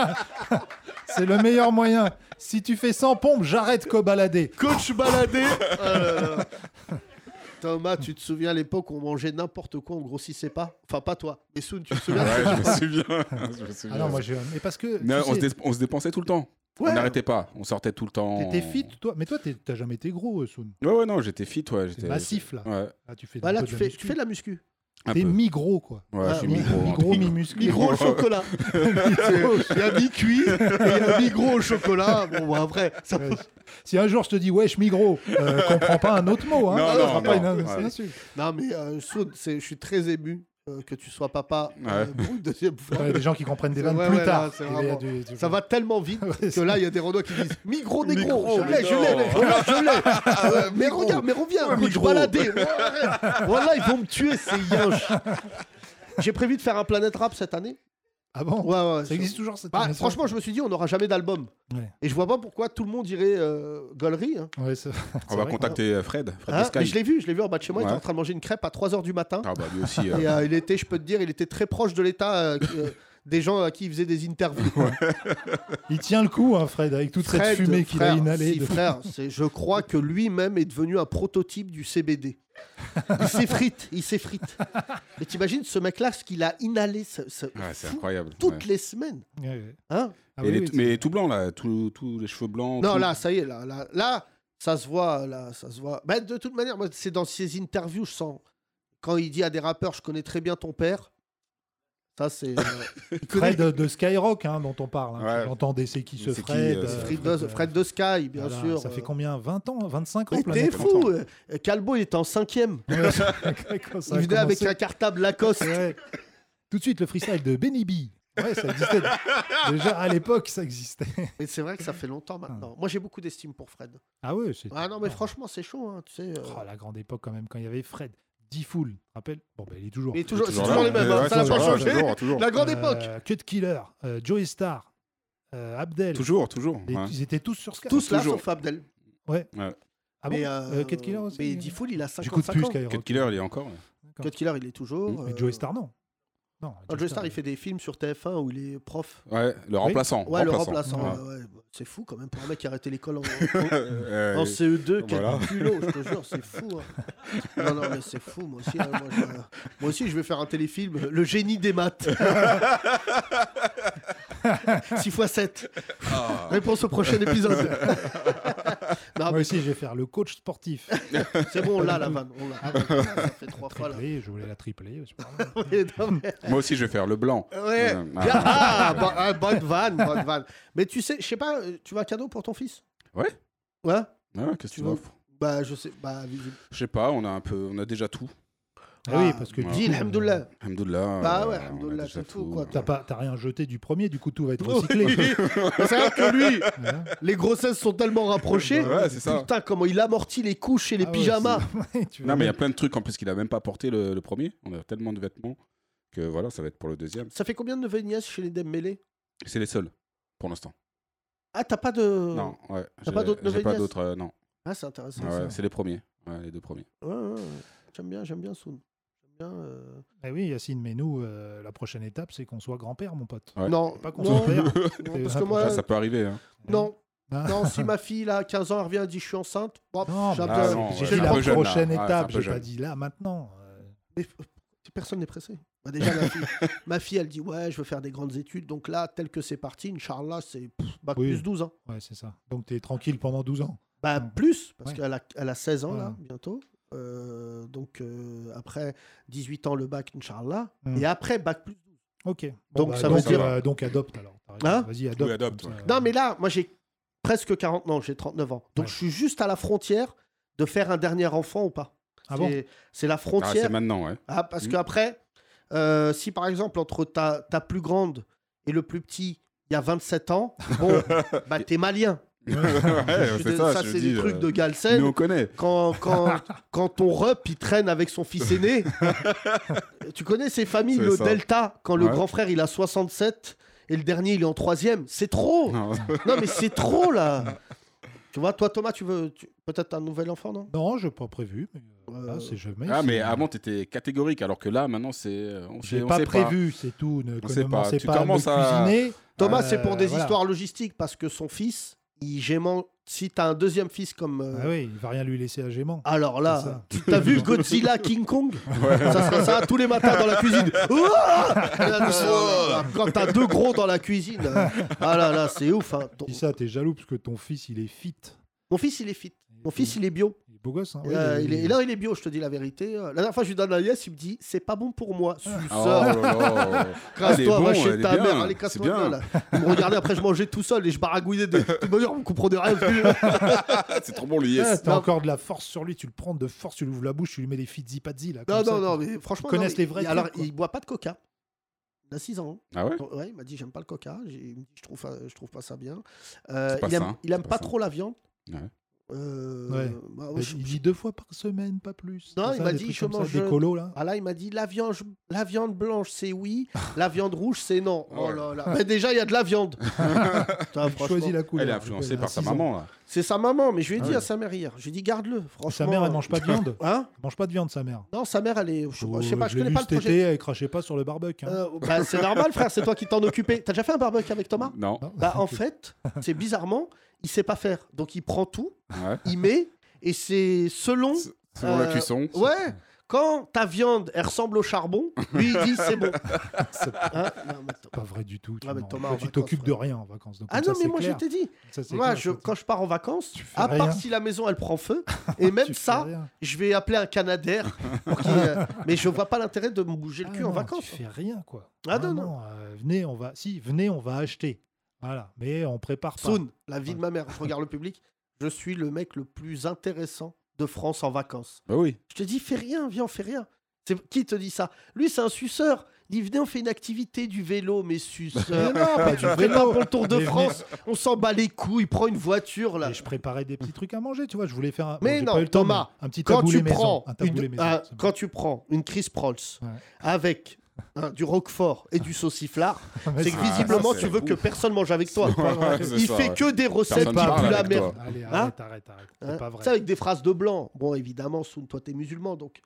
[SPEAKER 4] <laughs> C'est le meilleur moyen. Si tu fais 100 pompes, j'arrête cobalader. <laughs>
[SPEAKER 3] Coach baladé.
[SPEAKER 7] Oh
[SPEAKER 3] euh, Thomas, tu te souviens à l'époque où on mangeait n'importe quoi, on grossissait pas Enfin, pas toi, mais Soun, tu te souviens
[SPEAKER 7] Ouais, je me souviens. Je me souviens.
[SPEAKER 4] Ah non, moi j'ai. Mais parce que.
[SPEAKER 7] Non,
[SPEAKER 4] tu
[SPEAKER 7] on,
[SPEAKER 4] sais,
[SPEAKER 7] se dé- on se dépensait tout le temps.
[SPEAKER 3] Ouais.
[SPEAKER 7] On n'arrêtait pas. On sortait tout le temps.
[SPEAKER 4] T'étais fit, toi. Mais toi, t'es- t'as jamais été gros, euh, Soun.
[SPEAKER 7] Ouais, ouais, non, j'étais fit, ouais.
[SPEAKER 4] T'es
[SPEAKER 7] J'étais
[SPEAKER 4] massif, là.
[SPEAKER 7] Ouais,
[SPEAKER 4] Ah, tu fais
[SPEAKER 3] Bah là,
[SPEAKER 4] un peu
[SPEAKER 3] tu
[SPEAKER 4] de
[SPEAKER 3] fais,
[SPEAKER 4] muscu.
[SPEAKER 3] tu fais de la muscu.
[SPEAKER 7] un
[SPEAKER 4] T'es
[SPEAKER 7] peu.
[SPEAKER 4] mi-gros, quoi.
[SPEAKER 7] Ouais, je suis
[SPEAKER 4] mi-
[SPEAKER 7] mi-gros.
[SPEAKER 4] Ah, mi-gros,
[SPEAKER 7] entre guillemets.
[SPEAKER 4] mi-musclé.
[SPEAKER 3] Migros au
[SPEAKER 4] <laughs>
[SPEAKER 7] <laughs>
[SPEAKER 3] chocolat. Il y a mi-cuit et il y a mi-gros au chocolat. Bon, bah, après, ça
[SPEAKER 4] Ouais. Si un jour je te dis wesh migros, euh, comprends pas un autre mot. Hein.
[SPEAKER 7] Non,
[SPEAKER 4] Ça
[SPEAKER 7] non,
[SPEAKER 4] sera pas
[SPEAKER 7] non.
[SPEAKER 4] une-
[SPEAKER 7] Ouais.
[SPEAKER 4] c'est une insulte.
[SPEAKER 3] Non, mais euh, Soun, c'est- je suis très ému. euh, que tu sois papa euh,
[SPEAKER 7] Ouais.
[SPEAKER 3] pour une deuxième
[SPEAKER 4] Il
[SPEAKER 3] fois.
[SPEAKER 4] y a des gens qui comprennent des
[SPEAKER 3] C'est-
[SPEAKER 4] vannes
[SPEAKER 3] ouais,
[SPEAKER 4] plus
[SPEAKER 3] ouais,
[SPEAKER 4] tard.
[SPEAKER 3] non, c'est
[SPEAKER 4] Il y a
[SPEAKER 3] vraiment-
[SPEAKER 4] du- du-
[SPEAKER 3] Ça va tellement vite
[SPEAKER 4] <laughs> Ouais,
[SPEAKER 3] que
[SPEAKER 4] c'est-
[SPEAKER 3] là, il y a des Renault qui disent Migros négro,
[SPEAKER 6] Migros,
[SPEAKER 3] je l'ai, je l'ai,
[SPEAKER 6] mais non.
[SPEAKER 3] je l'ai,
[SPEAKER 7] <laughs>
[SPEAKER 3] je l'ai.
[SPEAKER 7] Ah
[SPEAKER 3] Euh, mais regarde, mais reviens,
[SPEAKER 6] Ouais,
[SPEAKER 3] écoute, je
[SPEAKER 6] Migros.
[SPEAKER 3] baladais. Ouais, arrête. Voilà, ils vont me tuer, ces yinches. J'ai prévu de faire un Planète Rap cette année.
[SPEAKER 4] Ah bon
[SPEAKER 3] Ouais, ouais,
[SPEAKER 4] Ça existe toujours cette
[SPEAKER 3] Bah,
[SPEAKER 4] émission
[SPEAKER 3] franchement, je me suis dit, on n'aura jamais d'album.
[SPEAKER 4] Ouais.
[SPEAKER 3] Et je vois pas pourquoi tout le monde irait euh, Gollery, hein.
[SPEAKER 4] Ouais, c'est-
[SPEAKER 7] On
[SPEAKER 4] c'est
[SPEAKER 7] va
[SPEAKER 4] vrai.
[SPEAKER 7] contacter euh, Fred, Fred
[SPEAKER 3] Hein
[SPEAKER 7] de Sky.
[SPEAKER 3] Mais je l'ai vu, je l'ai vu en bas de chez moi, il
[SPEAKER 7] Ouais.
[SPEAKER 3] était en train de manger une crêpe à 3h du matin.
[SPEAKER 7] Ah bah
[SPEAKER 4] <laughs>
[SPEAKER 7] lui aussi. euh,
[SPEAKER 3] Et euh, il était, je peux te dire, il était très proche de l'État euh, qui- euh, des gens à qui il faisait des interviews.
[SPEAKER 4] Il tient le coup, hein, Fred, avec toute cette
[SPEAKER 3] Fred,
[SPEAKER 4] fumée qu'il a
[SPEAKER 3] frère,
[SPEAKER 4] inhalée.
[SPEAKER 3] si,
[SPEAKER 4] de-
[SPEAKER 3] frère, c'est- je crois que lui-même est devenu un prototype du CBD. Il s'effrite, il s'effrite. Mais t'imagines ce mec-là, ce qu'il a inhalé ce- ce-
[SPEAKER 7] ouais, c'est
[SPEAKER 3] fou,
[SPEAKER 7] incroyable.
[SPEAKER 3] toutes
[SPEAKER 7] ouais.
[SPEAKER 3] les semaines.
[SPEAKER 4] Ouais, ouais.
[SPEAKER 3] Hein
[SPEAKER 4] Ah
[SPEAKER 7] Et
[SPEAKER 4] oui,
[SPEAKER 7] les-
[SPEAKER 4] oui, c'est-
[SPEAKER 7] mais tout blanc là, tous tous les cheveux blancs.
[SPEAKER 3] non,
[SPEAKER 7] tout-
[SPEAKER 3] là, ça y est, là, là, là, ça se voit, là, ça se voit. Bah, de toute manière, moi, c'est dans ses interviews, je sens. Quand il dit à des rappeurs, je connais très bien ton père. Ça, c'est.
[SPEAKER 7] <laughs>
[SPEAKER 3] euh, il connaît-
[SPEAKER 4] Fred de, de Skyrock, hein, dont on parle. hein.
[SPEAKER 7] Ouais.
[SPEAKER 4] Vous entendez, c'est qui ce
[SPEAKER 7] C'est qui,
[SPEAKER 4] Fred
[SPEAKER 7] euh,
[SPEAKER 4] euh,
[SPEAKER 7] ce
[SPEAKER 3] Fred de, Fred de Sky, bien
[SPEAKER 4] voilà,
[SPEAKER 3] sûr.
[SPEAKER 4] Ça fait
[SPEAKER 3] euh,
[SPEAKER 4] combien 20 ans 25 ans
[SPEAKER 3] Mais
[SPEAKER 4] Planète
[SPEAKER 3] t'es
[SPEAKER 7] fait
[SPEAKER 3] fou euh, Calbo il était en cinquième.
[SPEAKER 4] <laughs> Ouais,
[SPEAKER 7] Ah
[SPEAKER 4] ça- quand ça
[SPEAKER 3] Il
[SPEAKER 4] a
[SPEAKER 3] venait avec
[SPEAKER 4] commencé.
[SPEAKER 3] un cartable Lacoste.
[SPEAKER 4] Ouais. Tout de suite, le freestyle de Benny B. Ouais, ça existait. Déjà, à l'époque, ça existait.
[SPEAKER 3] Mais c'est vrai que ça fait longtemps maintenant. Moi j'ai beaucoup d'estime pour Fred.
[SPEAKER 4] Ah ouais, c'est.
[SPEAKER 3] Ah non mais franchement c'est chaud hein, tu sais. euh.
[SPEAKER 4] Oh, la grande époque, quand même, quand il y avait Fred, Diffoul, tu te rappelles Bon, ben, il est toujours.
[SPEAKER 3] Mais toujours, c'est
[SPEAKER 7] toujours
[SPEAKER 3] toujours
[SPEAKER 7] là.
[SPEAKER 3] les mêmes. hein,
[SPEAKER 7] Ouais,
[SPEAKER 3] ça n'a
[SPEAKER 7] toujours
[SPEAKER 3] pas
[SPEAKER 7] là,
[SPEAKER 3] changé.
[SPEAKER 7] toujours, toujours.
[SPEAKER 3] La grande
[SPEAKER 4] Euh,
[SPEAKER 3] époque.
[SPEAKER 4] Cut Killer, euh, Joey Star, euh, Abdel.
[SPEAKER 7] Toujours, toujours.
[SPEAKER 4] Et-
[SPEAKER 7] ouais.
[SPEAKER 4] Ils étaient tous sur Skyrock.
[SPEAKER 3] Tous là
[SPEAKER 7] toujours.
[SPEAKER 3] sauf Abdel.
[SPEAKER 4] Ah bon
[SPEAKER 3] Mais,
[SPEAKER 4] Euh, Cut Killer aussi
[SPEAKER 3] Mais Diffoul il a
[SPEAKER 4] J'écoute
[SPEAKER 3] 55
[SPEAKER 4] plus
[SPEAKER 3] ans.
[SPEAKER 7] Cut
[SPEAKER 4] Skyrock.
[SPEAKER 7] Killer, il est encore. là.
[SPEAKER 3] Cut Killer il est toujours.
[SPEAKER 4] Mais
[SPEAKER 3] euh,
[SPEAKER 4] Joey Star, non. Non,
[SPEAKER 3] ah, Joey Star il fait des films sur TF1 où il est prof.
[SPEAKER 7] Ouais, le remplaçant.
[SPEAKER 3] Ouais le
[SPEAKER 7] remplaçant.
[SPEAKER 3] remplaçant. ouais,
[SPEAKER 7] Ouais.
[SPEAKER 3] ouais. C'est fou quand même pour un mec qui a arrêté l'école en,
[SPEAKER 7] <laughs>
[SPEAKER 3] en-
[SPEAKER 7] Euh,
[SPEAKER 3] En E CE2, quel
[SPEAKER 7] Voilà.
[SPEAKER 3] culot, je te jure, c'est fou. hein. Non, non, mais c'est fou, moi aussi. hein, moi, je, moi aussi, je vais faire un téléfilm, euh, Le génie des maths. <laughs> 6 x 7. <laughs>
[SPEAKER 7] Ah.
[SPEAKER 3] Réponse au prochain
[SPEAKER 4] <laughs>
[SPEAKER 3] épisode. <laughs> non,
[SPEAKER 4] Ah. Moi
[SPEAKER 3] mais
[SPEAKER 4] aussi, je vais faire le coach sportif.
[SPEAKER 3] <laughs>
[SPEAKER 4] Ah
[SPEAKER 3] c'est bon, on l'a, la vanne. On l'a. Ça fait trois fois, là.
[SPEAKER 4] Triplé, je voulais la tripler. c'est pas grave.
[SPEAKER 7] <laughs>
[SPEAKER 4] <laughs>
[SPEAKER 3] Ouais, non, <laughs> mais-
[SPEAKER 7] Moi aussi, je vais faire le blanc.
[SPEAKER 3] ouais.
[SPEAKER 7] Euh,
[SPEAKER 3] Bien- Ah, bon- ah, bonne vanne, bonne vanne. Mais tu sais, je sais pas, euh, tu veux un cadeau pour ton fils
[SPEAKER 7] Ouais.
[SPEAKER 3] Ouais
[SPEAKER 7] Ouais, Ah, Qu'est-ce que
[SPEAKER 3] Tu
[SPEAKER 7] tu
[SPEAKER 3] veux-
[SPEAKER 7] m'offres
[SPEAKER 3] Bah, je sais. Bah,
[SPEAKER 7] Je sais pas, on a un peu, on a déjà tout.
[SPEAKER 4] Ah oui, parce que.
[SPEAKER 7] ouais.
[SPEAKER 4] du
[SPEAKER 3] dis,
[SPEAKER 4] coup,
[SPEAKER 3] alhamdoulilah.
[SPEAKER 7] Alhamdoulilah.
[SPEAKER 3] Bah
[SPEAKER 7] euh,
[SPEAKER 3] ouais,
[SPEAKER 7] on a
[SPEAKER 3] alhamdoulilah,
[SPEAKER 7] déjà
[SPEAKER 3] c'est tout, quoi.
[SPEAKER 4] T'as pas- t'as rien jeté du premier, du coup tout
[SPEAKER 3] <laughs>
[SPEAKER 4] va être
[SPEAKER 3] Oui.
[SPEAKER 4] <laughs> recyclé.
[SPEAKER 3] Mais C'est vrai que lui,
[SPEAKER 4] Voilà.
[SPEAKER 3] les grossesses sont tellement rapprochées.
[SPEAKER 7] Ouais, c'est ça.
[SPEAKER 3] Putain, comment il amortit les couches et les
[SPEAKER 4] Ah ouais,
[SPEAKER 3] pyjamas.
[SPEAKER 4] c'est- <laughs> Tu
[SPEAKER 7] Non,
[SPEAKER 4] vois,
[SPEAKER 7] mais il y a plein de trucs en plus qu'il a même pas porté le, le premier. On a tellement de vêtements que voilà, ça va être pour le deuxième.
[SPEAKER 3] ça fait combien de neveux et nièces chez les Dembélé
[SPEAKER 7] C'est les seuls pour l'instant.
[SPEAKER 3] Ah, t'as pas de.
[SPEAKER 7] Non, ouais. j'ai-
[SPEAKER 3] pas d'autres
[SPEAKER 7] j'ai
[SPEAKER 3] nouvelles
[SPEAKER 7] pas
[SPEAKER 3] nièces
[SPEAKER 7] d'autres, euh, non.
[SPEAKER 3] Ah, c'est intéressant.
[SPEAKER 7] Ouais,
[SPEAKER 3] ça.
[SPEAKER 7] c'est les premiers. Ouais, les deux premiers.
[SPEAKER 3] Ouais, ouais, ouais. J'aime bien, j'aime bien Soun. J'aime bien. euh,
[SPEAKER 4] Eh oui, Yacine, mais nous, euh, la prochaine étape, c'est qu'on soit grand-père, mon pote.
[SPEAKER 7] Ouais.
[SPEAKER 3] Non,
[SPEAKER 4] Pas qu'on
[SPEAKER 3] <laughs> non,
[SPEAKER 4] soit <laughs> père.
[SPEAKER 3] non, parce que
[SPEAKER 4] Ouais,
[SPEAKER 3] moi,
[SPEAKER 7] Ah, ça peut arriver. hein.
[SPEAKER 3] non,
[SPEAKER 4] Ah. <laughs>
[SPEAKER 3] non, si ma fille là, à 15 ans, elle revient, elle dit je suis enceinte. Bon,
[SPEAKER 4] Non,
[SPEAKER 3] j'ai un
[SPEAKER 4] mais
[SPEAKER 7] Ah,
[SPEAKER 3] peu-
[SPEAKER 7] non, ouais,
[SPEAKER 4] j'ai
[SPEAKER 3] j'ai
[SPEAKER 4] dit
[SPEAKER 3] le
[SPEAKER 7] un
[SPEAKER 4] la
[SPEAKER 3] droit.
[SPEAKER 7] peu jeune, là.
[SPEAKER 4] prochaine
[SPEAKER 7] Ouais, c'est un
[SPEAKER 4] étape,
[SPEAKER 7] peu
[SPEAKER 4] j'ai pas
[SPEAKER 7] jeune.
[SPEAKER 4] dit là maintenant. Euh,
[SPEAKER 3] Mais, euh, Personne n'est pressé. Bah, déjà, ma
[SPEAKER 4] <laughs>
[SPEAKER 3] fille, ma fille, elle dit ouais, je veux faire des grandes études. Donc là, tel que c'est parti, Inch'Allah, c'est pff, bac
[SPEAKER 4] Oui.
[SPEAKER 3] plus 12 ans.
[SPEAKER 4] Ouais, c'est ça. Donc t'es tranquille pendant 12 ans.
[SPEAKER 3] Bah,
[SPEAKER 4] Ouais.
[SPEAKER 3] plus, parce
[SPEAKER 4] Ouais.
[SPEAKER 3] qu'elle a, elle a 16 ans, là,
[SPEAKER 4] Ouais.
[SPEAKER 3] bientôt. Euh, donc, euh, après 18 ans, le bac, Inch'Allah.
[SPEAKER 4] Mm.
[SPEAKER 3] Et après, bac plus.
[SPEAKER 4] Ok.
[SPEAKER 3] Donc, ça veut
[SPEAKER 7] dire-
[SPEAKER 4] euh, donc adopte alors. T'arrêtes.
[SPEAKER 3] Hein
[SPEAKER 4] Vas-y, adopte.
[SPEAKER 7] Oui, adopte,
[SPEAKER 4] comme
[SPEAKER 7] ouais.
[SPEAKER 4] ça.
[SPEAKER 3] Non, mais là, moi, j'ai presque 40 ans, j'ai 39 ans. Donc,
[SPEAKER 4] Ouais.
[SPEAKER 3] je suis juste à la frontière de faire un dernier enfant ou pas.
[SPEAKER 4] Ah bon
[SPEAKER 3] C'est- c'est la
[SPEAKER 7] Ah, c'est
[SPEAKER 3] frontière.
[SPEAKER 7] maintenant, ouais.
[SPEAKER 3] Ah, parce
[SPEAKER 7] Mm.
[SPEAKER 3] qu'après, euh, si par exemple, entre ta, ta plus grande et le plus petit, il y a 27 ans, bon,
[SPEAKER 7] <laughs>
[SPEAKER 3] bah, t'es malien. Je
[SPEAKER 7] ouais
[SPEAKER 3] suis
[SPEAKER 7] c'est
[SPEAKER 3] dé-
[SPEAKER 7] ça, je
[SPEAKER 3] c'est
[SPEAKER 7] dis,
[SPEAKER 3] des trucs
[SPEAKER 7] euh,
[SPEAKER 3] de Galsen.
[SPEAKER 7] Nous, on connaît.
[SPEAKER 3] quand,
[SPEAKER 7] <laughs>
[SPEAKER 3] quand, quand ton rep il traîne avec son fils aîné. tu connais ces familles,
[SPEAKER 7] C'est
[SPEAKER 3] le
[SPEAKER 7] ça.
[SPEAKER 3] Delta, quand le
[SPEAKER 7] Ouais.
[SPEAKER 3] grand frère il a 67 et le dernier il est en troisième. C'est trop
[SPEAKER 7] Non.
[SPEAKER 3] <laughs> Non mais c'est trop là Tu vois, toi Thomas, tu veux tu- peut-être un nouvel enfant, non
[SPEAKER 4] Non, je n'ai pas prévu. Mais, euh, là,
[SPEAKER 3] Euh,
[SPEAKER 4] c'est jamais.
[SPEAKER 7] Ah,
[SPEAKER 4] c'est-
[SPEAKER 7] mais avant, t'étais catégorique, alors que là, maintenant, c'est. euh, On sait,
[SPEAKER 4] J'ai
[SPEAKER 7] on
[SPEAKER 4] pas
[SPEAKER 7] sait
[SPEAKER 4] prévu, c'est tout. Ne
[SPEAKER 7] On sait pas.
[SPEAKER 4] commencez
[SPEAKER 7] Tu
[SPEAKER 4] pas à me
[SPEAKER 7] commences à-
[SPEAKER 4] cuisiner.
[SPEAKER 3] Thomas,
[SPEAKER 4] Euh,
[SPEAKER 3] c'est pour des
[SPEAKER 4] voilà.
[SPEAKER 3] histoires logistiques parce que son fils, il gément. Si t'as un deuxième fils comme. euh,
[SPEAKER 4] Ah oui, il va rien lui laisser à Gémant.
[SPEAKER 3] Alors
[SPEAKER 4] C'est
[SPEAKER 3] là,
[SPEAKER 4] ça.
[SPEAKER 3] tu t'as
[SPEAKER 4] <laughs>
[SPEAKER 3] vu Godzilla King
[SPEAKER 7] <laughs>
[SPEAKER 3] Kong Ça serait ça tous les matins dans la
[SPEAKER 4] Ah
[SPEAKER 3] cuisine. Oh
[SPEAKER 4] <laughs>
[SPEAKER 3] Ouah Euh, Quand t'as deux gros dans la cuisine, euh, ah là là, c'est ouf. hein. Ton,
[SPEAKER 4] Dis ça, t'es jaloux parce que ton fils, il est fit.
[SPEAKER 3] mon fils, il est fit. Mon fils, il est bio.
[SPEAKER 4] Il est beau gosse. hein. Oui,
[SPEAKER 3] Euh,
[SPEAKER 4] il est-
[SPEAKER 3] il est- là, il est bio, je te dis la vérité. Euh, La dernière fois, je lui donne la liesse, il me dit c'est pas bon pour moi,
[SPEAKER 4] Ah.
[SPEAKER 7] Oh
[SPEAKER 3] suceur.
[SPEAKER 7] là
[SPEAKER 3] <laughs>
[SPEAKER 7] là. Elle est
[SPEAKER 3] Casse-toi, va
[SPEAKER 7] bon,
[SPEAKER 3] chez
[SPEAKER 7] elle est
[SPEAKER 3] ta
[SPEAKER 7] bien,
[SPEAKER 3] mère, allez,
[SPEAKER 7] c'est
[SPEAKER 3] casse-toi
[SPEAKER 7] bien.
[SPEAKER 3] bien, là. Il me regardait, après, je mangeais tout seul et je baragouinais
[SPEAKER 7] <laughs>
[SPEAKER 3] de toute manière, vous me comprenez rien. plus.
[SPEAKER 7] C'est trop bon le
[SPEAKER 4] Ah,
[SPEAKER 7] yes.
[SPEAKER 4] T'as
[SPEAKER 3] Non.
[SPEAKER 4] encore de la force sur lui, tu le prends de force, tu lui ouvres la bouche, tu lui mets des fizzy patzi là.
[SPEAKER 3] Non,
[SPEAKER 4] Ah,
[SPEAKER 3] non,
[SPEAKER 4] comme ça.
[SPEAKER 3] non, mais franchement.
[SPEAKER 4] Ils
[SPEAKER 3] non,
[SPEAKER 4] connaissent
[SPEAKER 3] mais-
[SPEAKER 4] les vrais
[SPEAKER 3] Alors,
[SPEAKER 4] trucs, quoi.
[SPEAKER 3] il boit pas de coca. Il a 6 ans. hein.
[SPEAKER 7] Ah ouais
[SPEAKER 3] Ouais, il m'a dit j'aime pas le coca, J'ai- il me dit, je trouve, euh, je trouve pas ça bien. Euh,
[SPEAKER 7] C'est pas
[SPEAKER 3] il aime,
[SPEAKER 7] sain,
[SPEAKER 3] il aime
[SPEAKER 7] c'est
[SPEAKER 3] pas,
[SPEAKER 7] pas sain.
[SPEAKER 3] trop la viande.
[SPEAKER 7] Ouais.
[SPEAKER 3] Euh,
[SPEAKER 4] Ouais.
[SPEAKER 3] bah,
[SPEAKER 4] Bah,
[SPEAKER 3] ouais, je-
[SPEAKER 4] il dit deux fois par semaine, pas plus.
[SPEAKER 3] Non,
[SPEAKER 4] Comme
[SPEAKER 3] il
[SPEAKER 4] ça,
[SPEAKER 3] m'a
[SPEAKER 4] des
[SPEAKER 3] dit,
[SPEAKER 4] trucs
[SPEAKER 3] je
[SPEAKER 4] comme ça,
[SPEAKER 3] mange-
[SPEAKER 4] des colos là.
[SPEAKER 3] Ah là, il m'a dit la viande, la viande blanche c'est oui,
[SPEAKER 7] <laughs>
[SPEAKER 3] la viande rouge c'est non.
[SPEAKER 7] Ah
[SPEAKER 3] Oh
[SPEAKER 7] ouais.
[SPEAKER 3] là là. Mais déjà il y a de la viande. Putain,
[SPEAKER 4] Il choisit
[SPEAKER 3] franchement. Ah,
[SPEAKER 4] la couleur.
[SPEAKER 7] Elle est influencée
[SPEAKER 4] À
[SPEAKER 7] par sa
[SPEAKER 4] six ans.
[SPEAKER 7] maman là.
[SPEAKER 3] C'est sa maman, mais je lui ai
[SPEAKER 4] Ah
[SPEAKER 3] dit
[SPEAKER 4] ouais.
[SPEAKER 3] à sa mère hier, je lui ai dit garde-le. Franchement.
[SPEAKER 4] Sa mère, elle mange pas de viande.
[SPEAKER 3] <laughs> Hein
[SPEAKER 4] Elle mange pas de viande, sa mère. Oh,
[SPEAKER 3] Non, sa mère elle est, je sais pas, je, sais pas, je
[SPEAKER 4] l'ai
[SPEAKER 3] connais
[SPEAKER 4] vu
[SPEAKER 3] pas le
[SPEAKER 4] cet
[SPEAKER 3] projet.
[SPEAKER 4] été, elle crachait pas sur le barbecue. hein.
[SPEAKER 3] Euh, bah, c'est normal frère, c'est toi qui t'en occupais. T'as déjà fait un barbecue avec Thomas
[SPEAKER 7] Non.
[SPEAKER 4] Non.
[SPEAKER 3] Bah en fait, c'est bizarrement, il sait pas faire, donc il prend tout.
[SPEAKER 7] Ouais.
[SPEAKER 3] il met et c'est selon.
[SPEAKER 7] Selon la
[SPEAKER 3] Euh,
[SPEAKER 7] cuisson.
[SPEAKER 3] Ouais. Quand ta viande, elle ressemble au charbon, lui, il dit c'est bon.
[SPEAKER 4] <laughs> <laughs> C'est
[SPEAKER 3] Hein Non, mais Thomas-
[SPEAKER 4] Pas vrai du tout. Tu
[SPEAKER 3] Ah, mais
[SPEAKER 4] mens.
[SPEAKER 3] Thomas,
[SPEAKER 4] Toi,
[SPEAKER 3] en
[SPEAKER 4] tu
[SPEAKER 3] vacances,
[SPEAKER 4] t'occupes de
[SPEAKER 3] frère.
[SPEAKER 4] rien en vacances. donc
[SPEAKER 3] Ah
[SPEAKER 4] comme
[SPEAKER 3] non,
[SPEAKER 4] ça,
[SPEAKER 3] mais
[SPEAKER 4] c'est
[SPEAKER 3] moi,
[SPEAKER 4] clair.
[SPEAKER 3] je t'ai dit.
[SPEAKER 4] Ça, c'est
[SPEAKER 3] Moi,
[SPEAKER 4] clair,
[SPEAKER 3] je,
[SPEAKER 4] ça,
[SPEAKER 3] quand je pars en vacances,
[SPEAKER 4] fais
[SPEAKER 3] à
[SPEAKER 4] rien.
[SPEAKER 3] part si la maison, elle prend
[SPEAKER 4] <laughs>
[SPEAKER 3] feu, et même
[SPEAKER 4] tu fais
[SPEAKER 3] ça,
[SPEAKER 4] rien.
[SPEAKER 3] je vais appeler un Canadair. pour qu'il, euh, mais je vois pas l'intérêt de me bouger le
[SPEAKER 4] Ah
[SPEAKER 3] cul en
[SPEAKER 4] non,
[SPEAKER 3] vacances.
[SPEAKER 4] Tu fais rien quoi.
[SPEAKER 3] Ah non, non.
[SPEAKER 4] euh, venez, on va. Si, venez, on va acheter. Voilà. Mais on prépare pas.
[SPEAKER 3] Soon, la vie de ma mère, je regarde le public, je suis le mec le plus intéressant de France en vacances.
[SPEAKER 7] Bah oui.
[SPEAKER 3] Je te dis, fais rien, viens, on fait rien. C'est qui te dit ça Lui, c'est un suceur. Il dit, venez, on fait une activité du vélo, mais suceur.
[SPEAKER 4] Mais non, pas
[SPEAKER 3] Mais
[SPEAKER 4] du
[SPEAKER 3] tu fais
[SPEAKER 4] vélo.
[SPEAKER 3] pas pour le Tour de
[SPEAKER 4] Mais venez-
[SPEAKER 3] France. On s'en bat les couilles, prends une voiture là.
[SPEAKER 4] Et je préparais des petits trucs à manger, tu vois. Je voulais faire un.
[SPEAKER 3] Mais
[SPEAKER 4] j'ai
[SPEAKER 3] non,
[SPEAKER 4] pas eu le temps,
[SPEAKER 3] Thomas,
[SPEAKER 4] mais un petit
[SPEAKER 3] Quand
[SPEAKER 4] taboulé
[SPEAKER 3] tu
[SPEAKER 4] maison.
[SPEAKER 3] prends
[SPEAKER 4] un
[SPEAKER 3] une,
[SPEAKER 4] taboulé maison.
[SPEAKER 3] un-
[SPEAKER 4] c'est bon.
[SPEAKER 3] quand tu prends une Chris Prolls
[SPEAKER 4] Ouais.
[SPEAKER 3] avec hein, du roquefort et du
[SPEAKER 4] <laughs>
[SPEAKER 3] sauciflard,
[SPEAKER 4] Mais
[SPEAKER 3] c'est
[SPEAKER 4] c'est-
[SPEAKER 3] que
[SPEAKER 7] Ah, ça,
[SPEAKER 3] visiblement
[SPEAKER 7] c'est
[SPEAKER 3] tu veux
[SPEAKER 7] ouf.
[SPEAKER 3] que personne mange avec toi.
[SPEAKER 4] pas vrai.
[SPEAKER 7] Ouais, <laughs> c'est
[SPEAKER 3] Il
[SPEAKER 7] ça,
[SPEAKER 3] fait
[SPEAKER 7] ouais.
[SPEAKER 3] que des recettes qui
[SPEAKER 7] Personne
[SPEAKER 4] parle
[SPEAKER 3] puent la
[SPEAKER 7] avec
[SPEAKER 3] merde.
[SPEAKER 7] toi.
[SPEAKER 4] Allez,
[SPEAKER 3] Hein
[SPEAKER 4] arrête, arrête, arrête.
[SPEAKER 3] Hein,
[SPEAKER 4] C'est pas vrai.
[SPEAKER 3] Ça, avec des phrases de blanc. Bon, évidemment, Soun, toi, t'es musulman, donc.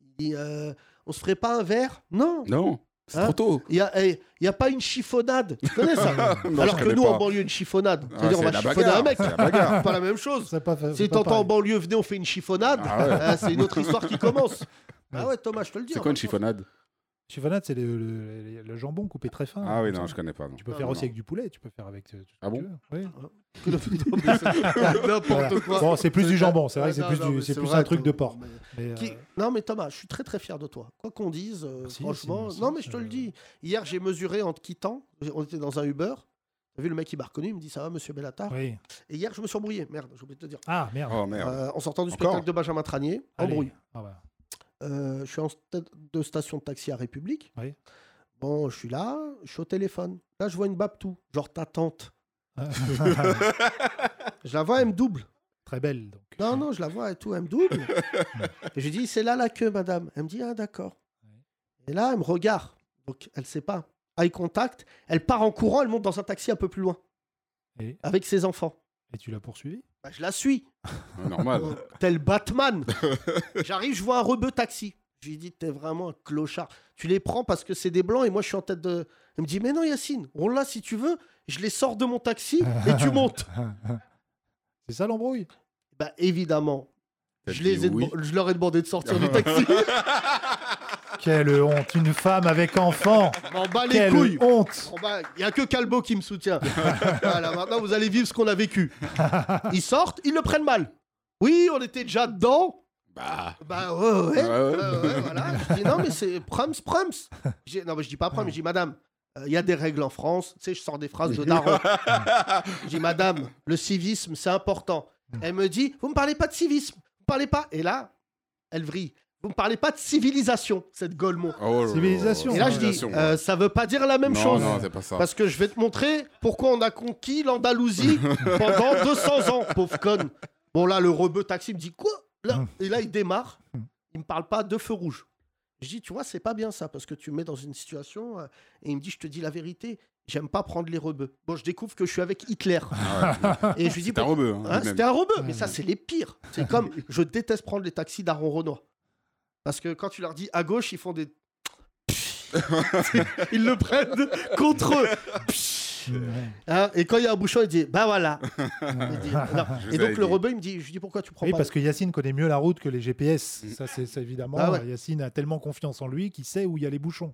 [SPEAKER 3] Il dit, euh, on se ferait pas un verre Non.
[SPEAKER 7] Non. C'est
[SPEAKER 3] Hein
[SPEAKER 7] trop tôt.
[SPEAKER 3] Il n'y a, eh, il y a pas une chiffonnade. Tu connais ça
[SPEAKER 7] <laughs> Non,
[SPEAKER 3] Alors
[SPEAKER 7] je
[SPEAKER 3] que
[SPEAKER 7] connais
[SPEAKER 3] nous,
[SPEAKER 7] pas.
[SPEAKER 3] en banlieue, une chiffonnade.
[SPEAKER 7] Ah,
[SPEAKER 3] C'est-à-dire, on
[SPEAKER 7] c'est
[SPEAKER 3] va
[SPEAKER 7] la
[SPEAKER 3] chiffonner
[SPEAKER 7] bagarre,
[SPEAKER 3] un mec.
[SPEAKER 7] c'est la bagarre.
[SPEAKER 3] C'est <laughs> pas la même chose.
[SPEAKER 4] C'est pas fa-
[SPEAKER 3] Si
[SPEAKER 4] c'est pas
[SPEAKER 3] t'entends en
[SPEAKER 4] pareil.
[SPEAKER 3] banlieue, venez, on fait une chiffonnade.
[SPEAKER 7] Ah ouais.
[SPEAKER 3] euh, <laughs> c'est une autre histoire qui
[SPEAKER 4] <laughs>
[SPEAKER 3] commence. Ah ouais, Thomas, je te le dis.
[SPEAKER 7] C'est
[SPEAKER 3] en
[SPEAKER 7] quoi une
[SPEAKER 3] vacances.
[SPEAKER 7] chiffonnade
[SPEAKER 4] Chiffonade, c'est le, le- le- le jambon coupé très fin.
[SPEAKER 7] Ah oui,
[SPEAKER 4] comme
[SPEAKER 7] non,
[SPEAKER 4] ça.
[SPEAKER 7] je connais pas. non.
[SPEAKER 4] Tu peux
[SPEAKER 3] Non,
[SPEAKER 4] faire
[SPEAKER 3] non,
[SPEAKER 4] aussi avec du poulet, tu peux faire avec. euh, tout ce
[SPEAKER 7] Ah
[SPEAKER 4] que
[SPEAKER 7] bon
[SPEAKER 4] tu veux, oui.
[SPEAKER 3] <laughs>
[SPEAKER 4] Voilà.
[SPEAKER 3] N'importe quoi.
[SPEAKER 4] Bon, c'est plus du jambon, c'est vrai que
[SPEAKER 3] Ah,
[SPEAKER 4] c'est
[SPEAKER 3] non,
[SPEAKER 4] plus,
[SPEAKER 3] non,
[SPEAKER 4] du,
[SPEAKER 3] mais
[SPEAKER 4] c'est plus
[SPEAKER 3] vrai,
[SPEAKER 4] un truc de
[SPEAKER 3] Thomas.
[SPEAKER 4] porc.
[SPEAKER 3] Mais-
[SPEAKER 4] Mais, euh,
[SPEAKER 3] Qui- Non, mais Thomas, je suis très très fier de toi. Quoi qu'on dise, euh,
[SPEAKER 4] Merci,
[SPEAKER 3] franchement.
[SPEAKER 4] merci, merci.
[SPEAKER 3] non, mais je te
[SPEAKER 4] Euh,
[SPEAKER 3] le dis. Hier, j'ai mesuré en te quittant. On était dans un Uber. T'as vu le mec, il m'a reconnu. Il me dit Ça va, monsieur Bellatar
[SPEAKER 4] oui.
[SPEAKER 3] Et hier, je me suis embrouillé. Merde, j'ai oublié de te dire.
[SPEAKER 4] Ah merde.
[SPEAKER 7] Oh merde.
[SPEAKER 3] Euh, en sortant du
[SPEAKER 7] Encore
[SPEAKER 3] spectacle de Benjamin Tranier,
[SPEAKER 4] Allez.
[SPEAKER 3] embrouille.
[SPEAKER 4] Ah bah,
[SPEAKER 3] Euh, je suis en sta- de station de taxi à République.
[SPEAKER 4] Oui.
[SPEAKER 3] Bon, je suis là, je suis au téléphone. Là, je vois une Babtou, genre ta tante.
[SPEAKER 4] Ah.
[SPEAKER 3] <laughs> Je la vois, elle me double.
[SPEAKER 4] Très belle donc.
[SPEAKER 3] Non, non, je la vois et tout, elle me double.
[SPEAKER 4] <laughs>
[SPEAKER 3] et je lui dis, c'est là la queue, madame. Elle me dit, ah, d'accord. Et là, elle me regarde. Donc, elle sait pas. Eye contact, elle part en courant, elle monte dans un taxi un peu plus loin,
[SPEAKER 4] Et,
[SPEAKER 3] avec ses enfants.
[SPEAKER 4] et tu l'as poursuivi
[SPEAKER 3] Bah, je la suis.
[SPEAKER 7] Ouais, Ah, Normal.
[SPEAKER 3] Euh, tel Batman. J'arrive, je vois un rebeu taxi. Je lui dis, t'es vraiment un clochard. Tu les prends parce que c'est des blancs et moi je suis en tête de. Elle me dit, mais non, Yacine, on l'a si tu veux. Je les sors de mon taxi et tu montes.
[SPEAKER 4] <laughs> C'est ça l'embrouille
[SPEAKER 3] Bah évidemment,
[SPEAKER 7] Elle
[SPEAKER 3] je, les
[SPEAKER 7] dit
[SPEAKER 3] ai
[SPEAKER 7] oui.
[SPEAKER 3] demand- je leur ai demandé de sortir
[SPEAKER 7] <laughs>
[SPEAKER 3] du taxi.
[SPEAKER 4] <laughs> Quelle honte Une femme avec enfant
[SPEAKER 3] <laughs> Je M'en bats les
[SPEAKER 4] Quelle
[SPEAKER 3] couilles.
[SPEAKER 4] honte
[SPEAKER 3] Il n'y a que Calbo qui me soutient.
[SPEAKER 4] <laughs>
[SPEAKER 3] voilà, maintenant vous allez vivre ce qu'on a vécu. Ils sortent, ils le prennent mal. Oui, on était déjà dedans.
[SPEAKER 7] Bah.
[SPEAKER 3] Bah ouais, ouais.
[SPEAKER 7] Ouais, ouais.
[SPEAKER 3] euh, ouais, voilà. Je dis, non, mais c'est prums, prums. J'ai- Non, mais je dis pas prums, je dis madame. Il y a des règles en France, tu sais, je sors des phrases de
[SPEAKER 4] <laughs>
[SPEAKER 3] daron. je dis, madame, le civisme, c'est important.
[SPEAKER 4] Mm.
[SPEAKER 3] Elle me dit, vous me parlez pas de civisme, vous me parlez pas. Et là, elle vrille. Vous me parlez pas de civilisation, cette Golemont.
[SPEAKER 7] Oh là là.
[SPEAKER 4] Civilisation.
[SPEAKER 3] Et là, je dis,
[SPEAKER 7] Civilisation,
[SPEAKER 3] euh, ça veut pas dire la même
[SPEAKER 7] non,
[SPEAKER 3] chose.
[SPEAKER 7] Non, c'est pas ça.
[SPEAKER 3] Parce que je vais te montrer pourquoi on a conquis
[SPEAKER 7] <laughs>
[SPEAKER 3] l'Andalousie pendant 200 ans, pauvre conne. Bon, là, le rebeu taxi me dit quoi là, Et là, il démarre. Il me parle pas de feu rouge. Je dis, tu vois, c'est pas bien ça, parce que tu me mets dans une situation. euh, et il me dit, je te dis la vérité, j'aime pas prendre les rebeux. Bon, je découvre que je suis avec Hitler.
[SPEAKER 7] Ah ouais.
[SPEAKER 3] Et je lui dis,
[SPEAKER 7] T'es un rebeu. hein,
[SPEAKER 3] Hein,
[SPEAKER 7] même.
[SPEAKER 3] c'était un rebeu, mais
[SPEAKER 4] Ouais.
[SPEAKER 3] ça, c'est les pires. C'est comme, je déteste prendre les taxis d'Aaron Renoir. Parce que quand tu leur dis à gauche, ils font des. <laughs> ils le prennent contre eux. Hein, et quand il y a un bouchon, il dit Bah voilà. Il
[SPEAKER 7] <laughs>
[SPEAKER 3] dit, Non.
[SPEAKER 7] Je vous
[SPEAKER 3] Et donc
[SPEAKER 7] avais
[SPEAKER 3] le
[SPEAKER 7] dit.
[SPEAKER 3] rebeu, il me dit Je lui dis pourquoi tu prends
[SPEAKER 4] Oui,
[SPEAKER 3] pas.
[SPEAKER 4] parce que Yacine connaît mieux la route
[SPEAKER 7] Mm.
[SPEAKER 4] que les GPS. Ça, c'est c'est évidemment.
[SPEAKER 3] Ah ouais.
[SPEAKER 4] Yacine a tellement confiance en lui qu'il sait où il y a les bouchons.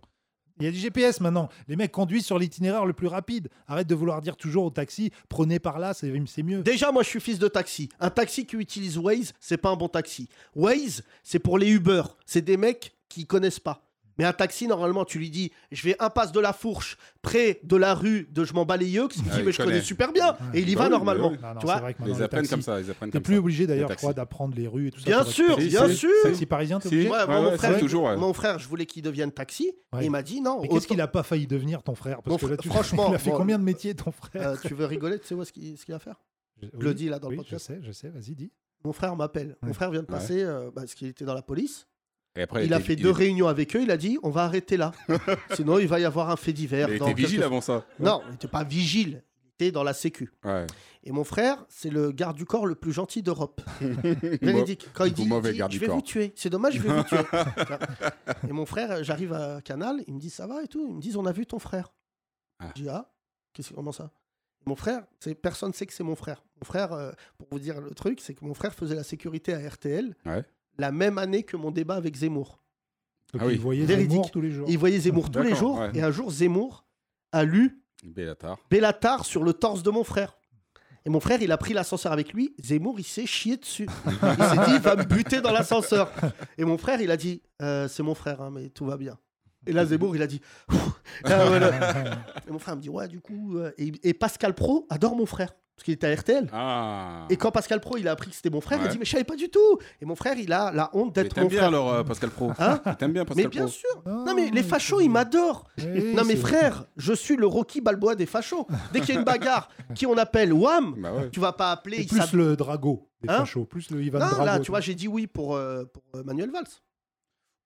[SPEAKER 4] Il y a du GPS maintenant. Les mecs conduisent sur l'itinéraire le plus rapide. Arrête de vouloir dire toujours au taxi, prenez par là, c'est c'est mieux.
[SPEAKER 3] Déjà, moi, je suis fils de taxi. Un taxi qui utilise Waze, c'est pas un bon taxi. Waze, c'est pour les Uber. C'est des mecs qui connaissent pas. Mais un taxi, normalement, tu lui dis, je vais impasse de la fourche, près de la rue de je m'en bats les yeux, qui dit,
[SPEAKER 7] Ah, il
[SPEAKER 3] mais je connais
[SPEAKER 7] connaît.
[SPEAKER 3] super bien. Et il y
[SPEAKER 7] Bah
[SPEAKER 3] va
[SPEAKER 7] oui,
[SPEAKER 3] normalement.
[SPEAKER 7] bah oui.
[SPEAKER 4] Non, non,
[SPEAKER 3] Tu vois,
[SPEAKER 4] c'est vrai que maintenant,
[SPEAKER 7] Ils
[SPEAKER 4] les
[SPEAKER 7] apprennent
[SPEAKER 4] taxis-
[SPEAKER 7] comme ça. Ils apprennent
[SPEAKER 4] T'es
[SPEAKER 7] comme
[SPEAKER 4] plus
[SPEAKER 7] ça.
[SPEAKER 4] obligé d'ailleurs,
[SPEAKER 7] Les
[SPEAKER 4] je crois,
[SPEAKER 7] taxis.
[SPEAKER 4] d'apprendre les rues et tout ça.
[SPEAKER 3] Bien
[SPEAKER 4] pour être
[SPEAKER 3] sûr,
[SPEAKER 4] taxi.
[SPEAKER 3] bien
[SPEAKER 7] Si, si,
[SPEAKER 3] sûr. Ah
[SPEAKER 7] si.
[SPEAKER 4] Taxi parisien, t'es
[SPEAKER 7] Si.
[SPEAKER 4] obligé.
[SPEAKER 3] Ouais,
[SPEAKER 7] Ouais,
[SPEAKER 3] moi, mon
[SPEAKER 7] ouais,
[SPEAKER 3] frère,
[SPEAKER 7] c'est toujours, ouais.
[SPEAKER 3] Mon frère, je voulais qu'il devienne taxi.
[SPEAKER 4] Ouais.
[SPEAKER 3] Et il m'a dit, non,
[SPEAKER 4] Mais qu'est-ce
[SPEAKER 3] autant-
[SPEAKER 4] qu'il a pas failli devenir ton frère Parce
[SPEAKER 3] Mon
[SPEAKER 4] que là,
[SPEAKER 3] fr-
[SPEAKER 4] tu
[SPEAKER 3] franchement,
[SPEAKER 4] <laughs> il a fait
[SPEAKER 3] moi-
[SPEAKER 4] combien de métiers
[SPEAKER 3] <laughs>
[SPEAKER 4] ton frère
[SPEAKER 3] Euh, tu veux rigoler, tu sais où est-ce qu'il ce qu'il va faire
[SPEAKER 4] Je
[SPEAKER 3] le dis, là, dans le
[SPEAKER 4] Je
[SPEAKER 3] podcast.
[SPEAKER 4] sais, je sais, vas-y, dis.
[SPEAKER 3] Mon frère m'appelle. Mon
[SPEAKER 4] Ouais.
[SPEAKER 3] frère vient de
[SPEAKER 7] Ouais.
[SPEAKER 3] passer, euh, parce qu'il était dans la police.
[SPEAKER 7] Et après,
[SPEAKER 3] il a
[SPEAKER 7] était-
[SPEAKER 3] fait
[SPEAKER 7] il
[SPEAKER 3] deux
[SPEAKER 7] était-
[SPEAKER 3] réunions avec eux, il a dit on va arrêter
[SPEAKER 7] <laughs>
[SPEAKER 3] là. Sinon, il va y avoir un fait divers.
[SPEAKER 7] Il
[SPEAKER 3] dans
[SPEAKER 7] était
[SPEAKER 3] quelques-
[SPEAKER 7] vigile avant ça.
[SPEAKER 3] Non, il n'était pas vigile. Il était dans la sécu.
[SPEAKER 7] Ouais.
[SPEAKER 3] Et mon frère, c'est le garde du corps le plus gentil
[SPEAKER 7] <laughs>
[SPEAKER 3] d'Europe. Véridique. Quand il
[SPEAKER 7] Vous
[SPEAKER 3] dit,
[SPEAKER 7] mauvais
[SPEAKER 3] il dit,
[SPEAKER 7] garde
[SPEAKER 3] je
[SPEAKER 7] du
[SPEAKER 3] vais
[SPEAKER 7] corps.
[SPEAKER 3] vous tuer. C'est dommage, je vais vous
[SPEAKER 7] <laughs>
[SPEAKER 3] tuer. et mon frère, j'arrive à Canal, il me dit ça va et tout. Ils me disent on a vu ton frère.
[SPEAKER 7] Ah.
[SPEAKER 3] Je dis ah, qu'est-ce- comment ça Mon frère, c'est- personne ne sait que c'est mon frère. Mon frère, euh, pour vous dire le truc, c'est que mon frère faisait la sécurité à RTL
[SPEAKER 7] Ouais.
[SPEAKER 3] la même année que mon débat avec Zemmour.
[SPEAKER 4] Donc,
[SPEAKER 7] Ah oui.
[SPEAKER 4] il voyait
[SPEAKER 3] Véridique.
[SPEAKER 4] Zemmour tous les jours.
[SPEAKER 3] Et Il voyait Zemmour tous les
[SPEAKER 7] D'accord,
[SPEAKER 3] jours.
[SPEAKER 7] ouais.
[SPEAKER 3] Et un jour, Zemmour a lu
[SPEAKER 7] Bellatar.
[SPEAKER 3] Bellatar sur le torse de mon frère. Et mon frère, il a pris l'ascenseur avec lui. Zemmour, il s'est chié dessus. Il s'est dit, il va me buter dans l'ascenseur. Et mon frère, il a dit, Euh, c'est mon frère, hein, mais tout va bien. Et là, Zemmour, il a dit, Ouh. Ah, voilà. et mon frère me dit, ouais, du coup. euh, Et, et Pascal Pro adore mon frère, parce qu'il était à RTL.
[SPEAKER 7] Ah.
[SPEAKER 3] Et quand Pascal Pro, il a appris que c'était mon frère, il a
[SPEAKER 7] Ouais.
[SPEAKER 3] dit, mais je savais pas du tout. Et mon frère, il a la honte
[SPEAKER 7] Mais
[SPEAKER 3] d'être
[SPEAKER 7] T'aimes
[SPEAKER 3] mon
[SPEAKER 7] bien
[SPEAKER 3] frère.
[SPEAKER 7] alors euh, Pascal Pro <laughs>
[SPEAKER 3] Hein
[SPEAKER 7] T'aimes bien Pascal
[SPEAKER 3] mais bien
[SPEAKER 7] Pro
[SPEAKER 3] sûr. Non, mais les fachos, ils m'adorent.
[SPEAKER 4] Oui,
[SPEAKER 3] Non mais
[SPEAKER 4] c'est-
[SPEAKER 3] frère, je suis le Rocky Balboa des fachos. Dès qu'il y a une
[SPEAKER 4] <laughs>
[SPEAKER 3] bagarre, qui on appelle Wham,
[SPEAKER 7] Bah ouais.
[SPEAKER 3] tu vas pas appeler.
[SPEAKER 4] Et
[SPEAKER 3] il
[SPEAKER 4] plus
[SPEAKER 3] s'appelle-
[SPEAKER 4] le Drago, des
[SPEAKER 3] Hein
[SPEAKER 4] fachos, plus le Ivan
[SPEAKER 3] Non,
[SPEAKER 4] Drago.
[SPEAKER 3] là, tu vois, j'ai dit oui pour, euh, pour, euh, Manuel Valls.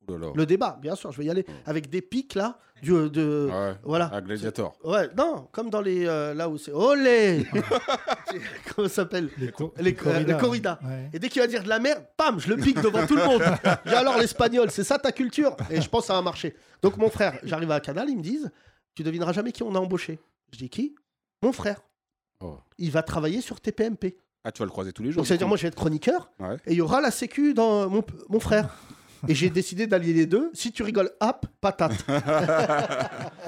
[SPEAKER 7] Ouh Oh là là.
[SPEAKER 3] Le débat, bien sûr, je vais y aller avec des pics là, du, de,
[SPEAKER 7] Oh. Ouais.
[SPEAKER 3] voilà.
[SPEAKER 7] Ah, Gladiator.
[SPEAKER 3] Ouais, non, comme dans les euh, là où c'est
[SPEAKER 7] <laughs>
[SPEAKER 3] olé, comment ça s'appelle
[SPEAKER 4] les, co-
[SPEAKER 3] les- euh, les corridas. Et dès qu'il va dire de la merde, pam, je le pique devant tout le monde. Et alors l'espagnol, c'est ça ta culture Et je pense à un marché. Donc mon frère, j'arrive à Canal, ils me disent, tu devineras jamais qui on a embauché. Je dis qui Mon frère.
[SPEAKER 7] Oh.
[SPEAKER 3] Il va travailler sur TPMP.
[SPEAKER 7] Ah, tu vas le croiser tous les jours.
[SPEAKER 3] Donc ça veut
[SPEAKER 7] du
[SPEAKER 3] dire
[SPEAKER 7] coup.
[SPEAKER 3] moi je vais être chroniqueur
[SPEAKER 7] Ouais.
[SPEAKER 3] et il y aura la sécu dans mon, mon frère. Et j'ai décidé d'allier les deux. Si tu rigoles, hop,
[SPEAKER 7] <laughs>
[SPEAKER 3] patate.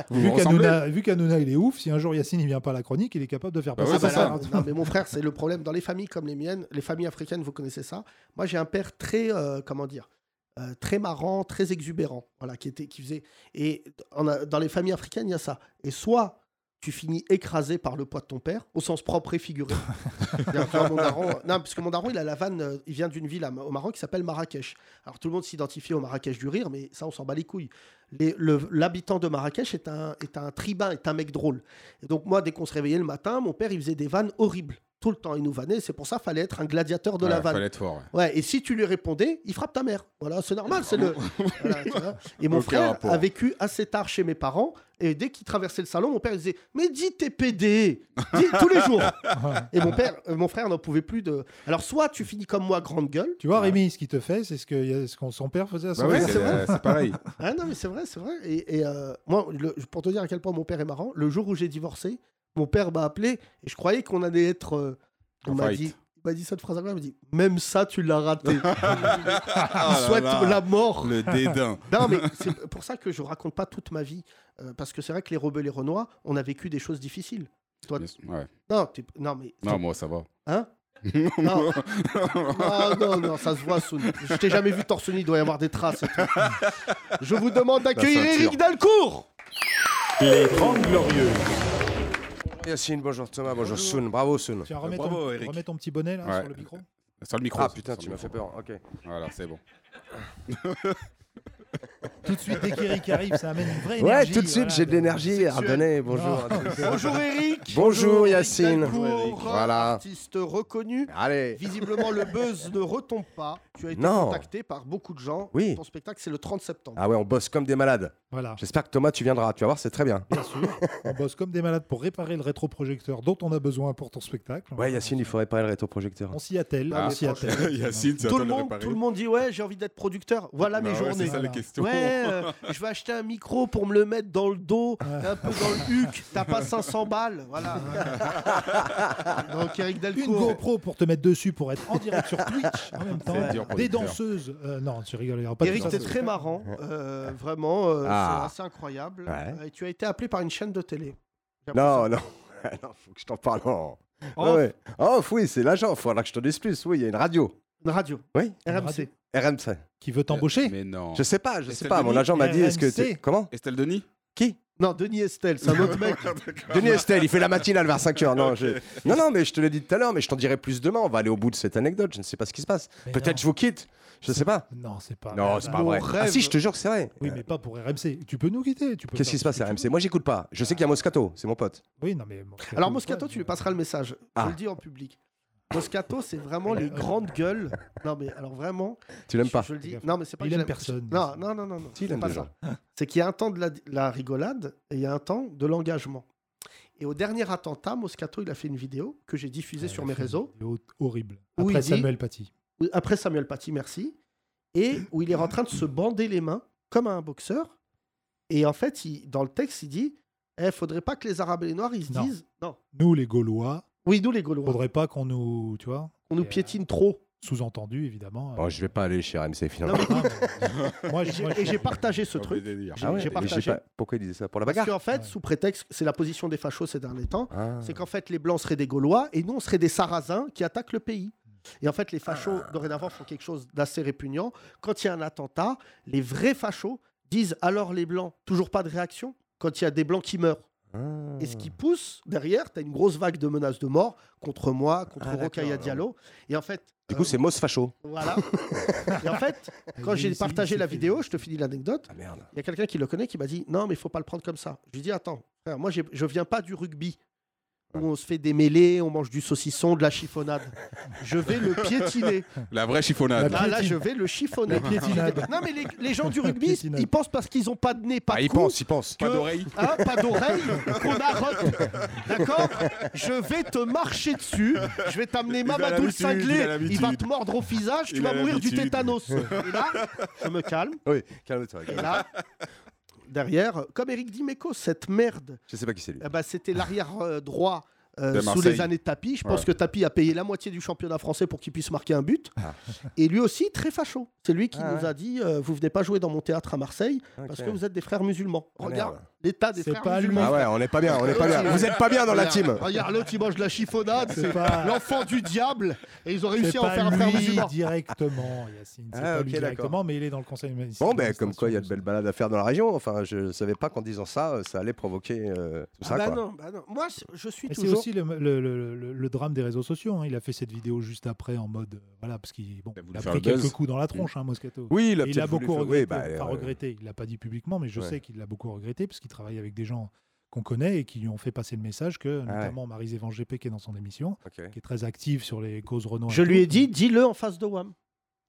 [SPEAKER 7] Vous
[SPEAKER 4] Vu
[SPEAKER 7] vous ressemblez
[SPEAKER 4] qu'Anouna- vu qu'Anouna il est ouf, si un jour Yacine il vient pas à la chronique, il est capable de faire
[SPEAKER 7] Bah
[SPEAKER 4] passer
[SPEAKER 7] ouais,
[SPEAKER 4] ça.
[SPEAKER 7] c'est ça.
[SPEAKER 4] par un-
[SPEAKER 3] Non, mais mon frère, c'est le problème dans les familles comme les miennes, les familles africaines, vous connaissez ça. Moi, j'ai un père très, euh, comment dire, euh, très marrant, très exubérant, voilà, qui était, qui faisait. Et on a- dans les familles africaines, il y a ça. Et soit tu finis écrasé par le poids de ton père, au sens propre et
[SPEAKER 7] <laughs>
[SPEAKER 3] figuré. <laughs> C'est-à-dire, tu vois, mon daron- non, parce que mon daron, il a la vanne, euh, il vient d'une ville à- au Maroc qui s'appelle Marrakech. Alors tout le monde s'identifie au Marrakech du rire, mais ça, on s'en bat les couilles. Les- le- L'habitant de Marrakech est un, est un tribun, est un mec drôle. Et donc, moi, dès qu'on se réveillait le matin, mon père, il faisait des vannes horribles. Tout le temps, il nous vannait. C'est pour ça qu'il fallait être un gladiateur de la
[SPEAKER 7] Ouais,
[SPEAKER 3] vanne.
[SPEAKER 7] Fallait être fort. ouais.
[SPEAKER 3] Ouais, et si tu lui répondais, il frappe ta mère. Voilà, c'est normal, c'est
[SPEAKER 7] <laughs>
[SPEAKER 3] le. <laughs> Voilà, tu vois. et mon
[SPEAKER 7] Aucun
[SPEAKER 3] frère
[SPEAKER 7] rapport.
[SPEAKER 3] a vécu assez tard chez mes parents. Et dès qu'il traversait le salon, mon père il disait Mais dis tes PD Dis tous les jours Et mon, père, euh, mon frère n'en pouvait plus de. Alors, soit tu finis comme moi, grande gueule.
[SPEAKER 4] Tu vois, Rémi, ce qu'il te fait, c'est ce que ce qu'on son père faisait à son
[SPEAKER 7] Bah ouais,
[SPEAKER 4] père.
[SPEAKER 7] c'est euh, c'est pareil.
[SPEAKER 3] <laughs> Ah non, mais c'est vrai, c'est vrai. Et, et, euh, moi, le- pour te dire à quel point mon père est marrant, le jour où j'ai divorcé, mon père m'a appelé et je croyais qu'on allait être. euh, il
[SPEAKER 7] En
[SPEAKER 3] m'a
[SPEAKER 7] fight.
[SPEAKER 3] dit, il m'a dit cette phrase à moi, il m'a dit Même ça, tu l'as
[SPEAKER 7] <laughs>
[SPEAKER 3] raté.
[SPEAKER 7] Ah là
[SPEAKER 3] Souhaite
[SPEAKER 7] là.
[SPEAKER 3] la mort.
[SPEAKER 7] Le dédain.
[SPEAKER 3] <laughs> Non, mais c'est pour ça que je raconte pas toute ma vie. euh, parce que c'est vrai que les rebeux et les renois, on a vécu des choses difficiles. Toi,
[SPEAKER 7] Bien sûr, ouais.
[SPEAKER 3] non, t'es- non, mais.
[SPEAKER 7] Non, moi, ça va.
[SPEAKER 3] Hein non. non, non, non, ça se voit, Soun. Je t'ai jamais vu torse nu, il doit y avoir des traces. et tout. Je vous demande d'accueillir
[SPEAKER 7] ceinture.
[SPEAKER 3] Eric Dalcourt
[SPEAKER 8] Les Grandes Glorieuses. Yacine, bonjour Thomas, bonjour Soun, bravo Soun.
[SPEAKER 4] Tiens, remets,
[SPEAKER 7] Bravo,
[SPEAKER 4] ton,
[SPEAKER 7] Eric.
[SPEAKER 4] remets ton petit bonnet là
[SPEAKER 7] Ouais.
[SPEAKER 4] sur le micro.
[SPEAKER 7] Sur le micro.
[SPEAKER 8] Ah
[SPEAKER 7] sur-
[SPEAKER 8] putain,
[SPEAKER 7] sur
[SPEAKER 8] tu
[SPEAKER 7] le
[SPEAKER 8] m'as fait
[SPEAKER 7] micro.
[SPEAKER 8] peur, ok.
[SPEAKER 7] Voilà, c'est bon.
[SPEAKER 4] Tout de suite, dès qu'Eric arrive, ça amène une vraie
[SPEAKER 8] Ouais,
[SPEAKER 4] énergie.
[SPEAKER 8] tout de suite,
[SPEAKER 4] voilà,
[SPEAKER 8] j'ai de l'énergie à redonner, bonjour.
[SPEAKER 4] Non.
[SPEAKER 8] à tous.
[SPEAKER 3] <laughs> Bonjour Eric.
[SPEAKER 8] Bonjour
[SPEAKER 3] Eric
[SPEAKER 8] Yacine.
[SPEAKER 3] Delcourt,
[SPEAKER 8] Bonjour Eric. Voilà.
[SPEAKER 3] Artiste reconnu.
[SPEAKER 8] Allez.
[SPEAKER 3] Visiblement, le buzz ne retombe pas. Tu as été
[SPEAKER 8] Non.
[SPEAKER 3] contacté par beaucoup de gens.
[SPEAKER 8] Oui.
[SPEAKER 3] Ton spectacle, c'est le 30 septembre.
[SPEAKER 8] Ah ouais, on bosse comme des malades.
[SPEAKER 4] Voilà,
[SPEAKER 8] J'espère que Thomas, tu viendras, tu vas voir, c'est très bien.
[SPEAKER 4] bien sûr. On bosse comme des malades pour réparer le rétroprojecteur dont on a besoin pour ton spectacle.
[SPEAKER 8] Ouais, Yacine, il faut réparer le rétroprojecteur.
[SPEAKER 4] On s'y attelle.
[SPEAKER 3] Ah,
[SPEAKER 4] on s'y
[SPEAKER 3] mais
[SPEAKER 4] attelle.
[SPEAKER 7] Yacine, tu
[SPEAKER 3] tout, le monde, tout le monde dit Ouais, j'ai envie d'être producteur. Voilà mes journées.
[SPEAKER 7] C'est ça la
[SPEAKER 4] Voilà.
[SPEAKER 7] question.
[SPEAKER 3] Ouais, ouais, euh, je vais acheter un micro pour me le mettre dans le dos, un peu dans le huc. T'as pas 500 balles,
[SPEAKER 4] <laughs>
[SPEAKER 3] voilà. Donc Eric Delcourt.
[SPEAKER 4] Une GoPro pour te mettre dessus pour être en direct sur Twitch en même temps.
[SPEAKER 3] C'est dur,
[SPEAKER 4] Des
[SPEAKER 3] producteur.
[SPEAKER 4] danseuses. Euh, non, tu rigoles, il n'y aura pas
[SPEAKER 3] Eric,
[SPEAKER 4] de
[SPEAKER 3] t'es
[SPEAKER 4] danseuses.
[SPEAKER 3] très marrant, euh, vraiment, euh,
[SPEAKER 8] Ah.
[SPEAKER 3] c'est assez incroyable.
[SPEAKER 8] Ouais.
[SPEAKER 3] Euh, et tu as été appelé par une chaîne de télé.
[SPEAKER 8] Non, <laughs> non. non, faut que je t'en parle. en-
[SPEAKER 3] Off.
[SPEAKER 8] Ouais, ouais. Off, oui, c'est l'agent. Faudra que je te dise plus. Oui, il y a une radio.
[SPEAKER 3] Une radio.
[SPEAKER 8] Oui.
[SPEAKER 3] Une RMC.
[SPEAKER 8] RMC.
[SPEAKER 4] Qui veut t'embaucher
[SPEAKER 7] Euh, Mais non.
[SPEAKER 8] Je sais pas, je sais
[SPEAKER 7] Estelle
[SPEAKER 8] pas. Mon
[SPEAKER 7] Denis
[SPEAKER 8] agent m'a dit est-ce que
[SPEAKER 4] RMC.
[SPEAKER 8] t'es- comment
[SPEAKER 7] Estelle Denis
[SPEAKER 8] Qui
[SPEAKER 3] Non, Denis Estelle, <laughs> c'est un autre
[SPEAKER 7] <laughs>
[SPEAKER 3] mec.
[SPEAKER 8] Denis Estelle, il fait la matinale vers 5h. Non, j'ai- non, non, mais je te l'ai dit tout à l'heure, mais je t'en dirai plus demain. On va aller au bout de cette anecdote. Je ne sais pas ce qui se passe.
[SPEAKER 4] Mais
[SPEAKER 8] Peut-être
[SPEAKER 4] non.
[SPEAKER 8] je vous quitte. Je sais pas.
[SPEAKER 4] Non, c'est pas.
[SPEAKER 8] Non, c'est pas
[SPEAKER 3] mon
[SPEAKER 8] vrai. Ah
[SPEAKER 3] rêve.
[SPEAKER 8] si, je te jure que c'est vrai.
[SPEAKER 4] Oui, mais pas pour RMC. Tu peux nous quitter. tu peux
[SPEAKER 8] Qu'est-ce
[SPEAKER 4] faire
[SPEAKER 8] qui se
[SPEAKER 4] ce
[SPEAKER 8] passe
[SPEAKER 4] que
[SPEAKER 8] à
[SPEAKER 4] tu
[SPEAKER 8] RMC Moi, j'écoute pas. Je sais qu'il y a Moscato, c'est mon pote.
[SPEAKER 4] veux. Oui, non, mais Moscato,
[SPEAKER 3] Alors Moscato,
[SPEAKER 4] ouais,
[SPEAKER 3] tu
[SPEAKER 4] mais-
[SPEAKER 3] lui passeras le message. Je
[SPEAKER 8] Ah.
[SPEAKER 3] le dis en public. Moscato, c'est vraiment les grandes gueules. Non, mais alors vraiment,
[SPEAKER 8] Tu l'aimes
[SPEAKER 3] je,
[SPEAKER 8] pas
[SPEAKER 3] je le dis.
[SPEAKER 4] Fais
[SPEAKER 3] Non, mais c'est pas que
[SPEAKER 4] Il
[SPEAKER 3] je
[SPEAKER 4] aime
[SPEAKER 3] l'aime.
[SPEAKER 4] personne.
[SPEAKER 3] Non, non, non, non, non.
[SPEAKER 8] Si, il
[SPEAKER 3] c'est
[SPEAKER 8] aime
[SPEAKER 3] pas
[SPEAKER 8] les
[SPEAKER 3] ça. C'est qu'il y a un temps de la, la rigolade et il y a un temps de l'engagement. Et au dernier attentat, Moscato, il a fait une vidéo que j'ai diffusée
[SPEAKER 4] Ouais,
[SPEAKER 3] sur
[SPEAKER 4] il a
[SPEAKER 3] mes
[SPEAKER 4] fait une
[SPEAKER 3] réseaux.
[SPEAKER 4] vidéo Horrible.
[SPEAKER 3] Où
[SPEAKER 4] Après
[SPEAKER 3] il dit-
[SPEAKER 4] Samuel Paty.
[SPEAKER 3] où- Après Samuel Paty, merci. Et où il est en train de se bander les mains comme un boxeur. Et en fait, il- dans le texte, il dit Eh, faudrait pas que les Arabes et les Noirs, ils se
[SPEAKER 4] Non.
[SPEAKER 3] disent. Non.
[SPEAKER 4] Nous, les Gaulois,
[SPEAKER 3] Oui, nous, les Gaulois.
[SPEAKER 4] faudrait pas qu'on nous, tu vois,
[SPEAKER 3] On nous
[SPEAKER 4] Et, euh,
[SPEAKER 3] piétine trop.
[SPEAKER 4] sous-entendu
[SPEAKER 3] <laughs>
[SPEAKER 4] évidemment.
[SPEAKER 8] Bon, Oh, je vais pas aller chez RMC finalement.
[SPEAKER 3] Non, mais-
[SPEAKER 4] Ah, mais- moi,
[SPEAKER 3] Et
[SPEAKER 4] je-
[SPEAKER 3] j'ai-
[SPEAKER 4] moi, je-
[SPEAKER 3] et j'ai partagé ce truc.
[SPEAKER 7] J'ai
[SPEAKER 3] j'ai-
[SPEAKER 8] Ah ouais,
[SPEAKER 3] j'ai
[SPEAKER 8] mais
[SPEAKER 3] partagé.
[SPEAKER 8] pas- Pourquoi il disait ça Pour la
[SPEAKER 3] Parce
[SPEAKER 8] bagarre
[SPEAKER 3] qu'en fait,
[SPEAKER 4] Ouais.
[SPEAKER 3] sous prétexte, c'est la position des fachos ces derniers temps,
[SPEAKER 8] Ah.
[SPEAKER 3] c'est qu'en fait, les Blancs seraient des Gaulois et nous, on serait des Sarrasins qui attaquent le pays. Et en fait, les fachos,
[SPEAKER 8] Ah.
[SPEAKER 3] dorénavant, font quelque chose d'assez répugnant. Quand il y a un attentat, les vrais fachos disent alors les Blancs, toujours pas de réaction quand il y a des Blancs qui meurent.
[SPEAKER 8] Ah.
[SPEAKER 3] Et ce qui pousse, derrière, tu as une grosse vague de menaces de mort contre moi, contre
[SPEAKER 8] Ah,
[SPEAKER 3] Rokhaya
[SPEAKER 8] d'accord,
[SPEAKER 3] Diallo. Et en fait,
[SPEAKER 8] Du
[SPEAKER 3] euh,
[SPEAKER 8] coup, c'est Mos Facho.
[SPEAKER 3] voilà.
[SPEAKER 8] <laughs>
[SPEAKER 3] et en fait, quand
[SPEAKER 4] Il-
[SPEAKER 3] j'ai
[SPEAKER 4] il-
[SPEAKER 3] partagé
[SPEAKER 4] il-
[SPEAKER 3] la vidéo, je te finis l'anecdote.
[SPEAKER 8] Ah merde.
[SPEAKER 3] Il y a quelqu'un qui le connaît qui m'a dit non, mais il faut pas le prendre comme ça. Je lui dis attends, frère, moi j'ai- je viens pas du rugby où on se fait des mêlées, on mange du saucisson, de la chiffonnade. Je vais le piétiner.
[SPEAKER 7] <laughs> La vraie chiffonnade.
[SPEAKER 4] La
[SPEAKER 3] Là, là,
[SPEAKER 4] piétine.
[SPEAKER 3] je vais le chiffonner.
[SPEAKER 4] La piétinade.
[SPEAKER 3] Non, mais les, les gens du
[SPEAKER 4] La
[SPEAKER 3] rugby,
[SPEAKER 4] piétinade.
[SPEAKER 3] ils pensent parce qu'ils ont pas de nez, pas
[SPEAKER 8] Ah,
[SPEAKER 3] de
[SPEAKER 8] il
[SPEAKER 3] cou,
[SPEAKER 8] pense, il pense.
[SPEAKER 7] Pas
[SPEAKER 3] que-
[SPEAKER 7] d'oreille.
[SPEAKER 3] <laughs> hein, pas d'oreille, qu'on arrote. D'accord Je vais te marcher dessus, je vais t'amener
[SPEAKER 7] Il a
[SPEAKER 3] Mamadou le
[SPEAKER 7] l'habitude, il a
[SPEAKER 3] cinglé, il
[SPEAKER 7] l'habitude.
[SPEAKER 3] va te mordre au visage, tu
[SPEAKER 7] Il
[SPEAKER 3] vas
[SPEAKER 7] a
[SPEAKER 3] mourir du
[SPEAKER 7] l'habitude.
[SPEAKER 3] tétanos. Et là, je me calme.
[SPEAKER 8] Oui, calme-toi.
[SPEAKER 3] Et
[SPEAKER 8] calme-toi.
[SPEAKER 3] là, derrière, comme Eric Dimeco, cette merde,
[SPEAKER 8] Je sais pas qui c'est lui.
[SPEAKER 3] eh ben, c'était l'arrière euh, droit euh,
[SPEAKER 7] De
[SPEAKER 3] sous
[SPEAKER 7] Marseille.
[SPEAKER 3] les années de Tapi. Je pense
[SPEAKER 7] Ouais.
[SPEAKER 3] que Tapi a payé la moitié du championnat français pour qu'il puisse marquer un but.
[SPEAKER 8] Ah.
[SPEAKER 3] Et lui aussi, très facho. C'est lui qui
[SPEAKER 8] Ah
[SPEAKER 3] nous a dit euh, Vous venez pas jouer dans mon théâtre à Marseille parce
[SPEAKER 8] Ok.
[SPEAKER 3] que vous êtes des frères musulmans.
[SPEAKER 8] Ah,
[SPEAKER 3] Regarde
[SPEAKER 8] merde.
[SPEAKER 3] l'état des
[SPEAKER 4] C'est
[SPEAKER 3] frères
[SPEAKER 4] pas
[SPEAKER 3] musulmans.
[SPEAKER 8] Ah ouais, on n'est pas bien, on n'est pas bien. Vous êtes pas bien dans la team.
[SPEAKER 3] Regarde- Regarde l'autre, il mange de la chiffonnade, c'est
[SPEAKER 4] pas-
[SPEAKER 3] l'enfant du diable, et ils ont
[SPEAKER 4] C'est
[SPEAKER 3] réussi à en faire
[SPEAKER 4] pas
[SPEAKER 3] un frère
[SPEAKER 4] lui
[SPEAKER 3] musulman.
[SPEAKER 4] directement, Yacine. C'est
[SPEAKER 8] Ah,
[SPEAKER 4] pas
[SPEAKER 8] ok,
[SPEAKER 4] lui
[SPEAKER 8] d'accord.
[SPEAKER 4] directement, mais il est dans le conseil municipal.
[SPEAKER 8] Bon, ben, comme quoi, il y a de belles balades à faire dans la région. Enfin, je savais pas qu'en disant ça, euh, ça allait provoquer euh, tout ça.
[SPEAKER 3] Ah bah
[SPEAKER 8] quoi.
[SPEAKER 3] non, bah non. Moi, c- je suis
[SPEAKER 4] Et c'est
[SPEAKER 3] toujours.
[SPEAKER 4] aussi le, le- le- le- le drame des réseaux sociaux. hein. Il a fait cette vidéo juste après en mode. euh, Voilà, parce qu'il bon,
[SPEAKER 7] Il a voulu
[SPEAKER 4] il a
[SPEAKER 7] faire
[SPEAKER 4] pris
[SPEAKER 7] le buzz.
[SPEAKER 4] quelques coups dans la tronche, hein, Moscato.
[SPEAKER 8] Mm. Oui,
[SPEAKER 4] Et il a
[SPEAKER 8] peut-être voulu
[SPEAKER 4] beaucoup
[SPEAKER 8] faire-
[SPEAKER 4] regretté.
[SPEAKER 8] oui, bah,
[SPEAKER 4] enfin,
[SPEAKER 8] euh,
[SPEAKER 4] regretté. Il l'a pas dit publiquement, mais je
[SPEAKER 8] Ouais.
[SPEAKER 4] sais qu'il l'a beaucoup regretté parce qu'il travaille avec des gens qu'on connaît et qui lui ont fait passer le message que,
[SPEAKER 8] Ah ouais.
[SPEAKER 4] notamment Marie-Zévan GP, qui est dans son émission,
[SPEAKER 8] ok.
[SPEAKER 4] qui est très active sur les causes Renault.
[SPEAKER 3] Je lui ai dit, dis-le en face de Wam.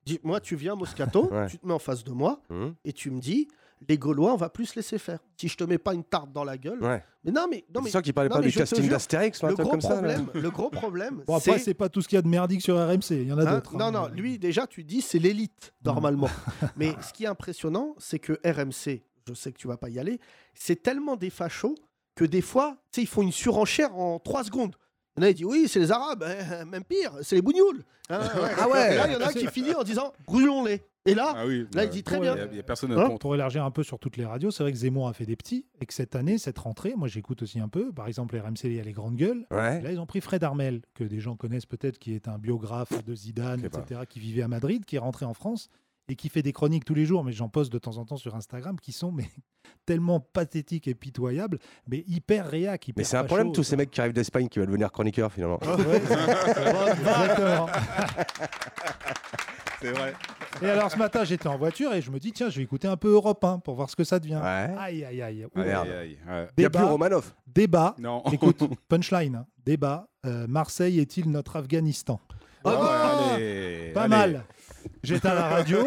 [SPEAKER 3] Dis, moi, tu viens à Moscato,
[SPEAKER 8] <laughs> Ouais.
[SPEAKER 3] tu te mets en face de moi
[SPEAKER 8] Hmm.
[SPEAKER 3] et tu me dis, les Gaulois, on va plus se laisser faire. Si je te mets pas une tarte dans la gueule.
[SPEAKER 8] Ouais.
[SPEAKER 3] Mais non, mais, non,
[SPEAKER 8] C'est
[SPEAKER 3] mais
[SPEAKER 8] sûr qu'il parlait
[SPEAKER 3] non,
[SPEAKER 8] pas
[SPEAKER 3] mais
[SPEAKER 8] du
[SPEAKER 3] je te
[SPEAKER 8] casting
[SPEAKER 3] jure,
[SPEAKER 8] d'Astérix ou un
[SPEAKER 3] le,
[SPEAKER 8] truc
[SPEAKER 3] gros
[SPEAKER 8] comme ça. là.
[SPEAKER 3] problème, le gros problème,
[SPEAKER 4] Bon, après,
[SPEAKER 3] c'est.
[SPEAKER 4] c'est pas tout ce qu'il y a de merdique sur RMC. Il y en a
[SPEAKER 3] hein,
[SPEAKER 4] d'autres.
[SPEAKER 3] non,
[SPEAKER 4] hein,
[SPEAKER 3] non,
[SPEAKER 4] mais-
[SPEAKER 3] lui, déjà, tu dis, c'est l'élite, normalement. mais ce qui est impressionnant, c'est que RMC, je sais que tu vas pas y aller, c'est tellement des fachos que des fois, tu sais, ils font une surenchère en 3 secondes. Il y en a qui disent, oui, c'est les Arabes, hein, même pire, c'est les bougnoules. Hein,
[SPEAKER 8] Ah ouais.
[SPEAKER 3] Et là, il y en a un qui finit en disant, brûlons-les. Et là,
[SPEAKER 7] Ah oui.
[SPEAKER 3] Là,
[SPEAKER 7] bah,
[SPEAKER 3] il dit très
[SPEAKER 7] y
[SPEAKER 3] bien.
[SPEAKER 7] a- y a personne
[SPEAKER 3] Hein
[SPEAKER 7] contre.
[SPEAKER 4] Pour élargir un peu sur toutes les radios, c'est vrai que Zemmour a fait des petits et que cette année, cette rentrée, moi j'écoute aussi un peu. Par exemple, RMC, il y a les grandes gueules. Et
[SPEAKER 8] Ouais.
[SPEAKER 4] là, ils ont pris Fred Armel, que des gens connaissent peut-être, qui est un biographe de Zidane,
[SPEAKER 8] Je sais pas.
[SPEAKER 4] etc., qui vivait à Madrid, qui est rentré en France et qui fait des chroniques tous les jours, mais j'en poste de temps en temps sur Instagram, qui sont mais, <laughs> tellement pathétiques et pitoyables, mais hyper réac, hyper
[SPEAKER 8] Mais c'est un
[SPEAKER 4] facho,
[SPEAKER 8] problème, tous
[SPEAKER 4] ça.
[SPEAKER 8] ces mecs qui arrivent d'Espagne qui veulent devenir chroniqueurs finalement.
[SPEAKER 3] Ah,
[SPEAKER 4] Ouais, c'est- <laughs> Exactement.
[SPEAKER 7] C'est vrai.
[SPEAKER 4] Et alors ce matin, j'étais en voiture et je me dis, tiens, je vais écouter un peu Europe 1 pour voir ce que ça devient.
[SPEAKER 8] Ouais.
[SPEAKER 4] Aïe, aïe, aïe. Ouh.
[SPEAKER 8] Ah, merde.
[SPEAKER 7] Aïe, aïe, ouais. Eh ben,
[SPEAKER 8] Il n'y a plus
[SPEAKER 4] Débat.
[SPEAKER 8] Romanov.
[SPEAKER 4] Débat.
[SPEAKER 7] Non.
[SPEAKER 4] <laughs> Écoute, punchline. hein. Débat. Euh, Marseille est-il notre Afghanistan
[SPEAKER 7] Ouais,
[SPEAKER 3] Ah bah
[SPEAKER 8] Eh,
[SPEAKER 7] allez,
[SPEAKER 4] Pas
[SPEAKER 7] allez.
[SPEAKER 4] mal. J'étais à la
[SPEAKER 3] <laughs>
[SPEAKER 4] radio.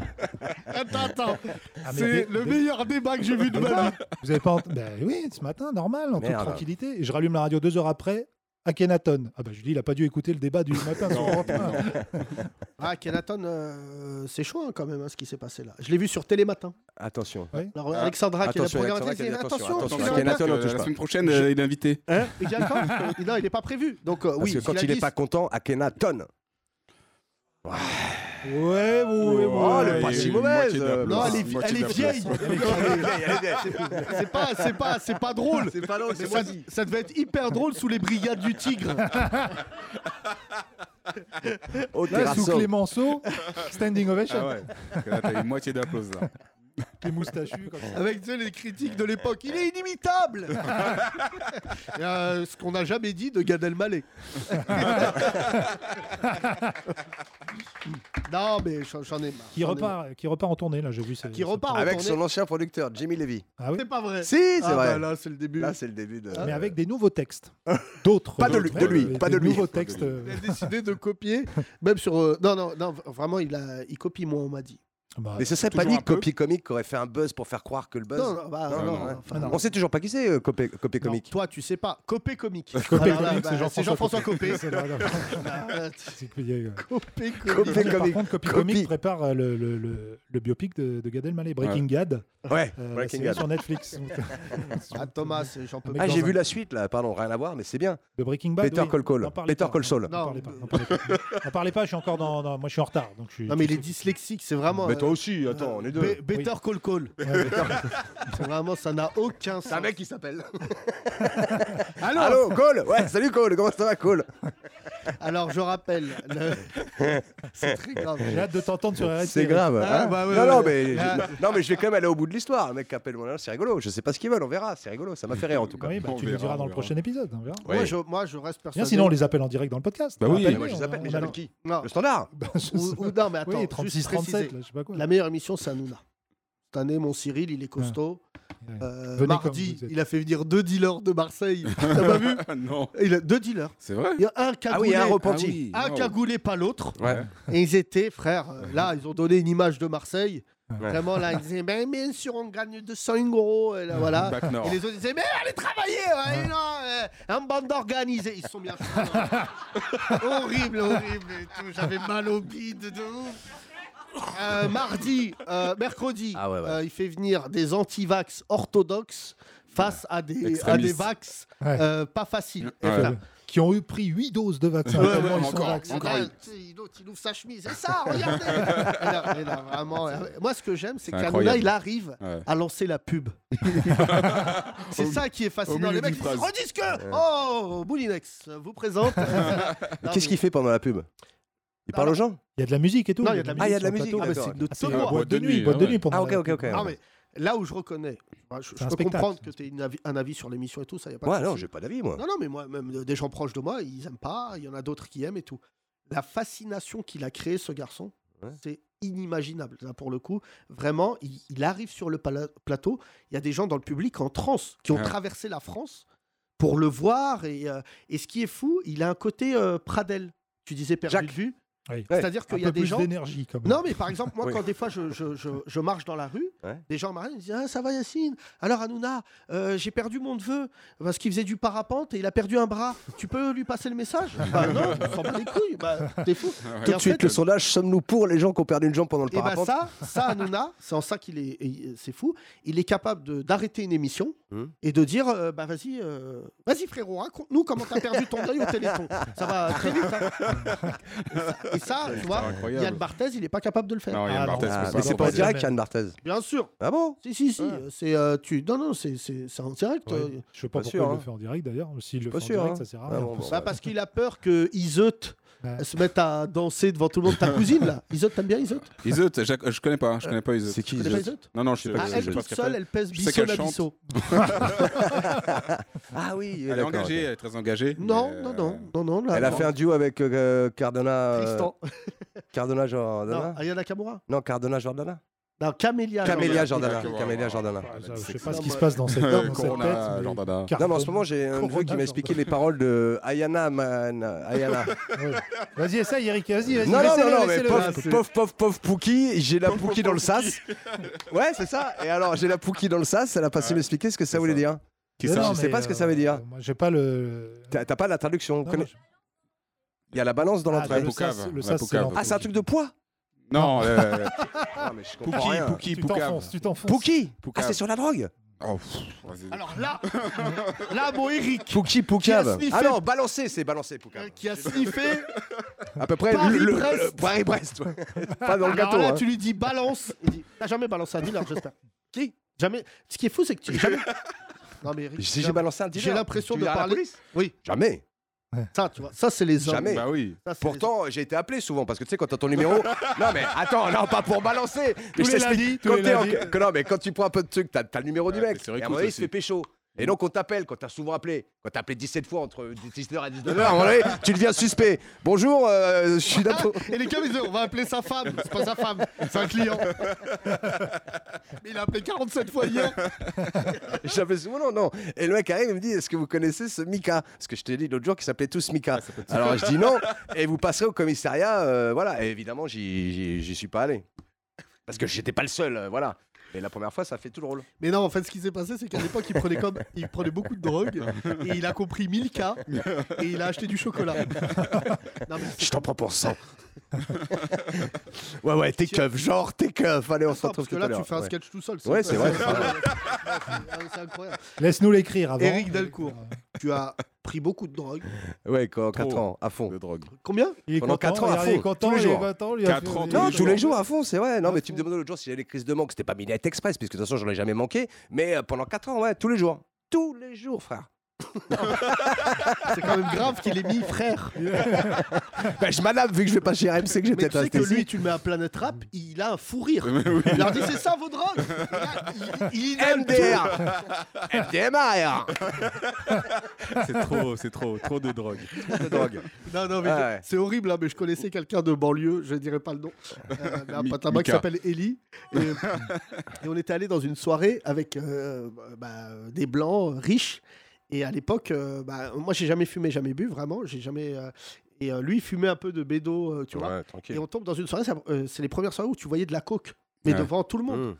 [SPEAKER 3] <laughs> Attends, attends.
[SPEAKER 4] Ah, mais
[SPEAKER 3] C'est
[SPEAKER 4] dé-
[SPEAKER 3] le
[SPEAKER 4] dé-
[SPEAKER 3] meilleur débat que j'ai vu de ma vie.
[SPEAKER 4] <laughs> Vous avez pas ent- Ben oui, ce matin, normal, en
[SPEAKER 8] Merde.
[SPEAKER 4] toute tranquillité. Et je rallume la radio deux heures après. Akhenaton. Ah bah je lui dis, il a pas dû écouter le débat du matin sur Europe 1.
[SPEAKER 8] <laughs>
[SPEAKER 3] Ah, Kenaton, euh, c'est chaud hein, quand même hein, ce qui s'est passé là. Je l'ai vu sur Télématin.
[SPEAKER 8] <laughs> Attention.
[SPEAKER 3] Alors, euh,
[SPEAKER 7] Ah,
[SPEAKER 3] Alexandra qui est la
[SPEAKER 8] attention,
[SPEAKER 3] programmatrice.
[SPEAKER 8] Alexandra qui a dit
[SPEAKER 3] elle-
[SPEAKER 8] attention,
[SPEAKER 3] parce
[SPEAKER 8] attention,
[SPEAKER 3] qu'il a un
[SPEAKER 8] Kenaton,
[SPEAKER 7] Parce
[SPEAKER 8] on
[SPEAKER 7] que
[SPEAKER 8] touche
[SPEAKER 7] la
[SPEAKER 8] pas.
[SPEAKER 7] semaine prochaine, euh, il est invité.
[SPEAKER 3] Hein Il y a encore Il- Non, il n'est pas prévu. Donc, euh,
[SPEAKER 8] Parce
[SPEAKER 3] oui,
[SPEAKER 8] que quand
[SPEAKER 3] a
[SPEAKER 8] il n'est
[SPEAKER 3] dit-
[SPEAKER 8] pas content, Akena tonne.
[SPEAKER 4] Ouais, ouais, ouais.
[SPEAKER 8] Oh,
[SPEAKER 4] ouais.
[SPEAKER 8] le pas si mauvaise. euh,
[SPEAKER 3] Non,
[SPEAKER 8] bah,
[SPEAKER 3] elle est,
[SPEAKER 7] Moitié
[SPEAKER 3] elle est
[SPEAKER 7] de la
[SPEAKER 3] vieille. C'est pas, c'est pas, c'est pas drôle. C'est pas drôle. Ça, ça devait être hyper drôle sous les brigades du tigre.
[SPEAKER 8] Au
[SPEAKER 4] Là, sous
[SPEAKER 8] terrasson. <laughs>
[SPEAKER 4] Clémenceau, standing ovation.
[SPEAKER 7] Ah ouais. Donc Là, t'as une <laughs> moitié d'applause là.
[SPEAKER 4] Les moustachus, comme ça.
[SPEAKER 3] Avec tu sais, les critiques de l'époque. Il est inimitable. Et, euh, ce qu'on n'a jamais dit de Gad Elmaleh. non, mais j'en j'en ai marre.
[SPEAKER 4] Qui
[SPEAKER 3] j'en ai marre.
[SPEAKER 4] repart, qui repart en tournée, là, j'ai vu. ça-
[SPEAKER 3] Qui
[SPEAKER 4] ça-
[SPEAKER 3] repart en
[SPEAKER 8] Avec
[SPEAKER 3] tournée.
[SPEAKER 8] son ancien producteur, Jimmy Levy.
[SPEAKER 4] Ah oui
[SPEAKER 3] C'est pas vrai.
[SPEAKER 8] Si, c'est
[SPEAKER 3] Ah, bah,
[SPEAKER 8] vrai.
[SPEAKER 3] là, c'est le début. Ah,
[SPEAKER 8] Là, c'est le début de.
[SPEAKER 4] Mais avec des nouveaux textes. D'autres.
[SPEAKER 8] Pas de lui-
[SPEAKER 4] d'autres,
[SPEAKER 8] de lui,
[SPEAKER 4] euh,
[SPEAKER 8] pas
[SPEAKER 4] des
[SPEAKER 8] de lui.
[SPEAKER 4] nouveaux textes.
[SPEAKER 3] Il
[SPEAKER 4] euh,
[SPEAKER 3] a décidé de copier, même sur. euh, non, non, non, v- vraiment, il, a, il copie, moi, on m'a dit.
[SPEAKER 4] bah,
[SPEAKER 8] Mais ce serait pas
[SPEAKER 7] Toujours
[SPEAKER 8] dit
[SPEAKER 7] un peu.
[SPEAKER 8] Copy Comique qui aurait fait un buzz pour faire croire que le buzz.
[SPEAKER 3] Non, non, bah,
[SPEAKER 8] Non,
[SPEAKER 3] non,
[SPEAKER 7] non,
[SPEAKER 3] non,
[SPEAKER 8] non.
[SPEAKER 3] enfin,
[SPEAKER 4] non.
[SPEAKER 8] On sait toujours pas qui c'est, euh, Copé, Copé Comique.
[SPEAKER 3] Toi, tu sais pas. Copé comique.
[SPEAKER 4] <laughs> Copé
[SPEAKER 3] Alors là,
[SPEAKER 4] Comique,
[SPEAKER 3] bah,
[SPEAKER 4] c'est Jean-François
[SPEAKER 3] Copé.
[SPEAKER 4] C'est vrai, non,
[SPEAKER 3] Ah,
[SPEAKER 4] c'est qu'il y a-
[SPEAKER 3] Copé
[SPEAKER 8] Copé
[SPEAKER 3] comique.
[SPEAKER 4] Par
[SPEAKER 8] Comique.
[SPEAKER 4] contre, Copy
[SPEAKER 8] Copy.
[SPEAKER 4] Comique prépare euh, le, le- le- le biopic de, de Gad Elmaleh, Breaking Gad,
[SPEAKER 8] Ouais,
[SPEAKER 4] euh, la
[SPEAKER 8] Breaking
[SPEAKER 4] série
[SPEAKER 8] Bad.
[SPEAKER 3] <laughs>
[SPEAKER 4] sur Netflix.
[SPEAKER 3] <laughs> Ah, Thomas, c'est- j'en peux
[SPEAKER 4] Ah,
[SPEAKER 8] Ah,
[SPEAKER 3] plus.
[SPEAKER 8] j'ai
[SPEAKER 4] dans
[SPEAKER 8] vu
[SPEAKER 4] un-
[SPEAKER 8] la suite là, pardon, rien à voir, mais c'est bien.
[SPEAKER 4] De Breaking Bad.
[SPEAKER 8] Better
[SPEAKER 4] oui.
[SPEAKER 8] Call Saul.
[SPEAKER 4] N'en parlez
[SPEAKER 8] Better
[SPEAKER 4] pas,
[SPEAKER 8] Call Saul.
[SPEAKER 4] n'en- N'en parlez pas. N'en parlez pas. N'en parlez pas, je suis encore dans, dans- Moi, je suis en retard. Donc je suis-
[SPEAKER 3] Non, mais il est dyslexique, c'est vraiment. euh,
[SPEAKER 8] aussi,
[SPEAKER 3] Be- Better Call Call. C'est <laughs> vraiment, ça n'a aucun sens.
[SPEAKER 8] qui s'appelle. Allô, Allô Cole
[SPEAKER 3] <laughs>
[SPEAKER 8] Ouais, salut Cole, comment ça va Cole
[SPEAKER 3] Alors, je rappelle. le- <laughs> c'est très grave.
[SPEAKER 4] J'ai hâte de t'entendre sur RSC.
[SPEAKER 8] C'est grave.
[SPEAKER 3] Ah,
[SPEAKER 8] hein
[SPEAKER 3] bah ouais,
[SPEAKER 8] non,
[SPEAKER 3] ouais,
[SPEAKER 8] non,
[SPEAKER 3] ouais.
[SPEAKER 8] mais
[SPEAKER 3] Ah.
[SPEAKER 8] je... non, mais je vais quand même aller au bout de l'histoire. Le mec qui appelle mon nom, c'est rigolo. Je sais pas ce qu'ils veulent, on verra. C'est rigolo, ça m'a fait rire en tout cas.
[SPEAKER 4] Oui, bah,
[SPEAKER 7] On
[SPEAKER 4] tu nous
[SPEAKER 7] verra,
[SPEAKER 4] diras
[SPEAKER 7] on
[SPEAKER 4] dans le
[SPEAKER 7] verra.
[SPEAKER 4] prochain épisode. on verra.
[SPEAKER 3] Moi,
[SPEAKER 8] Oui.
[SPEAKER 3] je, moi, je reste persuadé.
[SPEAKER 4] Bien, sinon, on les appelle en direct dans le podcast.
[SPEAKER 7] Bah oui,
[SPEAKER 4] Rappelle-les,
[SPEAKER 8] moi, je les
[SPEAKER 4] on-
[SPEAKER 8] appelle,
[SPEAKER 4] on
[SPEAKER 8] les
[SPEAKER 4] a-
[SPEAKER 8] j'appelle qui
[SPEAKER 3] Non.
[SPEAKER 4] <laughs>
[SPEAKER 8] Le standard
[SPEAKER 3] Ou, ou- non, mais attends,
[SPEAKER 4] Oui,
[SPEAKER 3] juste
[SPEAKER 4] 36,
[SPEAKER 3] préciser.
[SPEAKER 4] 37, là, je sais pas quoi.
[SPEAKER 3] La meilleure émission, c'est Hanouna. Cette année, mon Cyril, il est costaud.
[SPEAKER 4] Ouais.
[SPEAKER 3] Euh,
[SPEAKER 4] Venez
[SPEAKER 3] mardi,
[SPEAKER 4] comme vous êtes.
[SPEAKER 3] il a fait venir deux dealers de Marseille.
[SPEAKER 4] <laughs>
[SPEAKER 3] T'as pas vu
[SPEAKER 7] <laughs> non,
[SPEAKER 3] Il a deux dealers.
[SPEAKER 7] c'est vrai
[SPEAKER 3] Il y a un
[SPEAKER 8] Ah
[SPEAKER 3] cagoulé,
[SPEAKER 8] oui, un
[SPEAKER 7] Ah
[SPEAKER 8] repenti.
[SPEAKER 7] oui,
[SPEAKER 3] un
[SPEAKER 7] wow.
[SPEAKER 3] cagoulé, pas l'autre.
[SPEAKER 8] Ouais.
[SPEAKER 3] Et ils étaient, frère, euh, là, ils ont donné une image de Marseille.
[SPEAKER 4] Ouais.
[SPEAKER 3] Vraiment, là, ils disaient, mais bien sûr, on gagne 200 euros. Et là, voilà.
[SPEAKER 7] Bac Nord.
[SPEAKER 3] Et les autres disaient, mais allez travailler, ouais, non, euh, un bande organisée. Ils se sont bien
[SPEAKER 4] <laughs>
[SPEAKER 3] <laughs> horrible, horrible. et tout. J'avais mal au bide de ouf. Euh, mardi, euh, mercredi,
[SPEAKER 8] Ah ouais, ouais.
[SPEAKER 3] euh, il fait venir des anti-vax orthodoxes face à des, à
[SPEAKER 7] Extrémistes.
[SPEAKER 3] des vax
[SPEAKER 4] Ouais.
[SPEAKER 3] euh, pas faciles.
[SPEAKER 7] Ouais.
[SPEAKER 3] Et là,
[SPEAKER 4] Qui ont eu pris 8 doses de vaccin.
[SPEAKER 3] Ouais,
[SPEAKER 4] tellement
[SPEAKER 3] ouais,
[SPEAKER 4] ils sont
[SPEAKER 7] encore.
[SPEAKER 4] vaccins.
[SPEAKER 3] Là, Ah, tu sais, L'autre, il ouvre sa chemise. C'est ça,
[SPEAKER 7] <laughs>
[SPEAKER 3] regardez Et là, et là, vraiment, euh, Moi, ce que j'aime, c'est
[SPEAKER 7] C'est
[SPEAKER 3] qu'Anouna,
[SPEAKER 7] incroyable.
[SPEAKER 3] il arrive
[SPEAKER 7] Ouais.
[SPEAKER 3] à lancer la
[SPEAKER 7] <laughs>
[SPEAKER 3] pub. c'est ça qui est fascinant. Les
[SPEAKER 7] milieu
[SPEAKER 3] mecs,
[SPEAKER 7] d'une
[SPEAKER 3] ils disent,
[SPEAKER 7] phrase.
[SPEAKER 3] redis ce que Oh, Boulinex vous
[SPEAKER 7] <laughs>
[SPEAKER 3] présente.
[SPEAKER 8] Mais Qu'est-ce qu'il fait pendant la pub Il parle
[SPEAKER 3] Alors-
[SPEAKER 8] aux gens
[SPEAKER 4] Il y a de la musique et tout.
[SPEAKER 3] Non, il y a de la
[SPEAKER 8] Ah, il y a de la
[SPEAKER 4] sur le
[SPEAKER 8] musique,
[SPEAKER 4] plateau.
[SPEAKER 3] Ah, mais
[SPEAKER 8] D'accord.
[SPEAKER 3] c'est de
[SPEAKER 4] Ah, c'est
[SPEAKER 3] tout
[SPEAKER 4] la
[SPEAKER 3] droit.
[SPEAKER 4] boîte de nuit, hein, boîte de
[SPEAKER 7] ouais.
[SPEAKER 4] nuit pendant
[SPEAKER 8] Ah, ok,
[SPEAKER 4] la-
[SPEAKER 8] ok, ok.
[SPEAKER 3] Non, mais là où je reconnais, bah, je,
[SPEAKER 4] C'est
[SPEAKER 3] je
[SPEAKER 4] un
[SPEAKER 3] peux
[SPEAKER 4] spectacle,
[SPEAKER 3] comprendre
[SPEAKER 4] ça.
[SPEAKER 3] que tu aies un avis sur l'émission et tout, ça y a pas de
[SPEAKER 8] Ouais, non,
[SPEAKER 3] souci.
[SPEAKER 8] j'ai pas d'avis moi.
[SPEAKER 3] Non, non, mais moi, même euh, des gens proches de moi, ils aiment pas. Il y en a d'autres qui aiment et tout. La fascination qu'il a créée, ce garçon,
[SPEAKER 8] Ouais.
[SPEAKER 3] c'est inimaginable. Là, pour le coup, vraiment, il, il arrive sur le pala- plateau. Il y a des gens dans le public en transe qui ont
[SPEAKER 7] Ouais.
[SPEAKER 3] traversé la France pour le voir. Et, euh, et ce qui est fou, il a un côté euh, Pradel. Tu disais perdu
[SPEAKER 8] Jacques.
[SPEAKER 3] de vue.
[SPEAKER 4] Oui.
[SPEAKER 3] C'est-à-dire
[SPEAKER 4] Un
[SPEAKER 3] qu'il y a
[SPEAKER 4] peu
[SPEAKER 3] des
[SPEAKER 4] plus
[SPEAKER 3] gens.
[SPEAKER 4] d'énergie quand même.
[SPEAKER 3] Non, mais par exemple, moi,
[SPEAKER 8] Oui.
[SPEAKER 3] quand des fois je, je- je- je marche dans la rue,
[SPEAKER 8] Ouais.
[SPEAKER 3] des gens m'arrêtent et me disent Ah, ça va, Yacine Alors, Hanouna, euh, j'ai perdu mon neveu parce qu'il faisait du parapente et il a perdu un bras. Tu peux lui passer le message
[SPEAKER 4] <laughs>
[SPEAKER 3] Bah non, je s'en bat les couilles. Bah, t'es
[SPEAKER 7] <laughs>
[SPEAKER 3] fou.
[SPEAKER 8] Tout de
[SPEAKER 3] en
[SPEAKER 8] suite,
[SPEAKER 3] fait-
[SPEAKER 8] le sondage sommes-nous pour les gens qui ont perdu une jambe pendant le
[SPEAKER 3] Et bah
[SPEAKER 8] parapente
[SPEAKER 3] ça, ça, Hanouna, c'est en ça qu'il est, et, euh, c'est fou. Il est capable de- d'arrêter une émission
[SPEAKER 4] Mmh.
[SPEAKER 8] Hum.
[SPEAKER 3] et de dire, euh, bah vas-y, euh, vas-y frérot, raconte-nous comment t'as perdu ton œil au téléphone. Ça va très vite. hein. Et ça, tu vois,
[SPEAKER 7] incroyable.
[SPEAKER 3] Yann Barthès, il est pas capable de le faire.
[SPEAKER 7] Non, il y a
[SPEAKER 4] Ah,
[SPEAKER 7] Barthes,
[SPEAKER 4] non,
[SPEAKER 8] Ah,
[SPEAKER 7] c'est
[SPEAKER 8] mais
[SPEAKER 7] pas
[SPEAKER 8] c'est
[SPEAKER 7] possible.
[SPEAKER 8] pas en
[SPEAKER 4] possible.
[SPEAKER 8] direct, Yann Barthez.
[SPEAKER 3] Bien sûr.
[SPEAKER 8] Ah bon
[SPEAKER 3] Si, si, si.
[SPEAKER 8] Ouais.
[SPEAKER 3] euh, C'est, euh, tu... Non, non, c'est, c'est, c'est en direct.
[SPEAKER 4] Ouais.
[SPEAKER 3] euh.
[SPEAKER 4] Je sais pas
[SPEAKER 8] Pas
[SPEAKER 4] pourquoi
[SPEAKER 8] sûr,
[SPEAKER 4] il le
[SPEAKER 8] hein.
[SPEAKER 4] fait en direct d'ailleurs. S'il le
[SPEAKER 8] Pas
[SPEAKER 4] fait en
[SPEAKER 8] sûr,
[SPEAKER 4] direct,
[SPEAKER 8] hein.
[SPEAKER 4] ça sert à
[SPEAKER 8] Ah,
[SPEAKER 4] rien.
[SPEAKER 8] bon, bon,
[SPEAKER 3] Bah,
[SPEAKER 8] bah.
[SPEAKER 3] parce qu'il a peur que Iseut
[SPEAKER 4] Ouais.
[SPEAKER 3] se mette à danser devant tout le monde. Ta cousine, là. Iseut, t'aimes bien Iseut
[SPEAKER 7] Iseut, Jacques- je connais pas, je connais pas Iseut.
[SPEAKER 8] C'est qui
[SPEAKER 3] Tu connais pas Iseut
[SPEAKER 7] Non, non, je sais pas.
[SPEAKER 3] Ah,
[SPEAKER 7] qui
[SPEAKER 3] Elle,
[SPEAKER 7] c'est, je sais
[SPEAKER 3] toute
[SPEAKER 7] pas ce qu'elle
[SPEAKER 3] seule,
[SPEAKER 7] fait.
[SPEAKER 3] elle pèse
[SPEAKER 7] Je sais
[SPEAKER 3] bisson
[SPEAKER 7] qu'elle
[SPEAKER 3] à
[SPEAKER 7] chante. <laughs>
[SPEAKER 3] bisson.
[SPEAKER 8] <laughs> Ah oui,
[SPEAKER 7] Elle est
[SPEAKER 8] d'accord,
[SPEAKER 7] engagée, elle est très engagée.
[SPEAKER 3] Non,
[SPEAKER 7] mais,
[SPEAKER 3] non,
[SPEAKER 7] euh,
[SPEAKER 3] non, non, non.
[SPEAKER 8] ok.
[SPEAKER 3] là,
[SPEAKER 8] Elle a
[SPEAKER 3] non.
[SPEAKER 8] fait un duo avec euh, Cardona. euh,
[SPEAKER 3] Tristan.
[SPEAKER 8] Cardona
[SPEAKER 3] Non,
[SPEAKER 8] Jordana
[SPEAKER 3] Ayana Kamura.
[SPEAKER 8] Non, Cardona Jordana
[SPEAKER 3] Non, Camélia.
[SPEAKER 8] Camélia
[SPEAKER 3] Jordana.
[SPEAKER 8] Jordana.
[SPEAKER 7] Jordana.
[SPEAKER 8] Camélia Jordana.
[SPEAKER 4] Bah, ça,
[SPEAKER 7] c'est
[SPEAKER 4] je sais
[SPEAKER 7] que
[SPEAKER 4] pas
[SPEAKER 3] ça.
[SPEAKER 4] ce qui se passe dans cette,
[SPEAKER 7] Euh,
[SPEAKER 4] dans cette
[SPEAKER 7] Corona,
[SPEAKER 4] tête. mais-
[SPEAKER 7] Jordana.
[SPEAKER 8] Non, mais en ce moment, j'ai un
[SPEAKER 4] Corona
[SPEAKER 8] vieux qui m'a expliqué les paroles de Ayana. Man-
[SPEAKER 3] Ah,
[SPEAKER 4] <laughs>
[SPEAKER 8] Ayana.
[SPEAKER 4] Ouais. Vas-y, essaye, Eric. Vas-y, vas-y.
[SPEAKER 8] Non, non,
[SPEAKER 4] laissez-le,
[SPEAKER 8] non, non, mais
[SPEAKER 4] laissez-le.
[SPEAKER 8] pauvre, pauvre, pauvre, pauvre Pookie, j'ai la Pookie dans le sas. Ouais, c'est ça. Et alors, j'ai la Pookie dans le sas, elle a pas su
[SPEAKER 7] Ouais.
[SPEAKER 8] m'expliquer ce que ça
[SPEAKER 7] C'est
[SPEAKER 8] voulait
[SPEAKER 7] ça.
[SPEAKER 8] dire.
[SPEAKER 7] Qui
[SPEAKER 4] Mais
[SPEAKER 7] ça
[SPEAKER 4] non,
[SPEAKER 8] Je sais
[SPEAKER 4] mais,
[SPEAKER 8] pas ce que ça veut dire.
[SPEAKER 4] euh, moi, J'ai pas le.
[SPEAKER 8] T'as t'as pas la traduction.
[SPEAKER 4] Non,
[SPEAKER 8] connais-
[SPEAKER 4] moi, je-
[SPEAKER 8] Il y a la balance dans
[SPEAKER 4] Ah,
[SPEAKER 8] l'entrée.
[SPEAKER 4] le
[SPEAKER 7] Poucave,
[SPEAKER 4] sas- le
[SPEAKER 7] la
[SPEAKER 4] sas, c'est
[SPEAKER 7] Poucave.
[SPEAKER 4] l'entrée.
[SPEAKER 8] Ah, c'est un truc de poids
[SPEAKER 7] Non,
[SPEAKER 4] <laughs>
[SPEAKER 7] euh,
[SPEAKER 8] Ah, mais je comprends
[SPEAKER 7] Pouki,
[SPEAKER 8] rien.
[SPEAKER 7] Pouki,
[SPEAKER 4] Tu
[SPEAKER 7] Poucave.
[SPEAKER 4] t'enfonces, tu t'enfonces.
[SPEAKER 8] Pouki Ah,
[SPEAKER 7] Poucave.
[SPEAKER 8] c'est sur la drogue
[SPEAKER 7] Oh, pff, vas-y. <laughs>
[SPEAKER 3] Alors là, là, mon Eric,
[SPEAKER 8] Pouki,
[SPEAKER 3] Qui a
[SPEAKER 8] Poucave.
[SPEAKER 3] sniffé
[SPEAKER 8] Ah non, balancer, c'est balancer, Poucave.
[SPEAKER 3] euh, qui a sniffé.
[SPEAKER 8] À peu près
[SPEAKER 3] Paris-Brest.
[SPEAKER 8] le- le- le-
[SPEAKER 9] <laughs>
[SPEAKER 8] Paris-Brest. ouais. Pas dans
[SPEAKER 9] Alors
[SPEAKER 8] le gâteau.
[SPEAKER 9] là,
[SPEAKER 8] hein.
[SPEAKER 9] tu lui dis balance. Il dit T'as jamais balancé un dealer,
[SPEAKER 8] <laughs>
[SPEAKER 9] j'espère. Qui Jamais. Ce qui est fou, c'est que tu. Jamais. Non, mais Eric.
[SPEAKER 8] Si j'ai
[SPEAKER 9] jamais.
[SPEAKER 8] balancé un dealer,
[SPEAKER 9] J'ai l'impression
[SPEAKER 8] tu
[SPEAKER 9] de
[SPEAKER 8] iras à la
[SPEAKER 9] parler-
[SPEAKER 8] police
[SPEAKER 9] Oui.
[SPEAKER 8] Jamais.
[SPEAKER 9] Ça, tu vois. Ça, c'est les hommes.
[SPEAKER 8] Jamais.
[SPEAKER 7] Bah oui.
[SPEAKER 9] Ça, c'est les hommes.
[SPEAKER 8] Pourtant, j'ai été appelé souvent parce que tu sais, quand t'as
[SPEAKER 9] <laughs>
[SPEAKER 8] ton numéro. non, mais attends, non, pas pour balancer.
[SPEAKER 4] les
[SPEAKER 8] Mais t'explique,
[SPEAKER 4] lundis, tous
[SPEAKER 8] quand
[SPEAKER 4] les
[SPEAKER 8] t'es en-
[SPEAKER 4] lundis.
[SPEAKER 8] que- Non, mais quand tu prends un peu de trucs, t'as t'as le numéro du
[SPEAKER 7] Ouais,
[SPEAKER 8] mec.
[SPEAKER 7] c'est Mm. vrai
[SPEAKER 8] et à un
[SPEAKER 7] qu'on
[SPEAKER 8] moment donné, il
[SPEAKER 7] s'assure.
[SPEAKER 8] se fait pécho. Et donc, on t'appelle quand t'as souvent appelé. Quand t'as appelé 17 fois entre 17h
[SPEAKER 7] <laughs>
[SPEAKER 8] et 19h, à un moment donné, tu deviens suspect. Bonjour, euh,
[SPEAKER 3] <laughs>
[SPEAKER 8] je suis là pour-
[SPEAKER 3] Et les gars, ils disent, on va appeler sa femme. C'est pas sa femme, c'est un client. Mais il a appelé 47 fois hier.
[SPEAKER 8] <laughs> J'appelle souvent, non, non. Et le mec arrive et me dit Est-ce que vous connaissez ce Mika Parce que je t'ai dit l'autre jour qu'ils s'appelaient tous Mika. Alors, je dis non. Et vous passerez au commissariat. euh, voilà. Et évidemment, j'y- j'y j'y suis pas allé. Parce que j'étais pas le seul. euh, voilà. Et la première fois, ça fait tout le rôle.
[SPEAKER 3] Mais non, en fait, ce qui s'est passé, c'est qu'à l'époque, il prenait, comme, il prenait beaucoup de
[SPEAKER 8] <laughs>
[SPEAKER 3] drogue. Et il a compris 1000 cas. Et il a acheté du chocolat. Non, mais
[SPEAKER 8] Je t'en prends pour 100.
[SPEAKER 3] <laughs>
[SPEAKER 8] ouais, ouais, t'es keuf. Genre, t'es keuf. Allez, on se
[SPEAKER 3] Attends,
[SPEAKER 8] retrouve
[SPEAKER 3] parce que
[SPEAKER 8] tout
[SPEAKER 3] là,
[SPEAKER 8] à
[SPEAKER 3] tu
[SPEAKER 8] l'heure.
[SPEAKER 3] fais un
[SPEAKER 8] Ouais.
[SPEAKER 3] sketch tout seul.
[SPEAKER 8] Ouais, c'est vrai, c'est vrai.
[SPEAKER 3] Ouais, c'est incroyable.
[SPEAKER 4] Laisse-nous l'écrire avant.
[SPEAKER 3] Éric Delcourt. euh, Tu as pris beaucoup de drogue.
[SPEAKER 8] Ouais, quand-
[SPEAKER 7] Trop.
[SPEAKER 8] 4 ans, à fond.
[SPEAKER 7] De drogue.
[SPEAKER 3] Combien
[SPEAKER 4] Il est
[SPEAKER 8] Pendant
[SPEAKER 4] content,
[SPEAKER 8] quatre ans à
[SPEAKER 4] regarde, il est
[SPEAKER 8] fond,
[SPEAKER 4] content,
[SPEAKER 8] tous les
[SPEAKER 4] il est
[SPEAKER 8] jours.
[SPEAKER 4] content, lui a
[SPEAKER 7] Quatre
[SPEAKER 4] fait-
[SPEAKER 7] ans,
[SPEAKER 4] il
[SPEAKER 8] Non,
[SPEAKER 4] est
[SPEAKER 8] tous les jours à fond, c'est vrai. Non,
[SPEAKER 4] À
[SPEAKER 8] mais tu me
[SPEAKER 4] fond.
[SPEAKER 8] demandais l'autre jour s'il y avait des crises de manque. C'était pas Midnight Express, puisque de toute façon, j'en ai jamais manqué. Mais euh, pendant 4 ans, ouais, tous les jours. Tous les jours, frère.
[SPEAKER 3] C'est quand même grave qu'il ait mis <laughs> frère.
[SPEAKER 8] Bah, je m'adapte vu que je vais pas chez RMC, que j'ai
[SPEAKER 3] Mais tu
[SPEAKER 8] peut-être
[SPEAKER 3] sais que
[SPEAKER 8] resté
[SPEAKER 3] lui,
[SPEAKER 8] ici.
[SPEAKER 3] tu le mets à Planet Rap, il a un fou rire. Il leur dit c'est ça vos drogues Et là, Il, il <laughs> idole
[SPEAKER 8] <laughs> MDR MDMA
[SPEAKER 7] C'est trop, c'est trop, trop de drogue.
[SPEAKER 8] <laughs> De drogue.
[SPEAKER 3] tout. Non, non, mais
[SPEAKER 8] Ah
[SPEAKER 3] c'est-
[SPEAKER 8] ouais.
[SPEAKER 3] c'est horrible, hein, mais je connaissais quelqu'un de banlieue, je dirais pas le nom, euh, mais un
[SPEAKER 7] Mi-
[SPEAKER 3] patin bas qui
[SPEAKER 7] Mika.
[SPEAKER 3] s'appelle Eli. Et, euh, et on était allé dans une soirée avec euh, bah, des blancs euh, riches. Et à l'époque, euh, bah, moi, j'ai jamais fumé, jamais bu, vraiment. J'ai jamais. euh, et euh, lui, il fumait un peu de bédo, euh, tu vois. Et
[SPEAKER 8] tranquille.
[SPEAKER 3] on tombe dans une soirée, ça- euh, c'est les premières soirées où tu voyais de la coke, mais
[SPEAKER 7] Ouais. Mmh.
[SPEAKER 3] devant tout le monde.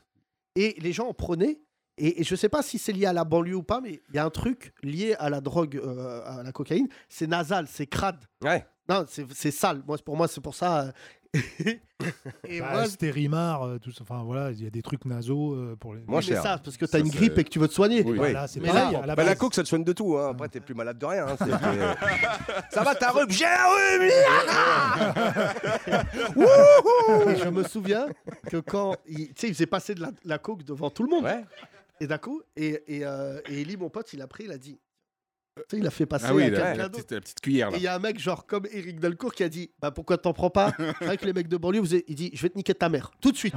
[SPEAKER 3] Et les gens en prenaient. Et, et je sais pas si c'est lié à la banlieue ou pas, mais il y a un truc lié à la drogue, euh, à la cocaïne. C'est nasal, c'est crade.
[SPEAKER 8] Ouais.
[SPEAKER 3] Non, c'est c'est sale. Moi, c'est- pour moi, c'est pour ça. euh, <laughs> et
[SPEAKER 4] Bah,
[SPEAKER 3] moi, je-
[SPEAKER 4] c'était Rimard, euh, tout ça. Enfin voilà, il y a des trucs nasaux euh, pour les.
[SPEAKER 8] Moi,
[SPEAKER 3] oui, mais
[SPEAKER 8] cher.
[SPEAKER 3] ça, parce que t'as
[SPEAKER 7] Ça,
[SPEAKER 3] une
[SPEAKER 7] c'est-
[SPEAKER 3] grippe et que tu veux te soigner.
[SPEAKER 7] Oui.
[SPEAKER 8] Ouais.
[SPEAKER 4] Voilà, c'est
[SPEAKER 3] Mais
[SPEAKER 4] pareil.
[SPEAKER 3] là-
[SPEAKER 4] à la
[SPEAKER 8] Bah, la
[SPEAKER 4] base.
[SPEAKER 8] coke, ça te soigne de tout. Hein. Après, t'es plus malade de rien. hein. C'est- c'est- ça va, t'as un rhume J'ai un rhume Liana
[SPEAKER 3] <laughs>
[SPEAKER 8] Wouhou
[SPEAKER 3] Et je me souviens que quand il, tu sais, il faisait passer de la, la coke devant tout le monde.
[SPEAKER 8] Ouais.
[SPEAKER 3] Et d'un coup, et, et, euh, et Eli, mon pote, il a pris, il a dit. Tu sais, il a fait passer
[SPEAKER 7] Ah oui,
[SPEAKER 3] à
[SPEAKER 7] la,
[SPEAKER 3] quelqu'un
[SPEAKER 7] la
[SPEAKER 3] d'autre.
[SPEAKER 7] petite, la petite cuillère
[SPEAKER 3] Et
[SPEAKER 7] là.
[SPEAKER 3] il y a un mec, genre comme Eric Delcourt, qui a dit Bah pourquoi t'en prends pas C'est vrai que les mecs de banlieue, vous avez- il dit Je vais te niquer ta mère, tout de
[SPEAKER 7] <laughs>
[SPEAKER 3] suite.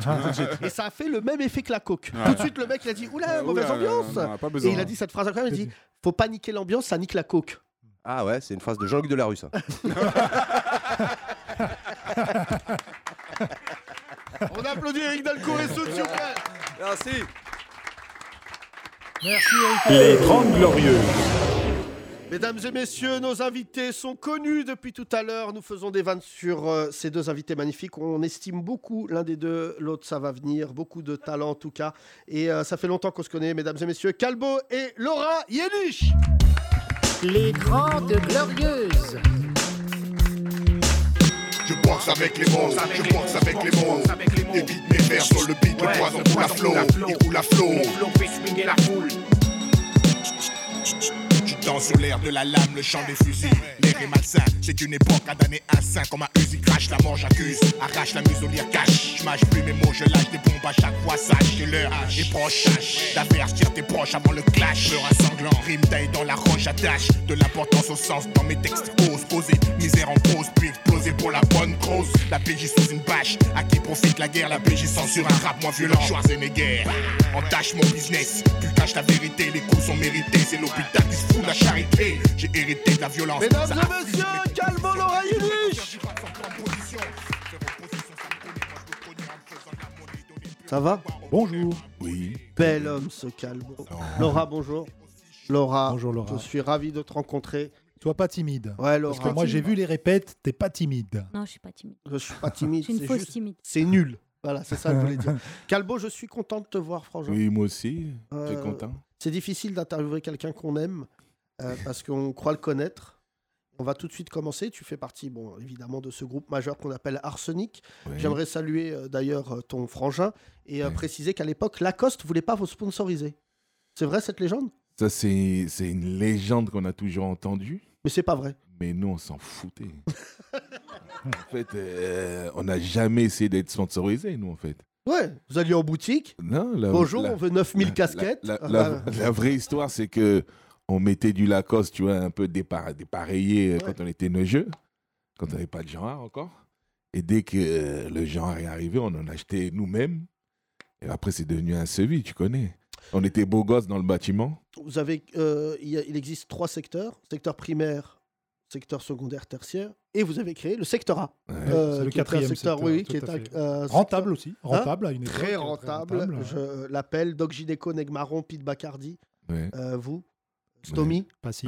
[SPEAKER 3] et ça a fait le même effet que la coke.
[SPEAKER 7] Ouais. Bah,
[SPEAKER 3] Tout de suite, le mec, il a dit Oula,
[SPEAKER 7] Oula,
[SPEAKER 3] mauvaise
[SPEAKER 7] non, non,
[SPEAKER 3] ambiance
[SPEAKER 7] non, pas
[SPEAKER 3] Et
[SPEAKER 7] besoin. hein.
[SPEAKER 3] il a dit cette phrase incroyable Il dit Faut pas niquer l'ambiance, ça nique la coke.
[SPEAKER 8] Ah ouais, c'est une phrase de Jean-Luc
[SPEAKER 3] <laughs>
[SPEAKER 8] Delarue, ça.
[SPEAKER 3] On applaudit Eric Delcourt et ceux de Super
[SPEAKER 8] Merci
[SPEAKER 4] Merci Éric.
[SPEAKER 10] Les 30 Glorieux.
[SPEAKER 3] Mesdames et messieurs, nos invités sont connus depuis tout à l'heure. Nous faisons des vannes sur euh, ces deux invités magnifiques. On estime beaucoup l'un des deux, l'autre ça va venir. Beaucoup de talent en tout cas. Et euh, ça fait longtemps qu'on se connaît, mesdames et messieurs, Calbo et Laura Yelich.
[SPEAKER 11] Les Grandes Glorieuses.
[SPEAKER 12] Je boxe avec les mots, je boxe avec les mots. Évite mes vers sur le beat, le poison coule à flot, il coule à flot. Tu danses sur l'air de la lame, le chant des fusils. L'air est malsain, c'est qu'une époque à damner un saint comme un usine crash. La mort j'accuse, arrache la muselière, cache. Je mâche plus mes mots, je lâche des bombes à chaque fois, sache que l'heure est proche. D'averse, tire tes proches avant le clash. Meurt à sanglant, rime taille dans la roche, attache. De l'importance au sens dans mes textes, cause, poser, misère en pause, puis exploser pour la bonne cause. La PJ sous une bâche, à qui profite la guerre, la PJ censure un rap moins violent. Schwarzenegger, entache mon business, tu caches la vérité, les coups sont mérités, c'est l'hôpital qui se fout de la charité. J'ai hérité de la violence.
[SPEAKER 3] Mesdames
[SPEAKER 12] Ça
[SPEAKER 3] et messieurs, calmons l'oreille
[SPEAKER 12] je suis pas sans prendre position. Faire opposition, ça me connaît, moi, je me connais en faisant de la monnaie, donner plus.
[SPEAKER 3] Ça va
[SPEAKER 4] Bonjour.
[SPEAKER 3] Bel homme ce Calbo. Laura, bonjour. Laura,
[SPEAKER 4] Bonjour Laura.
[SPEAKER 3] je suis ravi de te rencontrer.
[SPEAKER 4] Sois pas timide.
[SPEAKER 3] Ouais, Laura,
[SPEAKER 4] Parce que moi j'ai vu les répètes, t'es pas timide.
[SPEAKER 13] Non, je suis pas timide.
[SPEAKER 3] je suis pas
[SPEAKER 13] <laughs>
[SPEAKER 3] timide,
[SPEAKER 13] Je suis une
[SPEAKER 3] c'est
[SPEAKER 13] fausse
[SPEAKER 3] juste-
[SPEAKER 13] timide.
[SPEAKER 3] c'est
[SPEAKER 14] <laughs>
[SPEAKER 3] nul. Voilà, c'est ça que je voulais dire. Calbo, je suis content de te voir, franchement.
[SPEAKER 7] Oui, moi aussi.
[SPEAKER 3] Euh,
[SPEAKER 7] Très content.
[SPEAKER 3] C'est difficile d'interviewer quelqu'un qu'on aime
[SPEAKER 14] <laughs>
[SPEAKER 3] euh, parce qu'on croit le connaître. On va tout de suite commencer. Tu fais partie, bon, évidemment, de ce groupe majeur qu'on appelle Arsenic.
[SPEAKER 14] Oui.
[SPEAKER 3] J'aimerais saluer euh, d'ailleurs euh, ton frangin et euh, préciser qu'à l'époque, Lacoste voulait pas vous sponsoriser. C'est vrai cette légende
[SPEAKER 14] Ça, c'est c'est une légende qu'on a toujours entendue.
[SPEAKER 3] Mais c'est pas vrai.
[SPEAKER 14] Mais nous, on s'en foutait. <laughs> en fait, euh, on n'a jamais essayé d'être sponsorisé, nous, en fait.
[SPEAKER 3] Ouais, vous alliez en boutique.
[SPEAKER 14] Non, la-
[SPEAKER 3] Bonjour,
[SPEAKER 14] la-
[SPEAKER 3] on veut 9000
[SPEAKER 14] la-
[SPEAKER 3] casquettes.
[SPEAKER 14] La, la-
[SPEAKER 3] Ah.
[SPEAKER 14] <laughs> la vraie histoire, c'est que on mettait du Lacoste, tu vois, un peu dépare- dépareillé euh, quand on était nos jeux, quand on n'avait pas de genre encore. Et dès que euh, le genre est arrivé, on en achetait nous-mêmes. Et après, c'est devenu un sevi, tu connais. On était beaux gosses dans le bâtiment.
[SPEAKER 3] Vous avez, euh, il, y a- il existe trois secteurs secteur primaire, secteur secondaire, tertiaire, et vous avez créé le secteur A. euh,
[SPEAKER 4] c'est le
[SPEAKER 3] qui était un
[SPEAKER 4] quatrième secteur,
[SPEAKER 3] oui,
[SPEAKER 4] tout
[SPEAKER 3] qui
[SPEAKER 4] à
[SPEAKER 3] est un,
[SPEAKER 4] fait.
[SPEAKER 3] euh, Hein
[SPEAKER 4] Rentable aussi, rentable à une époque,
[SPEAKER 3] très
[SPEAKER 4] très
[SPEAKER 3] rentable.
[SPEAKER 4] rentable, ouais.
[SPEAKER 3] Je l'appelle Doc Gineco, Negmaron, Pete Bacardi,
[SPEAKER 14] Ouais.
[SPEAKER 3] euh, vous, Stomy,
[SPEAKER 4] Passy,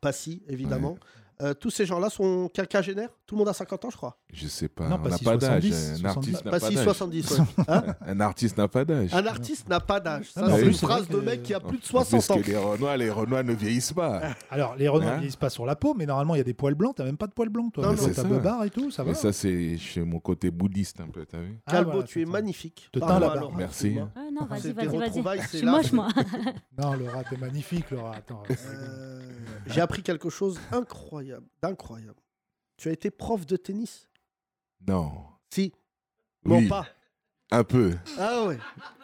[SPEAKER 3] Passy évidemment. Euh, tous ces gens-là sont quinquagénaires Tout le monde a 50 ans, je crois.
[SPEAKER 14] Je sais pas,
[SPEAKER 4] Non,
[SPEAKER 14] on n'a
[SPEAKER 4] Passy
[SPEAKER 14] pas d'âge.
[SPEAKER 4] 70,
[SPEAKER 14] Un artiste n'a pas
[SPEAKER 3] Passy
[SPEAKER 14] d'âge.
[SPEAKER 3] 70, ouais.
[SPEAKER 14] <laughs>
[SPEAKER 3] Hein
[SPEAKER 14] un artiste n'a pas d'âge.
[SPEAKER 3] Un artiste n'a pas d'âge. Ça,
[SPEAKER 14] Ah, mais
[SPEAKER 3] c'est
[SPEAKER 14] oui,
[SPEAKER 3] une
[SPEAKER 14] c'est
[SPEAKER 3] phrase
[SPEAKER 14] vrai
[SPEAKER 3] de
[SPEAKER 14] que-
[SPEAKER 3] mec qui a
[SPEAKER 14] <laughs>
[SPEAKER 3] plus de
[SPEAKER 14] En plus
[SPEAKER 3] 60 ans.
[SPEAKER 14] que les Renois, les Renois ne vieillissent
[SPEAKER 3] Ah.
[SPEAKER 14] pas.
[SPEAKER 4] Alors, les renards
[SPEAKER 14] Hein
[SPEAKER 4] ne vieillissent pas sur la peau, mais normalement, il y a des poils blancs. T'as même pas de poils blancs, toi.
[SPEAKER 14] Mais
[SPEAKER 4] T'as ta beubare et tout, ça va.
[SPEAKER 14] Mais ça, c'est chez mon côté bouddhiste un peu, t'as vu
[SPEAKER 4] Ah,
[SPEAKER 3] Calbo,
[SPEAKER 4] voilà,
[SPEAKER 3] tu es magnifique.
[SPEAKER 4] Te teins
[SPEAKER 3] Pardon,
[SPEAKER 4] la barbe.
[SPEAKER 3] alors,
[SPEAKER 14] Merci.
[SPEAKER 3] excuse-moi.
[SPEAKER 15] Ah, non, vas-y,
[SPEAKER 3] C'est
[SPEAKER 15] vas-y,
[SPEAKER 3] tes
[SPEAKER 15] vas-y.
[SPEAKER 3] retrouvailles,
[SPEAKER 15] Je
[SPEAKER 3] c'est
[SPEAKER 15] suis
[SPEAKER 3] là.
[SPEAKER 15] moche, moi.
[SPEAKER 4] <laughs> Non, Laura, t'es magnifique, Laura. Attends.
[SPEAKER 3] Euh, J'ai appris quelque chose d'incroyable. d'incroyable. Tu as été prof de tennis
[SPEAKER 14] Non.
[SPEAKER 3] Si.
[SPEAKER 14] Non,
[SPEAKER 3] pas.
[SPEAKER 14] Un peu.
[SPEAKER 3] Ah ouais.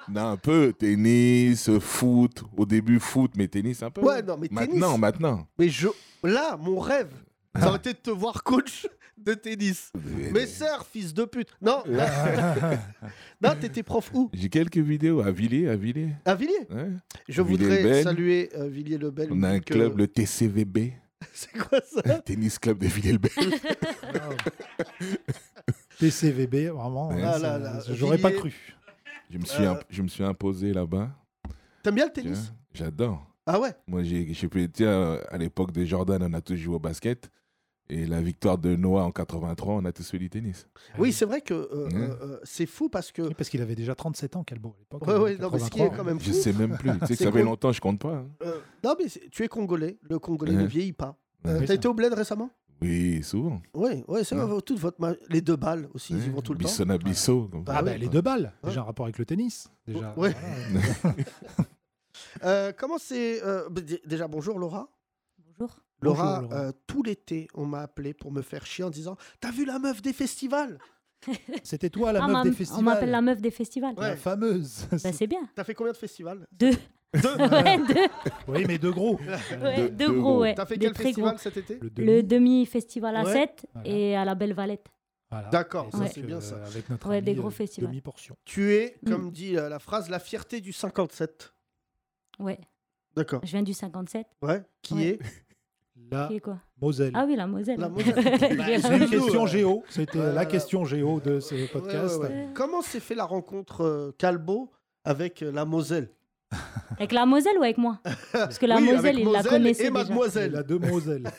[SPEAKER 14] Non, un peu. Tennis, euh, foot. Au début, foot, mais tennis un peu.
[SPEAKER 3] Ouais, non, mais tennis.
[SPEAKER 14] Maintenant, maintenant.
[SPEAKER 3] Mais je... là, mon rêve, ça
[SPEAKER 14] <laughs>
[SPEAKER 3] aurait été de te voir coach de tennis. Mais sœur, fils de pute.
[SPEAKER 14] <laughs>
[SPEAKER 3] Non. <laughs> non, t'étais prof où
[SPEAKER 14] J'ai quelques vidéos à Villiers, à Villiers.
[SPEAKER 3] À Villiers
[SPEAKER 14] Ouais.
[SPEAKER 3] Je voudrais
[SPEAKER 14] Villiers-le-Bel.
[SPEAKER 3] saluer euh, Villiers-le-Bel.
[SPEAKER 14] On a un
[SPEAKER 3] que-
[SPEAKER 14] club, le TCVB.
[SPEAKER 3] <laughs> C'est quoi ça
[SPEAKER 14] Tennis club de Villiers-le-Bel.
[SPEAKER 3] <laughs>
[SPEAKER 4] TCVB, vraiment.
[SPEAKER 3] Oh
[SPEAKER 14] Ouais.
[SPEAKER 4] ouais,
[SPEAKER 14] Ah
[SPEAKER 4] c'est-
[SPEAKER 14] là là,
[SPEAKER 4] J'aurais pas
[SPEAKER 14] Villiers-
[SPEAKER 4] cru.
[SPEAKER 14] je, me suis imp- je me suis imposé là-bas.
[SPEAKER 3] Euh. T'aimes bien le
[SPEAKER 14] Tu vois,
[SPEAKER 3] tennis
[SPEAKER 14] J'adore.
[SPEAKER 3] Ah ouais
[SPEAKER 14] Moi, j'ai, j'ai pu- tiens, euh, à l'époque de Jordan, on a tous joué au basket. Et la victoire de Noah en 83, on a tous fait du tennis.
[SPEAKER 3] Oui, c'est vrai que euh,
[SPEAKER 14] Mmh.
[SPEAKER 3] euh, euh, c'est fou parce que.
[SPEAKER 4] Parce qu'il avait déjà 37 ans, Calbo, à l'époque.
[SPEAKER 3] Ouais,
[SPEAKER 4] en
[SPEAKER 3] ouais, non, mais ce qui est
[SPEAKER 4] 83,
[SPEAKER 3] quand même fou,
[SPEAKER 14] Je sais même plus. Tu sais que
[SPEAKER 3] c'est
[SPEAKER 14] ça fait
[SPEAKER 3] qu'on-
[SPEAKER 14] longtemps, je compte pas. hein.
[SPEAKER 3] euh, non, mais c'est- tu es congolais. Le congolais ne
[SPEAKER 14] Ouais.
[SPEAKER 3] vieillit pas.
[SPEAKER 14] Ouais.
[SPEAKER 3] Euh,
[SPEAKER 14] Oui,
[SPEAKER 3] T'as
[SPEAKER 14] ça.
[SPEAKER 3] été au Bled récemment
[SPEAKER 14] Oui, souvent.
[SPEAKER 3] Oui, ouais, c'est vrai, toute votre ma- les deux balles aussi, ils y vont tout le temps.
[SPEAKER 14] Bissona Bissot. comme
[SPEAKER 4] Ah,
[SPEAKER 14] ça.
[SPEAKER 4] bah, les deux balles. Déjà un rapport avec le tennis. Déjà.
[SPEAKER 3] Ouais.
[SPEAKER 4] voilà.
[SPEAKER 3] <laughs> Euh, comment c'est euh, bah, d- Déjà, bonjour Laura.
[SPEAKER 15] Bonjour.
[SPEAKER 3] Laura,
[SPEAKER 4] Bonjour, Laura.
[SPEAKER 3] euh, tout l'été, on m'a appelé pour me faire chier en disant T'as vu la meuf des festivals
[SPEAKER 15] <laughs>
[SPEAKER 4] C'était toi, la
[SPEAKER 15] Ah, on m'a-
[SPEAKER 4] meuf des
[SPEAKER 15] On m'appelle la
[SPEAKER 4] festivals.
[SPEAKER 15] meuf des festivals.
[SPEAKER 4] La fameuse.
[SPEAKER 15] Bah, c'est bien.
[SPEAKER 3] T'as fait combien de festivals
[SPEAKER 15] Deux.
[SPEAKER 3] Deux
[SPEAKER 15] <laughs> Ouais, deux.
[SPEAKER 3] <laughs>
[SPEAKER 4] Oui, mais deux gros.
[SPEAKER 15] <laughs> Ouais, deux, gros, ouais.
[SPEAKER 3] T'as fait
[SPEAKER 15] Des
[SPEAKER 3] quel
[SPEAKER 15] très
[SPEAKER 3] festival
[SPEAKER 15] gros.
[SPEAKER 3] cet été
[SPEAKER 4] Le
[SPEAKER 15] Le demi-festival à
[SPEAKER 3] Ouais.
[SPEAKER 15] 7 et à la Belle Valette.
[SPEAKER 4] Voilà.
[SPEAKER 3] D'accord,
[SPEAKER 4] Et
[SPEAKER 3] ça,
[SPEAKER 15] Ouais.
[SPEAKER 3] c'est bien ça.
[SPEAKER 4] Avec notre
[SPEAKER 15] Ouais,
[SPEAKER 4] ami,
[SPEAKER 15] des gros
[SPEAKER 4] euh,
[SPEAKER 15] festivals. Mm.
[SPEAKER 4] Demi-portion.
[SPEAKER 3] Tu es, comme dit euh, la phrase, la fierté
[SPEAKER 15] <laughs>
[SPEAKER 3] du 57.
[SPEAKER 15] Ouais.
[SPEAKER 3] D'accord.
[SPEAKER 15] Je viens du 57.
[SPEAKER 3] Ouais. Qui
[SPEAKER 15] Ouais.
[SPEAKER 3] est
[SPEAKER 4] La
[SPEAKER 15] Qui est quoi
[SPEAKER 4] Moselle.
[SPEAKER 15] Ah oui, la Moselle. <laughs>
[SPEAKER 3] La
[SPEAKER 4] Bah, C'est une question géo. C'était
[SPEAKER 3] Ouais,
[SPEAKER 4] la
[SPEAKER 3] ouais,
[SPEAKER 4] question géo de ce
[SPEAKER 3] Ouais, ouais,
[SPEAKER 4] podcast.
[SPEAKER 3] ouais. Comment s'est fait la rencontre euh, Calbo avec euh, la Moselle
[SPEAKER 15] Avec la Moselle ou avec moi Parce que la
[SPEAKER 3] <laughs> Oui,
[SPEAKER 15] Moselle,
[SPEAKER 3] avec
[SPEAKER 15] il la
[SPEAKER 3] Moselle
[SPEAKER 15] connaissait
[SPEAKER 3] Et
[SPEAKER 15] déjà.
[SPEAKER 3] Mademoiselle.
[SPEAKER 4] La demoiselle.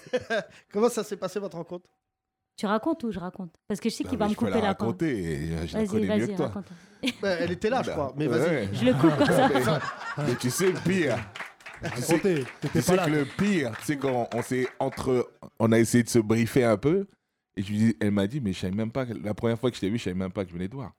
[SPEAKER 3] Comment ça s'est passé votre rencontre
[SPEAKER 15] Tu racontes ou je raconte Parce que je sais
[SPEAKER 14] Ah,
[SPEAKER 4] Bah
[SPEAKER 15] qu'il va
[SPEAKER 14] mais
[SPEAKER 15] me
[SPEAKER 14] je peux
[SPEAKER 15] couper
[SPEAKER 14] la
[SPEAKER 15] la parole.
[SPEAKER 14] raconter. Je la
[SPEAKER 15] Vas-y,
[SPEAKER 14] connais mieux
[SPEAKER 15] vas-y,
[SPEAKER 14] que toi.
[SPEAKER 15] raconte.
[SPEAKER 3] Ben, Elle était là, je crois. Mais vas-y.
[SPEAKER 14] Bah, Ouais.
[SPEAKER 15] Je le coupe comme
[SPEAKER 3] <laughs>
[SPEAKER 15] ça.
[SPEAKER 14] <laughs> Mais tu sais, le pire. Tu sais,
[SPEAKER 4] Racontez,
[SPEAKER 14] tu
[SPEAKER 4] t'étais
[SPEAKER 14] sais
[SPEAKER 4] pas là.
[SPEAKER 14] que le pire, tu sais, quand on s'est entre. On a essayé de se briefer un peu. Et je lui dis, elle m'a dit, mais je savais même pas. que- La première fois que je t'ai vu, je savais même pas que je venais te voir.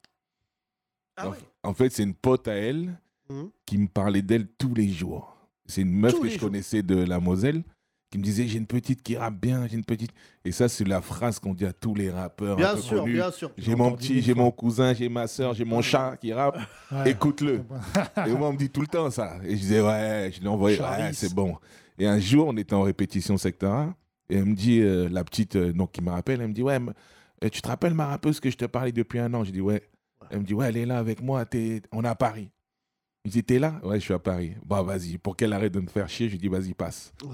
[SPEAKER 3] Ah
[SPEAKER 14] en, en fait, c'est une pote à elle
[SPEAKER 3] Mhm.
[SPEAKER 14] qui me parlait d'elle tous les jours. C'est une meuf
[SPEAKER 3] Tous
[SPEAKER 14] que
[SPEAKER 3] les
[SPEAKER 14] je
[SPEAKER 3] jours.
[SPEAKER 14] connaissais de la Moselle qui me disait j'ai une petite qui rappe bien, j'ai une petite. Et ça, c'est la phrase qu'on dit à tous les rappeurs. un
[SPEAKER 3] Bien
[SPEAKER 14] peu
[SPEAKER 3] sûr,
[SPEAKER 14] connus.
[SPEAKER 3] bien sûr. Mmh.
[SPEAKER 14] J'ai mon
[SPEAKER 4] entendu
[SPEAKER 14] petit,
[SPEAKER 4] mille
[SPEAKER 14] j'ai
[SPEAKER 4] fois.
[SPEAKER 14] mon cousin, j'ai ma soeur, j'ai mon chat qui rappe.
[SPEAKER 4] Ouais.
[SPEAKER 14] Écoute-le. Et moi, on me dit tout le temps ça. Et je disais, ouais, je l'ai envoyé, ouais,
[SPEAKER 4] Charisse.
[SPEAKER 14] c'est bon. Et un jour, on était en répétition secteur 1, et elle me dit, euh, la petite, euh, donc qui me rappelle, elle me dit, ouais, m- euh, tu te rappelles ma rappeuse que je te parlais depuis un an Je dis, ouais. Elle me dit, ouais, elle est là avec moi, t'es- on est à Paris. Je dis, t'es là Ouais, je suis à Paris. Bah, vas-y, pour qu'elle arrête de me faire chier, je lui dis, vas-y, passe.
[SPEAKER 15] <laughs>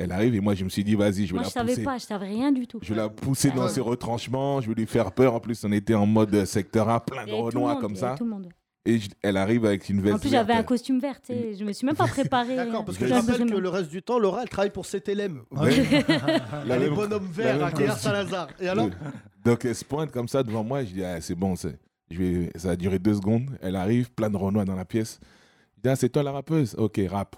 [SPEAKER 14] Elle arrive, et moi, je me suis dit, vas-y, je vais
[SPEAKER 15] Moi, je
[SPEAKER 14] la
[SPEAKER 15] savais
[SPEAKER 14] pousser.
[SPEAKER 15] pas, je savais rien du tout.
[SPEAKER 14] Je vais la pousser dans
[SPEAKER 15] Ouais.
[SPEAKER 14] ses retranchements, je vais lui faire peur. En plus, on était en mode euh, secteur A, plein
[SPEAKER 15] Il y
[SPEAKER 14] de
[SPEAKER 15] avait tout le
[SPEAKER 14] renois
[SPEAKER 15] monde,
[SPEAKER 14] comme
[SPEAKER 15] il y avait
[SPEAKER 14] ça.
[SPEAKER 15] tout le monde.
[SPEAKER 14] Et je- elle arrive avec une veste.
[SPEAKER 15] En plus, j'avais
[SPEAKER 14] verte.
[SPEAKER 15] un costume vert, tu sais. Je me suis même pas
[SPEAKER 14] <laughs>
[SPEAKER 15] préparée.
[SPEAKER 3] D'accord, parce que
[SPEAKER 15] Je
[SPEAKER 3] je rappelle
[SPEAKER 15] savais
[SPEAKER 3] que
[SPEAKER 15] même-
[SPEAKER 3] le reste du temps, Laura, elle travaille pour CTLM.
[SPEAKER 14] Ouais. La
[SPEAKER 3] <laughs> Elle est
[SPEAKER 14] même-
[SPEAKER 3] bonhomme
[SPEAKER 14] la
[SPEAKER 3] vert
[SPEAKER 14] même
[SPEAKER 3] à Keller
[SPEAKER 14] costume.
[SPEAKER 3] Salazar. Et alors
[SPEAKER 14] Donc elle se pointe comme ça devant moi, je dis ah, c'est bon, c'est- je vais... ça a duré deux secondes. Elle arrive, plein de Renoir dans la pièce. Je dis ah, c'est toi la rappeuse Ok, rap.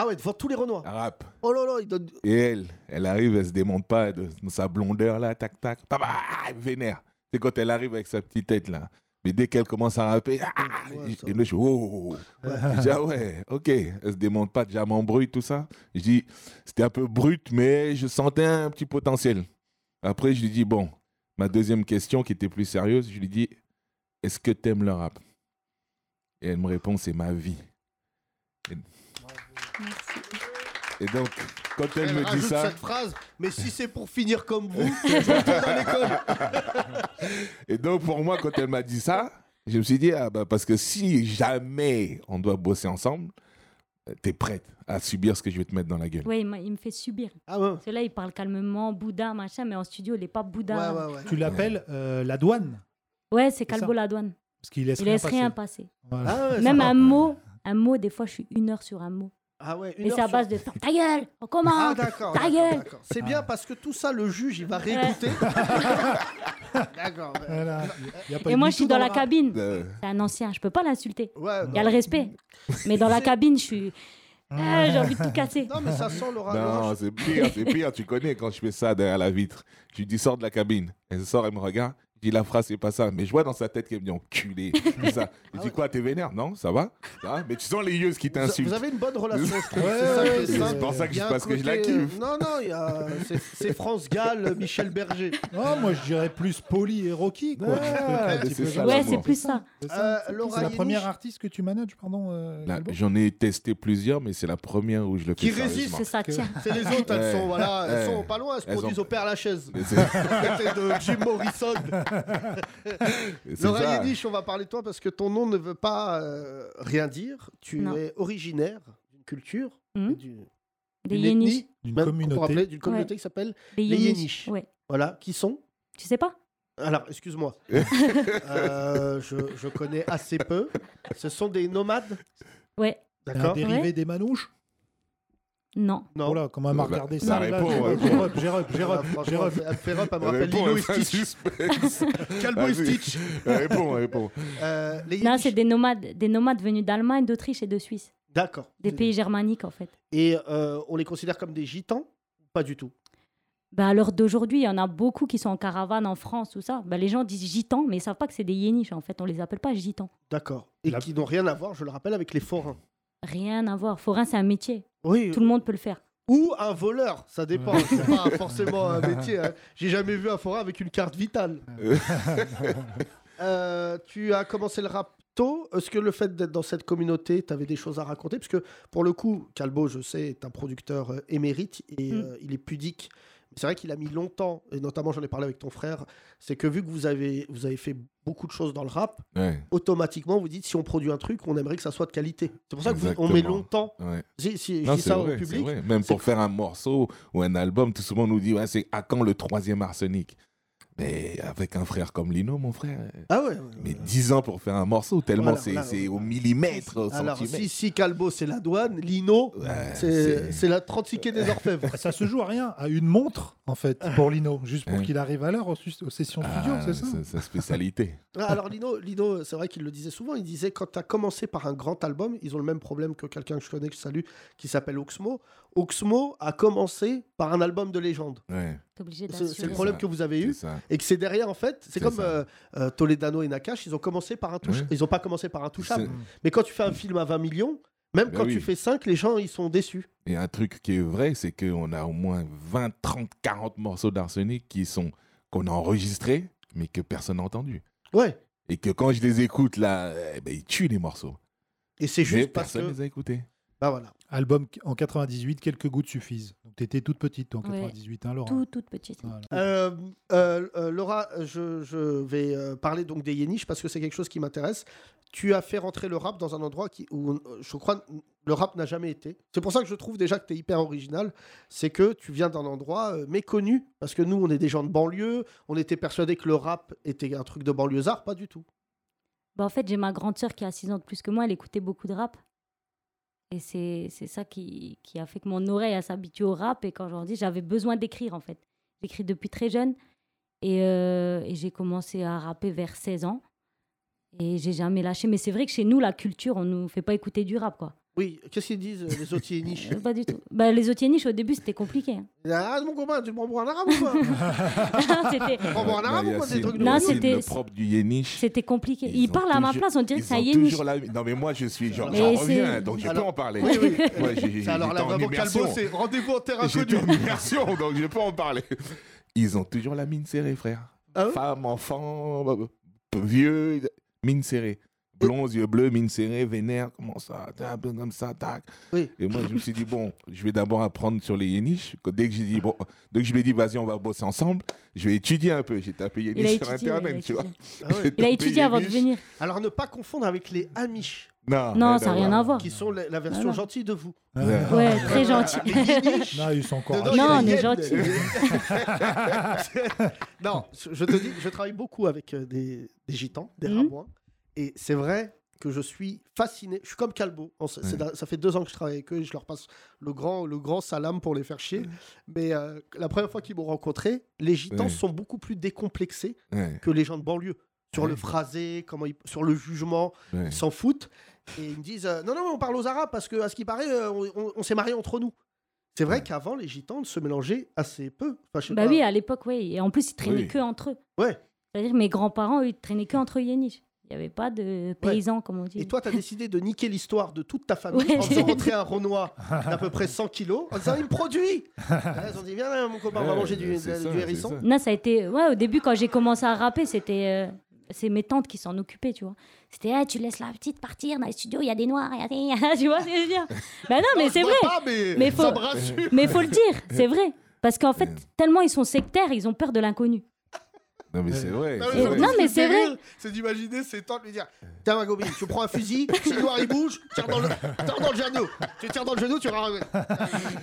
[SPEAKER 3] Ah ouais, devant tous les Renois.
[SPEAKER 14] Rap.
[SPEAKER 3] Oh là là, il donne.
[SPEAKER 14] Et elle, elle arrive, elle se démonte pas de de sa blondeur là, tac tac, papa, vénère. C'est quand elle arrive avec sa petite tête là. Mais dès qu'elle commence à rapper, ah, et le je oh, oh, oh. Je dis, ah ouais, ok, elle se démonte pas déjà m'embrouille, tout ça. Je dis, c'était un peu brut, mais je sentais un petit potentiel. Après, je lui dis, bon, ma deuxième question qui était plus sérieuse, je lui dis, est-ce que t'aimes le rap Et elle me répond, c'est ma vie. Et, et donc, quand elle,
[SPEAKER 3] Elle
[SPEAKER 14] me dit
[SPEAKER 3] rajoute
[SPEAKER 14] ça,
[SPEAKER 3] cette phrase, mais si c'est
[SPEAKER 14] <laughs>
[SPEAKER 3] pour finir comme vous, je vais dans l'école.
[SPEAKER 14] Et donc, pour moi, quand elle m'a dit ça, je me suis dit, ah bah, parce que si jamais on doit bosser ensemble, euh, t'es prête à subir ce que je vais te mettre dans la gueule.
[SPEAKER 15] Ouais, il, m'a- il me fait subir.
[SPEAKER 3] Ah ouais.
[SPEAKER 15] là, il parle calmement, boudin, machin, mais en studio, il n'est pas boudin.
[SPEAKER 4] ouais, Tu l'appelles euh, la douane.
[SPEAKER 15] Ouais, c'est
[SPEAKER 4] ça.
[SPEAKER 15] Calbo la douane.
[SPEAKER 4] Parce qu'il laisse
[SPEAKER 15] il
[SPEAKER 4] rien
[SPEAKER 15] laisse
[SPEAKER 4] passer.
[SPEAKER 15] rien passer.
[SPEAKER 4] Voilà. Ah ouais,
[SPEAKER 15] Même
[SPEAKER 4] sympa.
[SPEAKER 15] un mot, un mot, des fois, je suis une heure sur un mot.
[SPEAKER 3] Ah ouais, une
[SPEAKER 15] mais
[SPEAKER 3] heure
[SPEAKER 15] c'est à
[SPEAKER 3] sur-
[SPEAKER 15] base de
[SPEAKER 3] <laughs>
[SPEAKER 15] ferme ta gueule, on commence,
[SPEAKER 3] Ah, d'accord,
[SPEAKER 15] ta
[SPEAKER 3] d'accord,
[SPEAKER 15] gueule.
[SPEAKER 3] d'accord. C'est bien parce que tout ça, le juge, il va
[SPEAKER 14] <laughs>
[SPEAKER 3] réécouter. D'accord. ouais.
[SPEAKER 15] Et moi, je suis dans la cabine.
[SPEAKER 14] Euh.
[SPEAKER 15] C'est un ancien, je peux pas l'insulter. Il
[SPEAKER 3] Ouais,
[SPEAKER 15] y a le respect. Mais dans
[SPEAKER 3] <laughs>
[SPEAKER 15] la cabine, je suis. Ah, j'ai envie de tout casser.
[SPEAKER 3] Non, mais ça
[SPEAKER 14] Ben,
[SPEAKER 3] sent Laura.
[SPEAKER 14] Non, c'est pire, c'est pire. Tu connais quand je fais ça derrière la vitre. Je lui dis, sors de la cabine. Elle sort, elle me regarde. Je dis, la phrase, c'est pas ça. Mais je vois dans sa tête qu'elle me dit, enculé. Tout
[SPEAKER 3] Ah
[SPEAKER 14] ça. Je dis, quoi, t'es vénère Non, ça va Ça va Mais tu sens les yeux qui t'insultent.
[SPEAKER 3] Vous avez une bonne relation, je trouve.
[SPEAKER 14] Ouais,
[SPEAKER 3] c'est ça qui
[SPEAKER 14] ouais,
[SPEAKER 3] est
[SPEAKER 14] c'est
[SPEAKER 3] simple.
[SPEAKER 14] pour ça que
[SPEAKER 3] Il y a
[SPEAKER 14] je-
[SPEAKER 3] un
[SPEAKER 14] parce que je la
[SPEAKER 3] côté, euh,
[SPEAKER 14] kiffe.
[SPEAKER 3] Non, non, il y a- c'est- c'est France Gall,
[SPEAKER 15] <laughs>
[SPEAKER 3] Michel Berger.
[SPEAKER 4] <laughs> Non, moi, je dirais plus Polly et Rocky. Quoi.
[SPEAKER 3] Ouais,
[SPEAKER 4] Un petit
[SPEAKER 14] c'est
[SPEAKER 4] peu
[SPEAKER 14] ça,
[SPEAKER 4] comme
[SPEAKER 14] Ouais, c'est plus
[SPEAKER 15] ça.
[SPEAKER 4] C'est ça,
[SPEAKER 3] Euh,
[SPEAKER 4] c'est
[SPEAKER 3] Laura
[SPEAKER 4] c'est la
[SPEAKER 3] Yeniche.
[SPEAKER 4] première artiste que tu manages, pardon. euh,
[SPEAKER 3] Bah,
[SPEAKER 14] Là,
[SPEAKER 4] Calbo
[SPEAKER 14] J'en ai testé plusieurs, mais c'est la première où je le fais.
[SPEAKER 3] Qui résiste,
[SPEAKER 14] sérieusement.
[SPEAKER 3] C'est les autres, elles sont,
[SPEAKER 14] Ouais,
[SPEAKER 3] voilà, elles
[SPEAKER 14] ouais.
[SPEAKER 3] sont pas loin, elles se
[SPEAKER 14] Elles
[SPEAKER 3] produisent
[SPEAKER 14] ont-
[SPEAKER 3] au Père Lachaise.
[SPEAKER 14] Mais
[SPEAKER 3] C'est <laughs>
[SPEAKER 14] c'est-
[SPEAKER 3] de Jim
[SPEAKER 14] <laughs>
[SPEAKER 3] Morrison.
[SPEAKER 14] C'est
[SPEAKER 3] Laura
[SPEAKER 14] ça.
[SPEAKER 3] Yeniche, on va parler de toi parce que ton nom ne veut pas euh, rien dire. Tu
[SPEAKER 15] Non.
[SPEAKER 3] es originaire d'une culture,
[SPEAKER 15] Hmm
[SPEAKER 3] d'une
[SPEAKER 15] Des
[SPEAKER 3] d'une
[SPEAKER 15] Yéniches.
[SPEAKER 3] ethnie,
[SPEAKER 4] D'une
[SPEAKER 3] même,
[SPEAKER 4] communauté.
[SPEAKER 3] qu'on peut appeler D'une communauté
[SPEAKER 15] Ouais.
[SPEAKER 3] qui s'appelle
[SPEAKER 15] Les
[SPEAKER 3] les
[SPEAKER 15] Yéniches.
[SPEAKER 3] Yéniches.
[SPEAKER 15] Ouais.
[SPEAKER 3] Voilà, qui sont
[SPEAKER 15] Tu sais pas
[SPEAKER 3] alors,
[SPEAKER 4] <laughs>
[SPEAKER 3] excuse-moi, Euh, je, je connais assez peu. Ce sont des nomades
[SPEAKER 15] Ouais.
[SPEAKER 4] Un
[SPEAKER 3] D'accord.
[SPEAKER 4] dérivé
[SPEAKER 15] Ouais.
[SPEAKER 4] des Manouches
[SPEAKER 15] Non.
[SPEAKER 3] Non.
[SPEAKER 4] Voilà, comment elle m'a
[SPEAKER 3] Bah,
[SPEAKER 4] regardé
[SPEAKER 3] ça
[SPEAKER 4] ça.
[SPEAKER 3] répond,
[SPEAKER 4] là,
[SPEAKER 3] ouais.
[SPEAKER 4] j'ai rep, j'ai rep, j'ai
[SPEAKER 3] Voilà,
[SPEAKER 4] rep, j'ai
[SPEAKER 3] franchement,
[SPEAKER 4] rep.
[SPEAKER 3] elle fait rep, elle me rappelle Lilo et Stitch.
[SPEAKER 4] Ah
[SPEAKER 3] Calbo et
[SPEAKER 14] Vas-y.
[SPEAKER 3] Stitch.
[SPEAKER 14] Réponds, réponds.
[SPEAKER 3] Euh, les
[SPEAKER 15] Non,
[SPEAKER 3] Yiddish.
[SPEAKER 15] c'est des nomades, des nomades venus d'Allemagne, d'Autriche et de Suisse.
[SPEAKER 3] D'accord.
[SPEAKER 15] Des pays germaniques, en fait.
[SPEAKER 3] Et euh, on les considère comme des gitans Pas du tout.
[SPEAKER 15] Bah, à l'heure d'aujourd'hui, il y en a beaucoup qui sont en caravane en France, tout ça. Bah, les gens disent gitans, mais ils savent pas que c'est des yéniches, en fait. On les appelle pas gitans.
[SPEAKER 3] D'accord. Et qui n'ont rien à voir, je le rappelle, avec les forains.
[SPEAKER 15] Rien à voir. Forain, c'est un métier.
[SPEAKER 3] Oui. euh,
[SPEAKER 15] Tout le monde peut le faire.
[SPEAKER 3] Ou un voleur, ça dépend. C'est pas forcément un métier. hein. J'ai jamais vu un forain avec une carte
[SPEAKER 4] <laughs>
[SPEAKER 3] vitale. Euh, tu as commencé le rap tôt. Est-ce que le fait d'être dans cette communauté, tu avais des choses à raconter Parce que pour le coup, Calbo, je sais, est un producteur euh, émérite et euh, il est pudique. Mais C'est vrai qu'il a mis longtemps, et notamment j'en ai parlé avec ton frère, c'est que vu que vous avez, vous avez fait beaucoup de choses dans le rap,
[SPEAKER 14] Ouais.
[SPEAKER 3] automatiquement vous dites si on produit un truc, on aimerait que ça soit de qualité. C'est pour ça que vous- on
[SPEAKER 14] Exactement.
[SPEAKER 3] met longtemps.
[SPEAKER 14] Ouais.
[SPEAKER 3] Si- si- je
[SPEAKER 14] Non,
[SPEAKER 3] dis
[SPEAKER 14] c'est
[SPEAKER 3] ça
[SPEAKER 14] vrai,
[SPEAKER 3] au
[SPEAKER 14] c'est
[SPEAKER 3] public.
[SPEAKER 14] vrai. Même pour faire un morceau ou un album, tout souvent nous dit ouais, c'est à quand le troisième arsenic Mais avec un frère comme Lino, mon frère.
[SPEAKER 3] Ah ouais
[SPEAKER 14] Mais 10 ans pour faire un morceau, tellement
[SPEAKER 3] Voilà,
[SPEAKER 14] c'est
[SPEAKER 3] là,
[SPEAKER 14] c'est au millimètre, au
[SPEAKER 3] Alors,
[SPEAKER 14] centimètre.
[SPEAKER 3] si, si Calbo c'est la douane, Lino c'est
[SPEAKER 14] c'est-
[SPEAKER 3] c'est la 36 quai <laughs> des Orfèvres.
[SPEAKER 4] Ça se joue à rien, à une montre, en fait, pour Lino, juste pour
[SPEAKER 14] Ouais.
[SPEAKER 4] qu'il arrive à l'heure aux, sus- aux sessions studio,
[SPEAKER 14] Ah,
[SPEAKER 4] c'est ça
[SPEAKER 14] c'est Sa spécialité.
[SPEAKER 3] Ah, Alors Lino, Lino c'est vrai qu'il le disait souvent, il disait quand tu as commencé par un grand album, ils ont le même problème que quelqu'un que je connais, que je salue, qui s'appelle Oxmo. Oxmo a commencé par un album de légende.
[SPEAKER 14] Ouais.
[SPEAKER 15] T'es obligé
[SPEAKER 3] C'est
[SPEAKER 15] d'assurer.
[SPEAKER 3] c'est le problème que vous avez eu.
[SPEAKER 14] ça.
[SPEAKER 3] Et que c'est derrière, en fait, c'est comme euh, euh, Toledano et Nakash, ils ont commencé par un touch-
[SPEAKER 14] Ouais.
[SPEAKER 3] Ils ont pas commencé par un touchable.
[SPEAKER 14] C'est-
[SPEAKER 3] Mais quand tu fais un film à 20 millions, même
[SPEAKER 14] Ben
[SPEAKER 3] quand
[SPEAKER 14] oui.
[SPEAKER 3] tu fais 5, les gens, ils sont déçus.
[SPEAKER 14] Et un truc qui est vrai, c'est qu'on a au moins 20, 30, 40 morceaux d'arsenic qui sont qu'on a enregistrés, mais que personne n'a entendu.
[SPEAKER 3] Ouais.
[SPEAKER 14] Et que quand je les écoute, là, eh ben, ils tuent les morceaux.
[SPEAKER 3] Et c'est
[SPEAKER 14] Mais
[SPEAKER 3] juste parce
[SPEAKER 14] personne
[SPEAKER 3] que.
[SPEAKER 14] les a écoutés.
[SPEAKER 3] Bah voilà.
[SPEAKER 4] Album qu- en 98, quelques gouttes suffisent. Donc t'étais toute petite, toi, en
[SPEAKER 15] Ouais.
[SPEAKER 4] 98, hein, Laura
[SPEAKER 15] Tout, toute petite.
[SPEAKER 3] Euh, euh, euh, Laura, je, je vais euh, parler donc des Yéniches parce que c'est quelque chose qui m'intéresse. Tu as fait rentrer le rap dans un endroit qui, où euh, je crois le rap n'a jamais été. C'est pour ça que je trouve déjà que tu es hyper original. C'est que tu viens d'un endroit euh, méconnu parce que nous, on est des gens de banlieue. On était persuadés que le rap était un truc de banlieusard. Pas du tout.
[SPEAKER 15] Bah, en fait, j'ai ma grande sœur qui a 6 ans de plus que moi, elle écoutait beaucoup de rap. Et c'est c'est ça qui, qui a fait que mon oreille elle s'habitue au rap. Et quand j'en dis, j'avais besoin d'écrire, en fait. J'écris depuis très jeune. Et, euh, et j'ai commencé à rapper vers 16 ans. Et j'ai jamais lâché. Mais c'est vrai que chez nous, la culture, on nous fait pas écouter du rap, quoi.
[SPEAKER 3] Oui, qu'est-ce qu'ils disent euh, les autres niches
[SPEAKER 15] <laughs> Pas du tout. Bah, les otiers niches, au début, c'était compliqué. hein.
[SPEAKER 3] Ah, mon copain, tu hein. me prends pour un arabe ou
[SPEAKER 15] <laughs>
[SPEAKER 3] quoi <laughs>
[SPEAKER 15] C'était-
[SPEAKER 3] Tu me prends pour un
[SPEAKER 14] Bah,
[SPEAKER 3] arabe ou quoi ces trucs de-
[SPEAKER 15] Non,
[SPEAKER 14] Non,
[SPEAKER 15] c'était-
[SPEAKER 14] c'était le propre du Yéniche.
[SPEAKER 15] C'était compliqué. il parle à ma place, on dirait que
[SPEAKER 14] Ils
[SPEAKER 15] c'est un
[SPEAKER 14] ont
[SPEAKER 15] yéniche.
[SPEAKER 14] toujours la- Non, mais moi, je suis genre,
[SPEAKER 15] Mais
[SPEAKER 14] j'en
[SPEAKER 15] c'est-
[SPEAKER 14] reviens, donc je peux
[SPEAKER 15] Alors-
[SPEAKER 14] en parler.
[SPEAKER 15] Oui, oui.
[SPEAKER 14] Moi, j'ai- j'ai-
[SPEAKER 10] Alors là,
[SPEAKER 14] j'étais en
[SPEAKER 10] vraiment,
[SPEAKER 14] immersion.
[SPEAKER 10] Calbo, c'est rendez-vous en terrain
[SPEAKER 14] J'étais
[SPEAKER 10] inconnue.
[SPEAKER 14] en immersion, donc je peux en parler. Ils ont toujours la mine serrée, frère. Femme, enfant, euh, vieux, mine serrée. Blond, yeux bleus, mine serrée, vénère, comment ça, tac, comme ça, tac. Et moi, je me suis dit, bon, je vais d'abord apprendre sur les yéniches. Dès que j'ai dit, bon, dès que je lui ai dit, vas-y, on va bosser ensemble, je vais étudier un peu. J'ai tapé
[SPEAKER 15] Il a
[SPEAKER 14] yéniche sur
[SPEAKER 15] étudié, il a
[SPEAKER 14] Internet, tu vois. J'ai
[SPEAKER 15] Il a
[SPEAKER 14] tapé
[SPEAKER 15] étudié avant de
[SPEAKER 14] Yéniche.
[SPEAKER 15] venir.
[SPEAKER 3] Ah Alors ne pas confondre avec les Amish.
[SPEAKER 14] Non,
[SPEAKER 15] Non, ça n'a rien à voir.
[SPEAKER 3] Qui sont la, la version
[SPEAKER 15] Voilà.
[SPEAKER 3] gentille de vous.
[SPEAKER 15] Ouais, Ouais, très gentil.
[SPEAKER 4] Non, ils sont encore.
[SPEAKER 3] Dedans,
[SPEAKER 15] Non,
[SPEAKER 3] il y a
[SPEAKER 15] on est
[SPEAKER 3] Yen.
[SPEAKER 15] gentils.
[SPEAKER 3] <laughs> non, je te dis, je travaille beaucoup avec euh, des, des gitans, des
[SPEAKER 15] Mhm.
[SPEAKER 3] rabouins, et c'est vrai que je suis fasciné. Je suis comme Calbo. On s- c'est da- Ça fait deux ans que je travaille avec eux, et je leur passe le grand, le grand salam pour les faire chier. Mais euh, la première fois qu'ils m'ont rencontré, les gitans
[SPEAKER 14] Ouais.
[SPEAKER 3] sont beaucoup plus décomplexés
[SPEAKER 14] Ouais.
[SPEAKER 3] que les gens de banlieue. Sur
[SPEAKER 14] Ouais.
[SPEAKER 3] le phrasé, comment ils- sur le jugement,
[SPEAKER 14] Ouais.
[SPEAKER 3] ils s'en foutent. Et ils me disent euh, Non, non, on parle aux Arabes parce que, à ce qui paraît, euh, on, on- on s'est mariés entre nous. C'est vrai qu'avant, les gitans se mélangeaient assez peu. Enfin, je sais
[SPEAKER 15] Bah
[SPEAKER 3] pas.
[SPEAKER 15] oui, à l'époque, oui. Et en plus, ils traînaient
[SPEAKER 3] Oui.
[SPEAKER 15] que entre eux.
[SPEAKER 3] Ouais.
[SPEAKER 15] C'est-à-dire mes grands-parents, eux, ils traînaient que entre yéniches. Il n'y avait pas de paysans, comme on dit.
[SPEAKER 3] Et toi, tu as décidé de niquer l'histoire de toute ta famille
[SPEAKER 15] Ouais. <laughs>
[SPEAKER 3] en faisant rentrer un Renoir d'à peu près 100 kilos en disant il me
[SPEAKER 14] <laughs>
[SPEAKER 3] produit Là, Ils ont dit viens là, mon copain, on va
[SPEAKER 14] Ouais,
[SPEAKER 3] manger du,
[SPEAKER 14] c'est
[SPEAKER 3] du
[SPEAKER 14] ça, c'est
[SPEAKER 3] hérisson.
[SPEAKER 14] ça.
[SPEAKER 15] Non, ça a été. Ouais, au début, quand j'ai commencé à rapper, c'était. euh, C'est mes tantes qui s'en occupaient, tu vois. C'était, ah, tu laisses la petite partir dans les studios, il y a des noirs, il y a des. <laughs> tu vois, c'est bien. Bah non, mais
[SPEAKER 2] je
[SPEAKER 15] c'est
[SPEAKER 2] vois
[SPEAKER 15] vrai.
[SPEAKER 2] pas, mais
[SPEAKER 15] faut...
[SPEAKER 2] ça me rassure.
[SPEAKER 15] mais faut le dire, c'est vrai. Parce qu'en fait, tellement ils sont sectaires, ils ont peur de l'inconnu.
[SPEAKER 14] Non, mais
[SPEAKER 3] Euh,
[SPEAKER 14] c'est vrai.
[SPEAKER 15] mais non, mais c'est vrai.
[SPEAKER 3] C'est d'imaginer ses tantes lui dire Tiens, ma gobine, tu prends un fusil,
[SPEAKER 15] <laughs>
[SPEAKER 3] si le noir il bouge, tire dans le, tire dans le genou. Tu tires dans le genou, tu vas.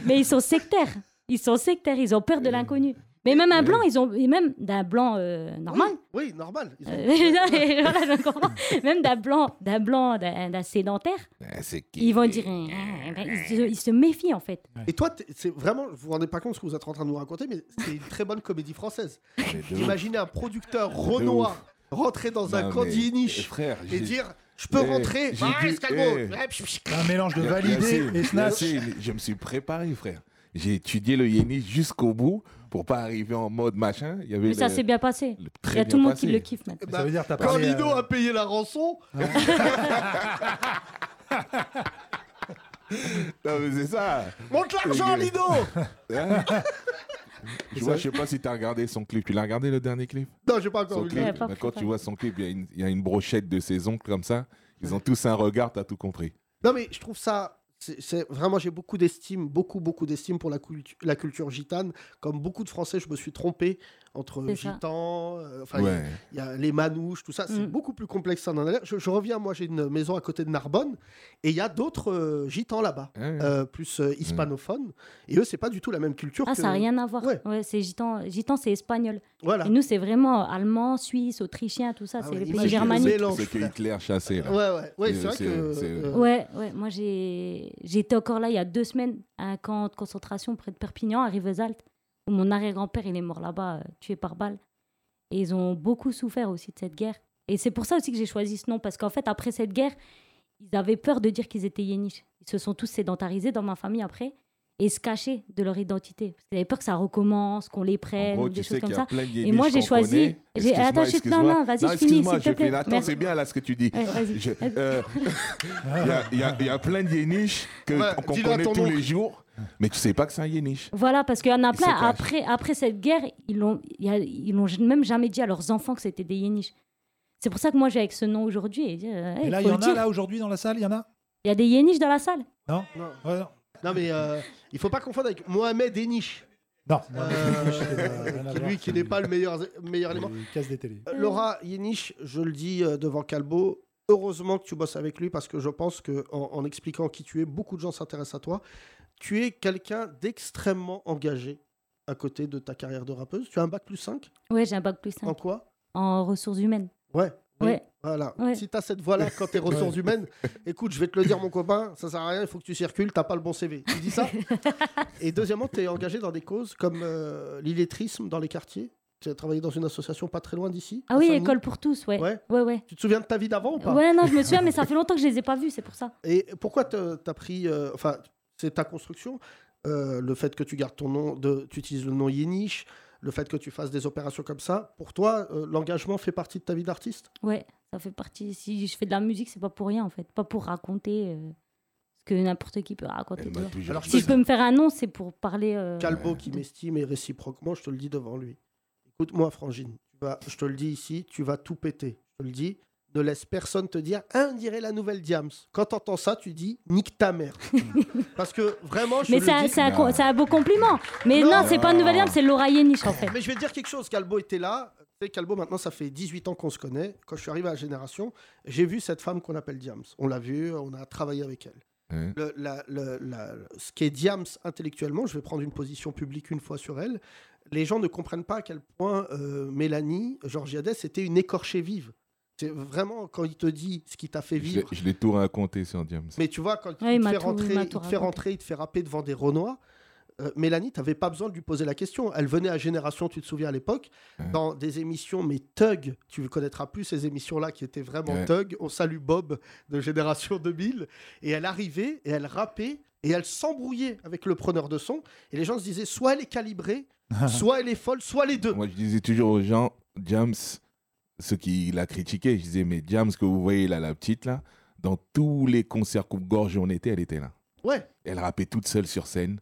[SPEAKER 15] Mais ils sont sectaires. Ils sont sectaires, ils ont peur de l'inconnu. Mais même un blanc, ils ont. et Même d'un blanc euh, normal.
[SPEAKER 3] Oui, normal. Ils ont-
[SPEAKER 15] Euh, <laughs> non, mais voilà, je comprends. même d'un blanc, d'un blanc, d'un d'un sédentaire,
[SPEAKER 14] Ben, c'est
[SPEAKER 15] ils vont dire. Ah, ben, Ils se, ils se méfient en fait.
[SPEAKER 3] Et toi, t'es- c'est vraiment, vous vous rendez pas compte de ce que vous êtes en train de nous raconter, mais c'est une très bonne comédie française.
[SPEAKER 14] ouf.
[SPEAKER 3] Imaginez un producteur
[SPEAKER 14] De
[SPEAKER 3] renois
[SPEAKER 14] ouf.
[SPEAKER 3] rentrer dans un
[SPEAKER 14] Non,
[SPEAKER 3] candy
[SPEAKER 14] mais,
[SPEAKER 3] niche
[SPEAKER 14] frère,
[SPEAKER 3] et
[SPEAKER 14] j'ai-
[SPEAKER 3] dire Je peux
[SPEAKER 14] Eh,
[SPEAKER 3] rentrer,
[SPEAKER 14] j'ai
[SPEAKER 3] ah,
[SPEAKER 14] dû-
[SPEAKER 3] escalgo
[SPEAKER 14] eh.
[SPEAKER 3] Ouais, pchou, pchou.
[SPEAKER 4] Un mélange de
[SPEAKER 14] Ya-
[SPEAKER 4] validé
[SPEAKER 14] Yacine,
[SPEAKER 4] et snatch.
[SPEAKER 14] Yacine, je me suis préparé, frère. J'ai étudié le yéniche jusqu'au bout pour pas arriver en mode machin. Il y avait
[SPEAKER 15] Mais ça
[SPEAKER 14] le-
[SPEAKER 15] s'est bien passé.
[SPEAKER 14] ben, le-
[SPEAKER 15] Il
[SPEAKER 14] très
[SPEAKER 15] y a
[SPEAKER 14] bien
[SPEAKER 15] tout le monde qui
[SPEAKER 14] passé.
[SPEAKER 15] le kiffe maintenant.
[SPEAKER 14] Ça veut dire que t'as
[SPEAKER 3] Quand
[SPEAKER 14] parlé,
[SPEAKER 3] Lino
[SPEAKER 14] euh,
[SPEAKER 3] a payé la rançon,
[SPEAKER 14] Non, mais c'est ça.
[SPEAKER 3] monte l'argent,
[SPEAKER 14] Je- <laughs>
[SPEAKER 3] Lido
[SPEAKER 14] Hein
[SPEAKER 3] <laughs>
[SPEAKER 14] Je vois, je sais pas si t'as regardé son clip. Tu l'as regardé le dernier clip
[SPEAKER 3] Non, j'ai pas encore
[SPEAKER 14] Son
[SPEAKER 3] vu.
[SPEAKER 14] clip, bah, quand tu vois son clip, il y a une- il y, a une brochette de ses oncles comme ça. Ils ont tous un regard, t'as tout compris.
[SPEAKER 3] Non, mais je trouve ça. c'est- c'est- vraiment, j'ai beaucoup d'estime, beaucoup, beaucoup d'estime pour la, cultu- la culture gitane. Comme beaucoup de Français, je me suis trompé entre
[SPEAKER 10] C'est ça.
[SPEAKER 3] gitans, euh, enfin, il y a-
[SPEAKER 10] Ouais.
[SPEAKER 3] il y, a les manouches, tout ça. C'est beaucoup plus complexe que ça n'en a l'air. Je, je reviens, moi, j'ai une maison à côté de Narbonne et il y a d'autres euh, gitans là-bas, euh, plus euh, hispanophones. Et eux, c'est pas du tout la même culture.
[SPEAKER 15] Ah,
[SPEAKER 3] que-
[SPEAKER 15] ça n'a rien à voir. Ouais. c'est gitan, gitan c'est espagnol.
[SPEAKER 3] Voilà.
[SPEAKER 15] Et nous, c'est vraiment allemand, suisse, autrichien, tout ça.
[SPEAKER 3] Ah
[SPEAKER 15] c'est
[SPEAKER 3] ouais,
[SPEAKER 15] les
[SPEAKER 3] imagine
[SPEAKER 15] pays
[SPEAKER 3] le
[SPEAKER 15] germaniques.
[SPEAKER 3] mélange,
[SPEAKER 14] C'est que
[SPEAKER 3] frère.
[SPEAKER 14] Hitler chassé. Là.
[SPEAKER 3] Ouais, ouais, ouais,
[SPEAKER 14] Et,
[SPEAKER 3] c'est vrai que, euh,
[SPEAKER 15] Ouais, ouais. Moi, j'ai j'étais encore là il y a deux semaines à un camp de concentration près de Perpignan, à Rivesaltes, où mon arrière-grand-père il est mort là-bas, euh, tué par balle. Et ils ont beaucoup souffert aussi de cette guerre. Et c'est pour ça aussi que j'ai choisi ce nom, parce qu'en fait, après cette guerre, ils avaient peur de dire qu'ils étaient yéniches. Ils se sont tous sédentarisés dans ma famille après et se cacher de leur identité. Parce qu'ils avaient peur que ça recommence, qu'on les prenne,
[SPEAKER 14] En gros,
[SPEAKER 15] ou des
[SPEAKER 14] tu
[SPEAKER 15] choses
[SPEAKER 14] sais
[SPEAKER 15] comme
[SPEAKER 14] qu'il y a
[SPEAKER 15] ça.
[SPEAKER 14] plein de
[SPEAKER 15] Et moi,
[SPEAKER 14] Yéniches
[SPEAKER 15] j'ai
[SPEAKER 14] qu'on
[SPEAKER 15] choisi.
[SPEAKER 14] connaît.
[SPEAKER 15] J'ai
[SPEAKER 14] Excuse-moi,
[SPEAKER 15] attends, chut, non,
[SPEAKER 14] excuse-moi.
[SPEAKER 15] non, vas-y, je finis,
[SPEAKER 14] excuse-moi,
[SPEAKER 15] s'il te
[SPEAKER 14] je
[SPEAKER 15] plaît.
[SPEAKER 14] fais- Attends,
[SPEAKER 15] Merci.
[SPEAKER 14] c'est bien là ce que tu dis.
[SPEAKER 15] Ouais, vas-y.
[SPEAKER 14] Je- euh, <laughs> Il y a- il y, a- il y a plein de yéniches que-
[SPEAKER 15] Ouais,
[SPEAKER 14] qu'on
[SPEAKER 15] dis-le à
[SPEAKER 14] connaît
[SPEAKER 15] ton
[SPEAKER 14] tous
[SPEAKER 15] oncle.
[SPEAKER 14] les jours, mais tu sais pas que c'est un yéniche.
[SPEAKER 15] Voilà, parce qu'il y en a
[SPEAKER 14] Ils se
[SPEAKER 15] plein.
[SPEAKER 14] cachent.
[SPEAKER 15] Après, après cette guerre, ils l'ont, il y a- ils l'ont même jamais dit à leurs enfants que c'était des yéniches. C'est pour ça que moi, j'ai avec ce nom aujourd'hui. Et, euh,
[SPEAKER 4] Et
[SPEAKER 15] hey,
[SPEAKER 4] là,
[SPEAKER 15] faut
[SPEAKER 4] il y
[SPEAKER 15] le
[SPEAKER 4] en a
[SPEAKER 15] dire.
[SPEAKER 4] là aujourd'hui dans la salle, il y en a
[SPEAKER 15] Il y a des yéniches dans la salle.
[SPEAKER 4] Non
[SPEAKER 3] Non,
[SPEAKER 4] Ouais, non.
[SPEAKER 3] non, mais euh, il faut pas confondre avec Mohamed Eniche.
[SPEAKER 4] Non.
[SPEAKER 3] Euh, qui- lui qui n'est pas le meilleur, Euh, meilleur élément.
[SPEAKER 4] Casse des télés.
[SPEAKER 3] Euh, Laura Yenich, je le dis euh, devant Calbo, heureusement que tu bosses avec lui parce que je pense que en, en expliquant qui tu es, beaucoup de gens s'intéressent à toi. Tu es quelqu'un d'extrêmement engagé à côté de ta carrière de rappeuse. Tu as un bac plus 5
[SPEAKER 15] Ouais, j'ai un bac plus 5.
[SPEAKER 3] En quoi
[SPEAKER 15] En ressources humaines.
[SPEAKER 3] Ouais. oui,
[SPEAKER 15] Ouais.
[SPEAKER 3] Voilà. Si t'as cette voix-là quand t'es ressources humaines, écoute, je vais te le dire, mon copain, ça sert à rien, il faut que tu circules, t'as pas le bon CV. Tu
[SPEAKER 15] <laughs>
[SPEAKER 3] dis ça Et deuxièmement, t'es engagé dans des causes comme euh, l'illettrisme dans les quartiers. Tu as travaillé dans une association pas très loin d'ici
[SPEAKER 15] Ah
[SPEAKER 3] à
[SPEAKER 15] oui,
[SPEAKER 3] Saint-Denis
[SPEAKER 15] école pour tous, ouais. Ouais, ouais. ouais.
[SPEAKER 3] Tu te souviens de ta vie d'avant ou pas
[SPEAKER 4] Ah.
[SPEAKER 15] non, je me souviens, mais ça fait
[SPEAKER 4] <laughs>
[SPEAKER 15] longtemps que je les ai pas vus, c'est pour ça.
[SPEAKER 3] <laughs> Et pourquoi te- t'as pris. euh, Enfin, c'est ta construction, euh, le fait que tu gardes ton nom, de, tu utilises le nom Yéniche, le fait que tu fasses des opérations comme ça. Pour toi, euh, l'engagement fait partie de ta vie d'artiste
[SPEAKER 15] Ouais, ça fait partie. Si je fais de la musique, c'est pas pour rien en fait, pas pour raconter euh, ce que n'importe qui peut raconter. tu vois.
[SPEAKER 3] toujours Alors, dit
[SPEAKER 15] si
[SPEAKER 3] ça.
[SPEAKER 15] je peux me faire un nom, c'est pour parler. euh,
[SPEAKER 3] Calbo qui m'estime et réciproquement, je te le dis devant lui. Écoute-moi, Frangine, tu vas, je te le dis ici, tu vas tout péter. Je te le dis, ne laisse personne te dire, ah, on dirait la nouvelle Diams. Quand t'entends ça, tu dis, nique
[SPEAKER 15] <laughs>
[SPEAKER 3] ta mère. Parce que vraiment, Oh, je
[SPEAKER 15] Mais
[SPEAKER 3] te
[SPEAKER 15] c'est
[SPEAKER 3] le
[SPEAKER 15] un,
[SPEAKER 3] dis.
[SPEAKER 15] c'est un co- c'est un beau compliment. Mais
[SPEAKER 3] Non.
[SPEAKER 15] non, c'est pas une nouvelle arme, c'est Laura Yeniche en fait.
[SPEAKER 3] Mais je vais te dire quelque chose. Calbo était là. Tu sais, Calbo, maintenant, ça fait 18 ans qu'on se connaît. Quand je suis arrivé à la génération, j'ai vu cette femme qu'on appelle Diams. On l'a vue, on a travaillé avec elle.
[SPEAKER 14] Ouais.
[SPEAKER 3] Le- la- le- la- le- ce qui est Diams intellectuellement, je vais prendre une position publique une fois sur elle. Les gens ne comprennent pas à quel point euh, Mélanie Georgiades était une écorchée vive. C'est vraiment quand il te dit ce qui t'a fait
[SPEAKER 14] Je l'ai-
[SPEAKER 3] vivre.
[SPEAKER 14] je l'ai tout raconté sur Diams.
[SPEAKER 3] Mais tu vois, quand
[SPEAKER 15] Ouais, il
[SPEAKER 3] il, te
[SPEAKER 15] m'a
[SPEAKER 3] fait
[SPEAKER 15] tout-
[SPEAKER 3] rentrer,
[SPEAKER 15] il m'a
[SPEAKER 3] il
[SPEAKER 15] tout
[SPEAKER 3] te fait
[SPEAKER 15] raconté.
[SPEAKER 3] rentrer, il te fait rapper devant des Renois. euh, Mélanie, tu pas besoin de lui poser la question. Elle venait à Génération, tu te souviens à l'époque, dans des émissions, mais Thug, tu connaîtras plus ces émissions-là qui étaient vraiment
[SPEAKER 14] Ouais.
[SPEAKER 3] Thug. On salue Bob de Génération 2000. Et elle arrivait et elle rappait et elle s'embrouillait avec le preneur de son. Et les gens se disaient soit elle est calibrée, soit elle est folle, soit les deux.
[SPEAKER 14] Moi, je disais toujours aux gens, James, ceux qui l'a critiqué, je disais, mais James, que vous voyez là, la petite, là, dans tous les concerts coupe-gorge où on était, elle était là.
[SPEAKER 3] Ouais.
[SPEAKER 14] Elle rappait toute seule sur scène.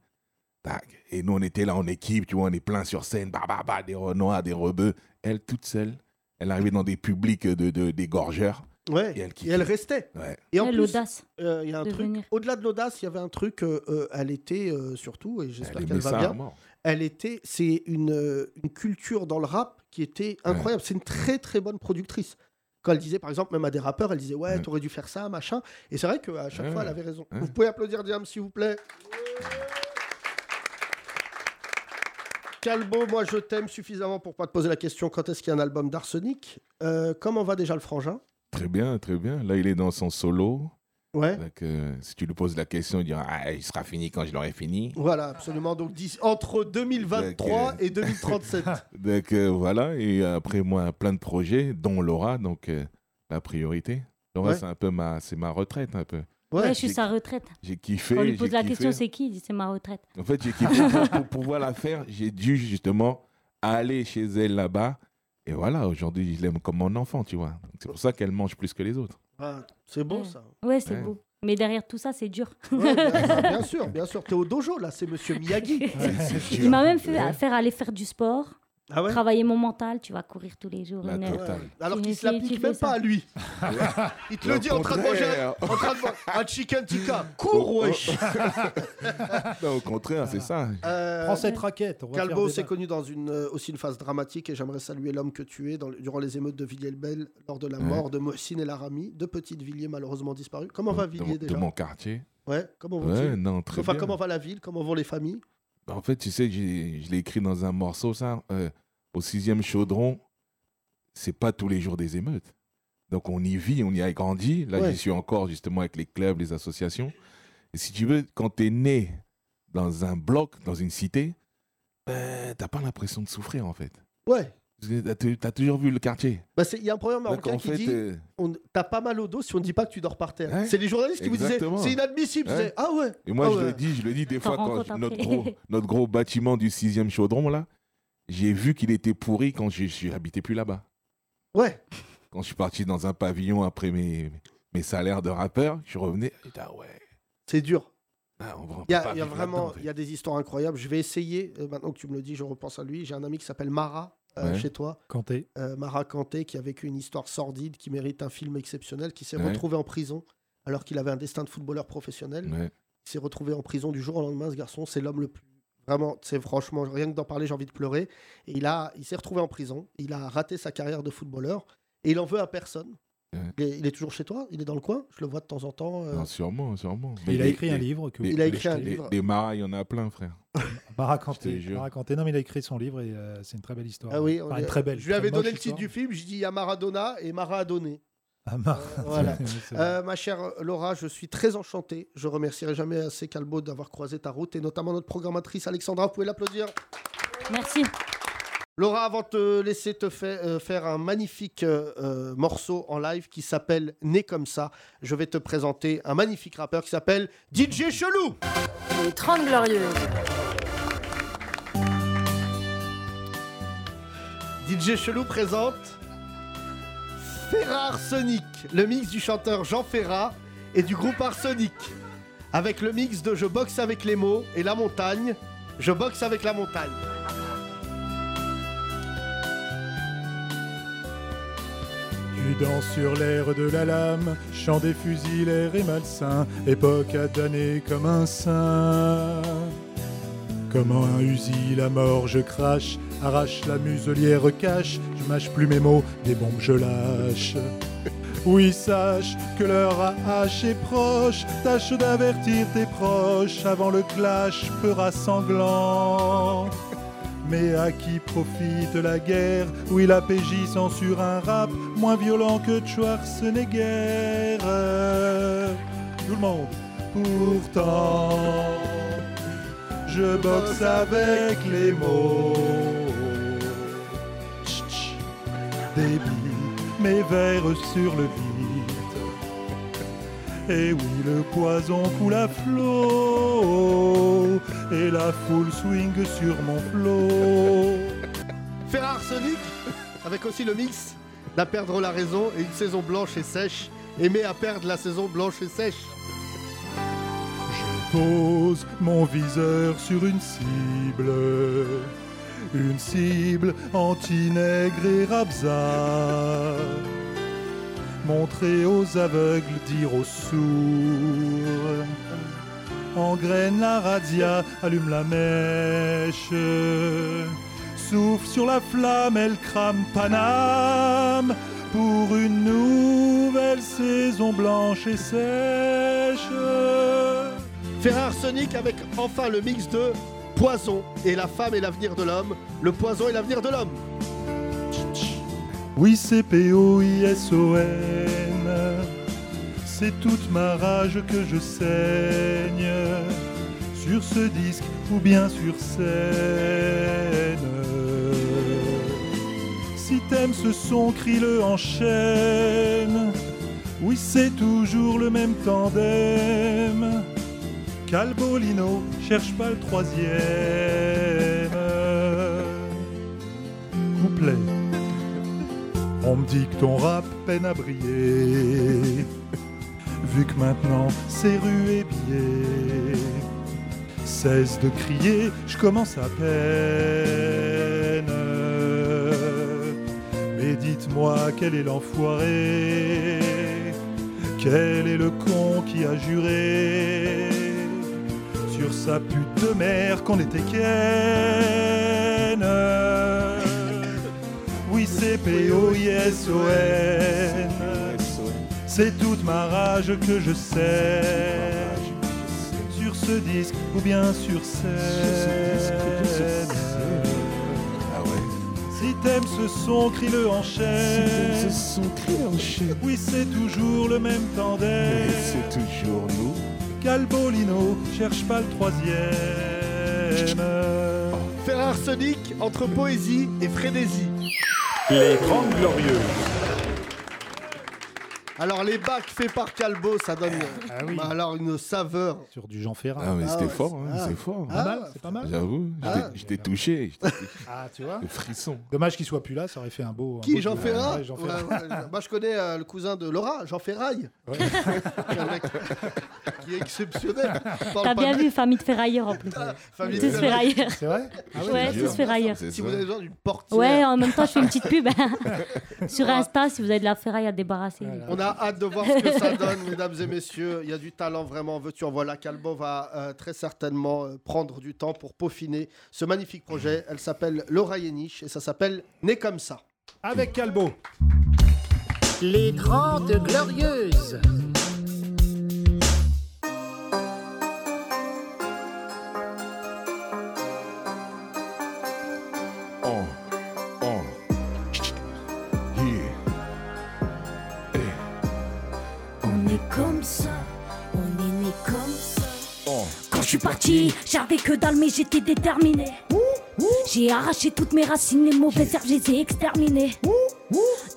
[SPEAKER 14] Tac. Et nous, on était là en équipe, tu vois, on est plein sur scène, bah, bah, bah, des renois, des rebeux. Elle, toute seule, elle arrivait dans des publics de, de- des gorgeurs.
[SPEAKER 3] Ouais.
[SPEAKER 14] Et elle kiffait.
[SPEAKER 3] restait.
[SPEAKER 14] Ouais.
[SPEAKER 3] Et en
[SPEAKER 15] Ouais,
[SPEAKER 3] plus,
[SPEAKER 15] l'audace
[SPEAKER 3] euh, il y a un
[SPEAKER 15] de
[SPEAKER 3] truc.
[SPEAKER 15] venir.
[SPEAKER 3] Au-delà de l'audace, il y avait un truc. euh, euh, elle était euh, surtout, et
[SPEAKER 14] Elle
[SPEAKER 3] j'espère
[SPEAKER 14] aimait
[SPEAKER 3] qu'elle va
[SPEAKER 14] ça à
[SPEAKER 3] bien.
[SPEAKER 14] mort.
[SPEAKER 3] Elle était. C'est une, euh, une culture dans le rap qui était incroyable. C'est une très très bonne productrice. Quand elle disait, par exemple, même à des rappeurs, elle disait ouais, t'aurais dû faire ça, machin. Et c'est vrai qu'à chaque
[SPEAKER 14] Ouais.
[SPEAKER 3] fois, elle avait raison.
[SPEAKER 14] Ouais.
[SPEAKER 3] Vous pouvez applaudir Diam, s'il vous plaît. Calbo, moi je t'aime suffisamment pour pas te poser la question quand est-ce qu'il y a un album d'Arsenic. Euh, comment va déjà le frangin
[SPEAKER 14] Très bien, très bien. Là, il est dans son solo.
[SPEAKER 3] Ouais.
[SPEAKER 14] Donc, euh, si tu lui poses la question, il dira Ah, il sera fini quand je l'aurai fini.
[SPEAKER 3] Voilà, absolument. Donc d'ici- entre 2023 et
[SPEAKER 14] <laughs>
[SPEAKER 3] 2037.
[SPEAKER 14] Donc euh, voilà, et après moi, plein de projets, dont Laura, donc euh, la priorité. Laura,
[SPEAKER 15] Ouais.
[SPEAKER 14] c'est un peu ma, c'est ma retraite un peu.
[SPEAKER 15] Ouais, je suis sa retraite.
[SPEAKER 14] J'ai kiffé.
[SPEAKER 15] Quand on lui
[SPEAKER 14] j'ai
[SPEAKER 15] pose la
[SPEAKER 14] kiffé.
[SPEAKER 15] question, c'est qui Il dit c'est ma retraite.
[SPEAKER 14] En fait, j'ai kiffé pour, pour pouvoir la faire. J'ai dû justement aller chez elle là-bas. Et voilà, aujourd'hui, je l'aime comme mon enfant, tu vois. C'est pour ça qu'elle mange plus que les autres.
[SPEAKER 3] Ah, c'est beau ça.
[SPEAKER 15] Ouais, c'est
[SPEAKER 14] Ouais.
[SPEAKER 15] beau. Mais derrière tout ça, c'est dur. <laughs>
[SPEAKER 3] Ouais, bien, bien sûr, bien sûr. T'es au dojo là, c'est Monsieur Miyagi.
[SPEAKER 15] Il m'a même fait faire aller faire du sport,
[SPEAKER 3] Ah ouais
[SPEAKER 15] travailler mon mental. Tu vas courir tous les jours.
[SPEAKER 3] La
[SPEAKER 15] une heure.
[SPEAKER 3] totale.
[SPEAKER 15] Tu
[SPEAKER 3] Alors qu'il
[SPEAKER 15] fais
[SPEAKER 3] se l'applique
[SPEAKER 15] ci, tu
[SPEAKER 3] même
[SPEAKER 15] fais
[SPEAKER 3] pas
[SPEAKER 15] ça.
[SPEAKER 3] à <laughs> lui. Il te le
[SPEAKER 14] Au
[SPEAKER 3] dit en train de manger un,
[SPEAKER 14] contraire.
[SPEAKER 3] en train de manger un chicken tikka. Cours, wesh
[SPEAKER 14] Oh, Non, au contraire, c'est ça.
[SPEAKER 3] <laughs> Euh,
[SPEAKER 4] Prends cette raquette. on va faire
[SPEAKER 3] Calbo
[SPEAKER 4] des
[SPEAKER 3] s'est
[SPEAKER 4] vagues.
[SPEAKER 3] connu dans une, euh, aussi une phase dramatique et j'aimerais saluer l'homme que tu es dans, le- durant les émeutes de Villiers-le-Bel lors de la
[SPEAKER 14] Ouais.
[SPEAKER 3] mort de Mohsin El Arami, deux petites Villiers malheureusement disparues. Comment va
[SPEAKER 14] de,
[SPEAKER 3] Villiers
[SPEAKER 14] de
[SPEAKER 3] déjà
[SPEAKER 14] mon quartier.
[SPEAKER 3] Ouais, comment va
[SPEAKER 14] Ouais, non, très
[SPEAKER 3] Enfin,
[SPEAKER 14] bien.
[SPEAKER 3] comment va la ville Comment vont les familles
[SPEAKER 14] En fait, tu sais, j'ai- je l'ai écrit dans un morceau, ça. euh, au sixième chaudron, c'est pas tous les jours des émeutes. Donc on y vit, on y a grandi. Là,
[SPEAKER 3] Ouais.
[SPEAKER 14] j'y suis encore justement avec les clubs, les associations. Et si tu veux, quand tu es né dans un bloc, dans une cité, ben, t'as pas l'impression de souffrir en fait.
[SPEAKER 3] Ouais.
[SPEAKER 14] Parce que t'as tu as toujours vu le quartier.
[SPEAKER 3] Bah, c'est- Il y a un programme marocain
[SPEAKER 14] Donc, en
[SPEAKER 3] qui
[SPEAKER 14] fait,
[SPEAKER 3] dit
[SPEAKER 14] euh,
[SPEAKER 3] on- T'as pas mal au dos si on ne dit pas que tu dors par terre.
[SPEAKER 14] Ouais,
[SPEAKER 3] c'est les journalistes qui vous
[SPEAKER 14] exactement.
[SPEAKER 3] disaient C'est inadmissible.
[SPEAKER 14] Ouais.
[SPEAKER 3] Vous disaient, Ah ouais
[SPEAKER 14] Et moi,
[SPEAKER 3] ah
[SPEAKER 14] je
[SPEAKER 3] ouais.
[SPEAKER 14] le dis, je le dis des
[SPEAKER 3] T'en
[SPEAKER 14] fois
[SPEAKER 3] rends
[SPEAKER 14] quand
[SPEAKER 3] compte
[SPEAKER 14] je-
[SPEAKER 3] après.
[SPEAKER 14] notre gros, <laughs> notre gros bâtiment du 6e chaudron, là, j'ai vu qu'il était pourri quand je je habitais plus là-bas.
[SPEAKER 3] Ouais.
[SPEAKER 14] Quand je suis parti dans un pavillon après mes, mes salaires de rappeur, je revenais. j'étais, Ah ouais.
[SPEAKER 3] C'est dur.
[SPEAKER 14] Ah, on va-
[SPEAKER 3] Il
[SPEAKER 14] on
[SPEAKER 3] y
[SPEAKER 14] peut
[SPEAKER 3] a,
[SPEAKER 14] pas
[SPEAKER 3] il y a
[SPEAKER 14] vivre
[SPEAKER 3] vraiment
[SPEAKER 14] là-dedans.
[SPEAKER 3] il y a des histoires incroyables. Je vais essayer, euh, maintenant que tu me le dis, je repense à lui. J'ai un ami qui s'appelle Mara euh,
[SPEAKER 14] Ouais.
[SPEAKER 3] chez toi.
[SPEAKER 4] Kanté.
[SPEAKER 3] Euh, Mara Kanté, qui a vécu une histoire sordide, qui mérite un film exceptionnel, qui s'est
[SPEAKER 14] Ouais.
[SPEAKER 3] retrouvé en prison alors qu'il avait un destin de footballeur professionnel.
[SPEAKER 14] Ouais.
[SPEAKER 3] Il s'est retrouvé en prison du jour au lendemain, ce garçon. C'est l'homme le plus. Vraiment, c'est franchement, rien que d'en parler, j'ai envie de pleurer. Et il, a, il s'est retrouvé en prison. Il a raté sa carrière de footballeur. Et il en veut à personne.
[SPEAKER 14] Ouais.
[SPEAKER 3] Il, est, il est toujours chez toi Il est dans le coin Je le vois de temps en temps. euh,
[SPEAKER 14] Non, sûrement, sûrement.
[SPEAKER 4] Il a écrit un livre que vous
[SPEAKER 3] Il a
[SPEAKER 14] les-
[SPEAKER 3] écrit un
[SPEAKER 14] les-
[SPEAKER 3] livre.
[SPEAKER 14] Des maras, il y en a plein, frère. Je
[SPEAKER 4] Baracanté.
[SPEAKER 14] te jure.
[SPEAKER 4] Baracanté. Non, mais il a écrit son livre et euh, c'est une très belle histoire.
[SPEAKER 3] Ah oui, on
[SPEAKER 4] Enfin,
[SPEAKER 3] lui-
[SPEAKER 4] une très belle.
[SPEAKER 3] Je lui avais
[SPEAKER 4] très
[SPEAKER 3] donné
[SPEAKER 4] moche
[SPEAKER 3] le titre du
[SPEAKER 4] histoire.
[SPEAKER 3] film, je dis il y a Maradona et Mara a donné.
[SPEAKER 4] Ah, Mar-
[SPEAKER 3] Voilà.
[SPEAKER 4] <laughs> C'est vrai.
[SPEAKER 3] Euh, ma chère Laura, je suis très enchanté. Je remercierai jamais assez Calbo d'avoir croisé ta route et notamment notre programmatrice Alexandra. Vous pouvez l'applaudir.
[SPEAKER 15] Merci.
[SPEAKER 3] Laura, avant de te laisser te fa- euh, faire un magnifique euh, euh, morceau en live qui s'appelle Né comme ça, je vais te présenter un magnifique rappeur qui s'appelle DJ Chelou.
[SPEAKER 16] Les 30 Glorieuses.
[SPEAKER 3] DJ Chelou présente Ferrar Sonic, le mix du chanteur Jean Ferrat et du groupe Arsonic. Avec le mix de Je boxe avec les mots et la montagne, Je boxe avec la montagne.
[SPEAKER 10] Tu danses sur l'air de la lame, chant des fusils, l'air est malsain, époque à damner comme un saint. Comme un usi, la mort je crache, arrache la muselière, cache, je mâche plus mes mots, des bombes je lâche. Oui, sache que l'heure à hache est proche, tâche d'avertir tes proches avant le clash fera sanglant. Mais à qui profite la guerre Oui, la PJ censure un rap moins violent que Schwarzenegger. Tout le monde. Pourtant, je boxe avec les mots. Tch, tch. Des billes, mes verres sur le beat. Et oui, le poison coule à flot. Et la foule swing sur mon flot.
[SPEAKER 3] Ferrar Sonic, <laughs> avec aussi le mix La perdre la raison et une saison blanche et sèche, aimer à perdre la saison blanche et sèche.
[SPEAKER 10] Pose mon viseur sur une cible. Une cible anti-nègre et rabza. Montrer aux aveugles, dire aux sourds. Engraine la radia, allume la mèche. Souffle sur la flamme, elle crame Paname pour une nouvelle saison blanche et sèche.
[SPEAKER 3] Ferrar Sonic avec enfin le mix de Poison et la femme et l'avenir de l'homme, le poison et l'avenir de l'homme.
[SPEAKER 10] Oui, c'est P-O-I-S-O-N. C'est toute ma rage que je saigne. Sur ce disque ou bien sur scène. Si t'aimes ce son, crie-le en chaîne. Oui, c'est toujours le même tandem. Calbolino, cherche pas le troisième. Couplet. On me dit que ton rap peine à briller. Vu que maintenant c'est rue et billets. Cesse de crier, je commence à peine. Mais dites-moi quel est l'enfoiré Quel est le con qui a juré Sur sa pute de mère qu'on était ken oui, c'est P-O-I-S-O-N. C'est toute ma rage que je sèche. Sur ce disque ou bien sur scène. Si t'aimes ce son, crie-le en chaîne. Oui, c'est toujours le même tandem.
[SPEAKER 14] C'est toujours nous.
[SPEAKER 10] Calbolino, cherche pas le troisième.
[SPEAKER 3] Ferrar Sonic entre poésie et frénésie.
[SPEAKER 17] Les grandes glorieuses.
[SPEAKER 3] Alors les bacs faits par Calbo, ça donne bah, alors une saveur.
[SPEAKER 10] Sur du Jean Ferrat.
[SPEAKER 14] Ah, mais c'était
[SPEAKER 3] ouais,
[SPEAKER 14] fort, hein,
[SPEAKER 3] ah.
[SPEAKER 14] c'est fort.
[SPEAKER 3] Ah, c'est pas mal.
[SPEAKER 14] J'avoue, j'étais-
[SPEAKER 3] Ah.
[SPEAKER 14] j'étais touché. j'étais touché.
[SPEAKER 10] Ah, tu vois
[SPEAKER 14] Le frisson.
[SPEAKER 10] Dommage qu'il soit plus là, ça aurait fait un beau. un beau
[SPEAKER 3] Qui
[SPEAKER 4] bah,
[SPEAKER 3] Jean
[SPEAKER 10] duel.
[SPEAKER 3] Ferrat
[SPEAKER 10] Ouais, Jean Ferrat.
[SPEAKER 3] Ouais, ouais, Moi je connais euh, le cousin de Laura, Jean Ferraille. Qui est <laughs> un mec qui est exceptionnel. On parle
[SPEAKER 15] T'as
[SPEAKER 3] pas
[SPEAKER 15] bien
[SPEAKER 3] de-
[SPEAKER 15] vu, famille de ferrailleurs en plus.
[SPEAKER 3] <laughs> Famille
[SPEAKER 15] tous
[SPEAKER 3] de-
[SPEAKER 15] ferrailleurs.
[SPEAKER 3] C'est vrai Ah ouais,
[SPEAKER 15] Ouais,
[SPEAKER 3] c'est
[SPEAKER 15] tous
[SPEAKER 3] ça.
[SPEAKER 15] ferrailleurs.
[SPEAKER 3] Si vous avez besoin d'une portière.
[SPEAKER 15] Ouais, en même temps, je fais une petite pub hein.
[SPEAKER 3] <laughs>
[SPEAKER 15] sur Insta si vous avez de la ferraille à débarrasser.
[SPEAKER 3] On a hâte de voir ce que ça donne, <laughs> mesdames et messieurs. Il y a du talent vraiment. Veux-tu en voilà Calbo va euh, très certainement euh, prendre du temps pour peaufiner ce magnifique projet. Elle s'appelle Laura Yenich et ça s'appelle Né comme ça.
[SPEAKER 10] Avec Calbo.
[SPEAKER 4] Les Grandes Glorieuses.
[SPEAKER 14] Oh, oh, yeah.
[SPEAKER 18] On est comme ça, on est né comme ça.
[SPEAKER 14] Oh.
[SPEAKER 18] Quand je suis parti, j'avais que dalle, mais j'étais déterminé. J'ai arraché toutes mes racines, les mauvaises herbes, je les ai exterminées.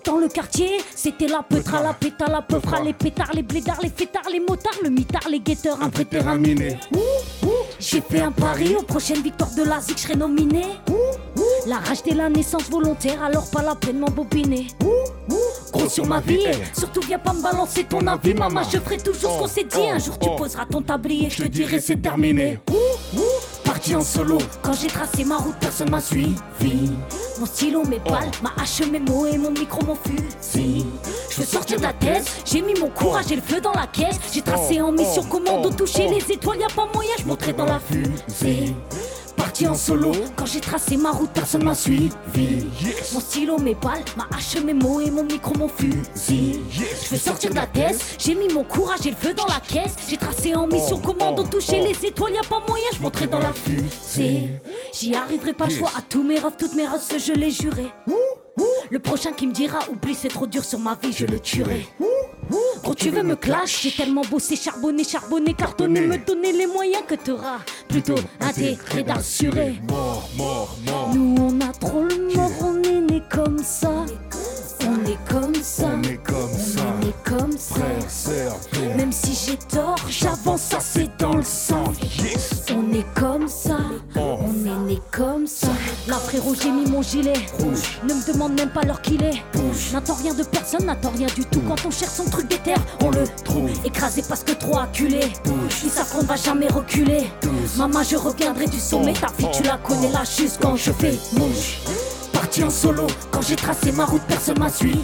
[SPEAKER 18] Dans le quartier, c'était la peutra, la péta, la peufra, les pétards, les blédards, les fêtards, les motards, le mitard, les guetteurs, un prêteur, un miné. J'ai fait un pari, aux prochaines victoires de la ZIC, je serai nominé. La rage dès la naissance volontaire, alors pas la peine de m'embobiner. Gros sur ma vie, eh. surtout viens pas me balancer ton avis, maman. Je ferai toujours ce qu'on s'est dit. Un jour tu poseras ton tablier, Oh, je te dirai c'est terminé. Parti en solo, quand j'ai tracé ma route, personne m'a suivi. Mon stylo, mes balles, ma hache, mes mots et mon micro, mon fusil. Je veux sortir de la thèse, j'ai mis mon courage et le feu dans la caisse. J'ai tracé en mission commando, toucher les étoiles, y a pas moyen, je monterai dans la fusée parti en solo. Quand j'ai tracé ma route, personne m'a suivi. Mon stylo, mes balles, ma hache, mes mots et mon micro, mon fusil. Je veux sortir de la thèse, Oh, j'ai mis mon courage et le feu dans la caisse. J'ai tracé en mission commando, toucher les étoiles, y a pas moyen, je montrerai dans la fusée. J'y arriverai pas le choix à tous mes rêves, toutes mes races, je l'ai juré. Le prochain qui me dira oublie, c'est trop dur sur ma vie, je le tuerai. Quand tu veux me clash, j'ai tellement bossé, charbonné, charbonné, cartonné, me donner les moyens que t'auras. Plutôt intégré d'assurer.
[SPEAKER 12] Mort, mort, mort.
[SPEAKER 18] Nous on a trop le mort, on est né comme ça. On est comme ça.
[SPEAKER 12] On est comme ça.
[SPEAKER 18] On est comme ça.
[SPEAKER 12] Frère, sœur, père.
[SPEAKER 18] Même si j'ai tort, j'avance, ça c'est dans le sang. On est comme ça, on est né comme ça. Là frérot, j'ai mis mon gilet. Ne me demande même pas l'heure qu'il est. N'attends rien de personne, n'attends rien du tout. Quand on cherche son truc des terres, on le trouve. Écrasé parce que trop acculé. Ils savent qu'on ne va jamais reculer. Maman, je reviendrai du sommet. Ta fille, tu la connais là juste quand je fais mouche. Parti en solo, quand j'ai tracé ma route, personne m'a suivi.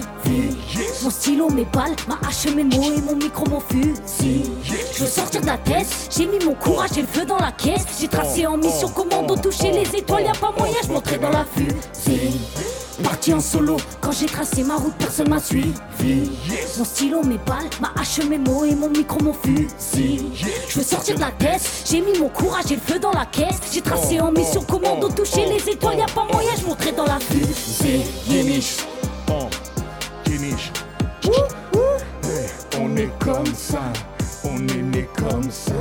[SPEAKER 18] Mon stylo, mes balles, ma hache, mes mots et mon micro, mon fusil. Je veux sortir de la tête, j'ai mis mon courage et le feu dans la caisse. J'ai tracé en mission commando, toucher les étoiles, y a pas
[SPEAKER 12] oh.
[SPEAKER 18] moyen, je monterai dans la fusée. Parti en solo, quand j'ai tracé ma route, personne m'a suivi. Mon stylo, mes balles, ma hache, mes mots et mon micro, mon fusil. Je veux sortir de la tête, j'ai mis mon courage et le feu dans la caisse. J'ai tracé en mission commando, toucher les étoiles, y a pas moyen, je monterai dans la fusée. Yéniche.
[SPEAKER 12] On est comme ça, on est né comme ça.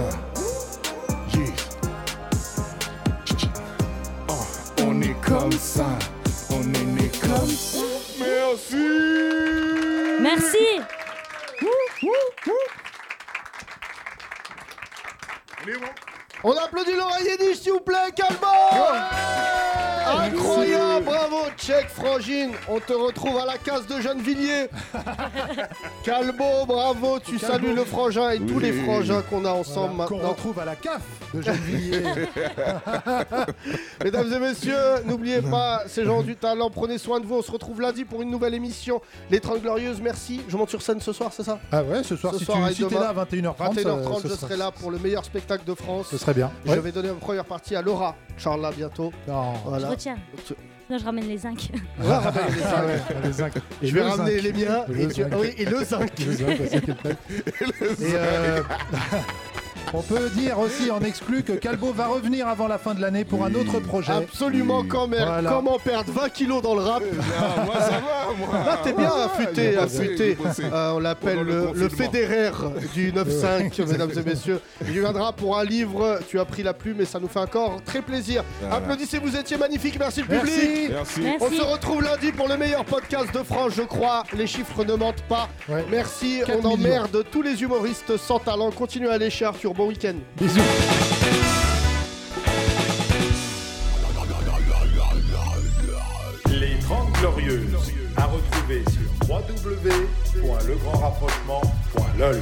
[SPEAKER 12] Yeah. Oh, On est comme ça, on est né comme ça. Merci.
[SPEAKER 15] Merci.
[SPEAKER 3] On applaudit Laura Yeddi, s'il vous plaît, Calbo Incroyable, bravo, check Frangine. On te retrouve à la case de
[SPEAKER 4] <laughs>
[SPEAKER 3] Gennevilliers. Calbo, bravo, tu
[SPEAKER 4] Calbo.
[SPEAKER 3] salues le frangin et tous
[SPEAKER 4] Oui.
[SPEAKER 3] les frangins qu'on a ensemble
[SPEAKER 4] Voilà, qu'on
[SPEAKER 3] maintenant.
[SPEAKER 4] retrouve à la CAF de
[SPEAKER 3] Gennevilliers. <laughs> Mesdames et messieurs, n'oubliez pas ces gens du talent, prenez soin de vous. On se retrouve lundi pour une nouvelle émission. Les 30 Glorieuses, merci. Je monte sur scène ce soir, c'est ça
[SPEAKER 4] Ah ouais, ce soir, si tu
[SPEAKER 3] et
[SPEAKER 4] si t'es
[SPEAKER 3] demain,
[SPEAKER 4] là à 21h30,
[SPEAKER 3] 21h30,
[SPEAKER 4] ça-
[SPEAKER 3] je
[SPEAKER 4] ça
[SPEAKER 3] serai là pour le meilleur spectacle de France.
[SPEAKER 4] Ce serait bien,
[SPEAKER 3] Je
[SPEAKER 4] ouais.
[SPEAKER 3] vais donner ma première partie à Laura Charla bientôt. Voilà.
[SPEAKER 15] Je retiens.
[SPEAKER 3] Tu-
[SPEAKER 15] Sinon, je ramène les zincs.
[SPEAKER 3] Ouais, ramène les
[SPEAKER 4] Ah ouais,
[SPEAKER 3] zincs.
[SPEAKER 4] les zincs. Et
[SPEAKER 3] Je vais
[SPEAKER 4] le
[SPEAKER 3] ramener
[SPEAKER 4] zinc.
[SPEAKER 3] les miens.
[SPEAKER 4] Le
[SPEAKER 3] et, tu-
[SPEAKER 4] zinc.
[SPEAKER 3] oui, et le zinc.
[SPEAKER 4] Le zinc, ouais, c'est quelqu'un. Et, euh, <laughs> On peut dire aussi en exclu que Calbo va revenir avant la fin de l'année pour un autre projet.
[SPEAKER 3] Absolument, quand même.
[SPEAKER 4] Voilà.
[SPEAKER 3] Comment perdre 20 kilos dans le rap
[SPEAKER 4] moi, ça va, moi.
[SPEAKER 3] <laughs>
[SPEAKER 4] Ah,
[SPEAKER 3] Là, t'es bien
[SPEAKER 4] Ouais,
[SPEAKER 3] affûté,
[SPEAKER 4] j'ai bossé,
[SPEAKER 3] affûté.
[SPEAKER 4] j'ai bossé.
[SPEAKER 3] Euh, on l'appelle
[SPEAKER 4] Pendant le
[SPEAKER 3] le, le
[SPEAKER 4] confinement.
[SPEAKER 3] Federer du 9-5,
[SPEAKER 4] <laughs> Ouais.
[SPEAKER 3] mesdames et messieurs. Il viendra pour un livre. Tu as pris la plume et ça nous fait encore très plaisir.
[SPEAKER 4] Voilà.
[SPEAKER 3] Applaudissez, vous étiez magnifique. Merci le
[SPEAKER 4] Merci.
[SPEAKER 3] public.
[SPEAKER 4] Merci.
[SPEAKER 3] On
[SPEAKER 4] Merci.
[SPEAKER 3] se retrouve lundi pour le meilleur podcast de France, je crois. Les chiffres ne mentent pas. Merci.
[SPEAKER 4] 4
[SPEAKER 3] On
[SPEAKER 4] millions.
[SPEAKER 3] emmerde tous les humoristes sans talent. Continuez à aller chez Arthur. Bon week-end.
[SPEAKER 4] Bisous.
[SPEAKER 19] Les 30 Glorieuses, à retrouver sur www.legrandrapprochement.lol.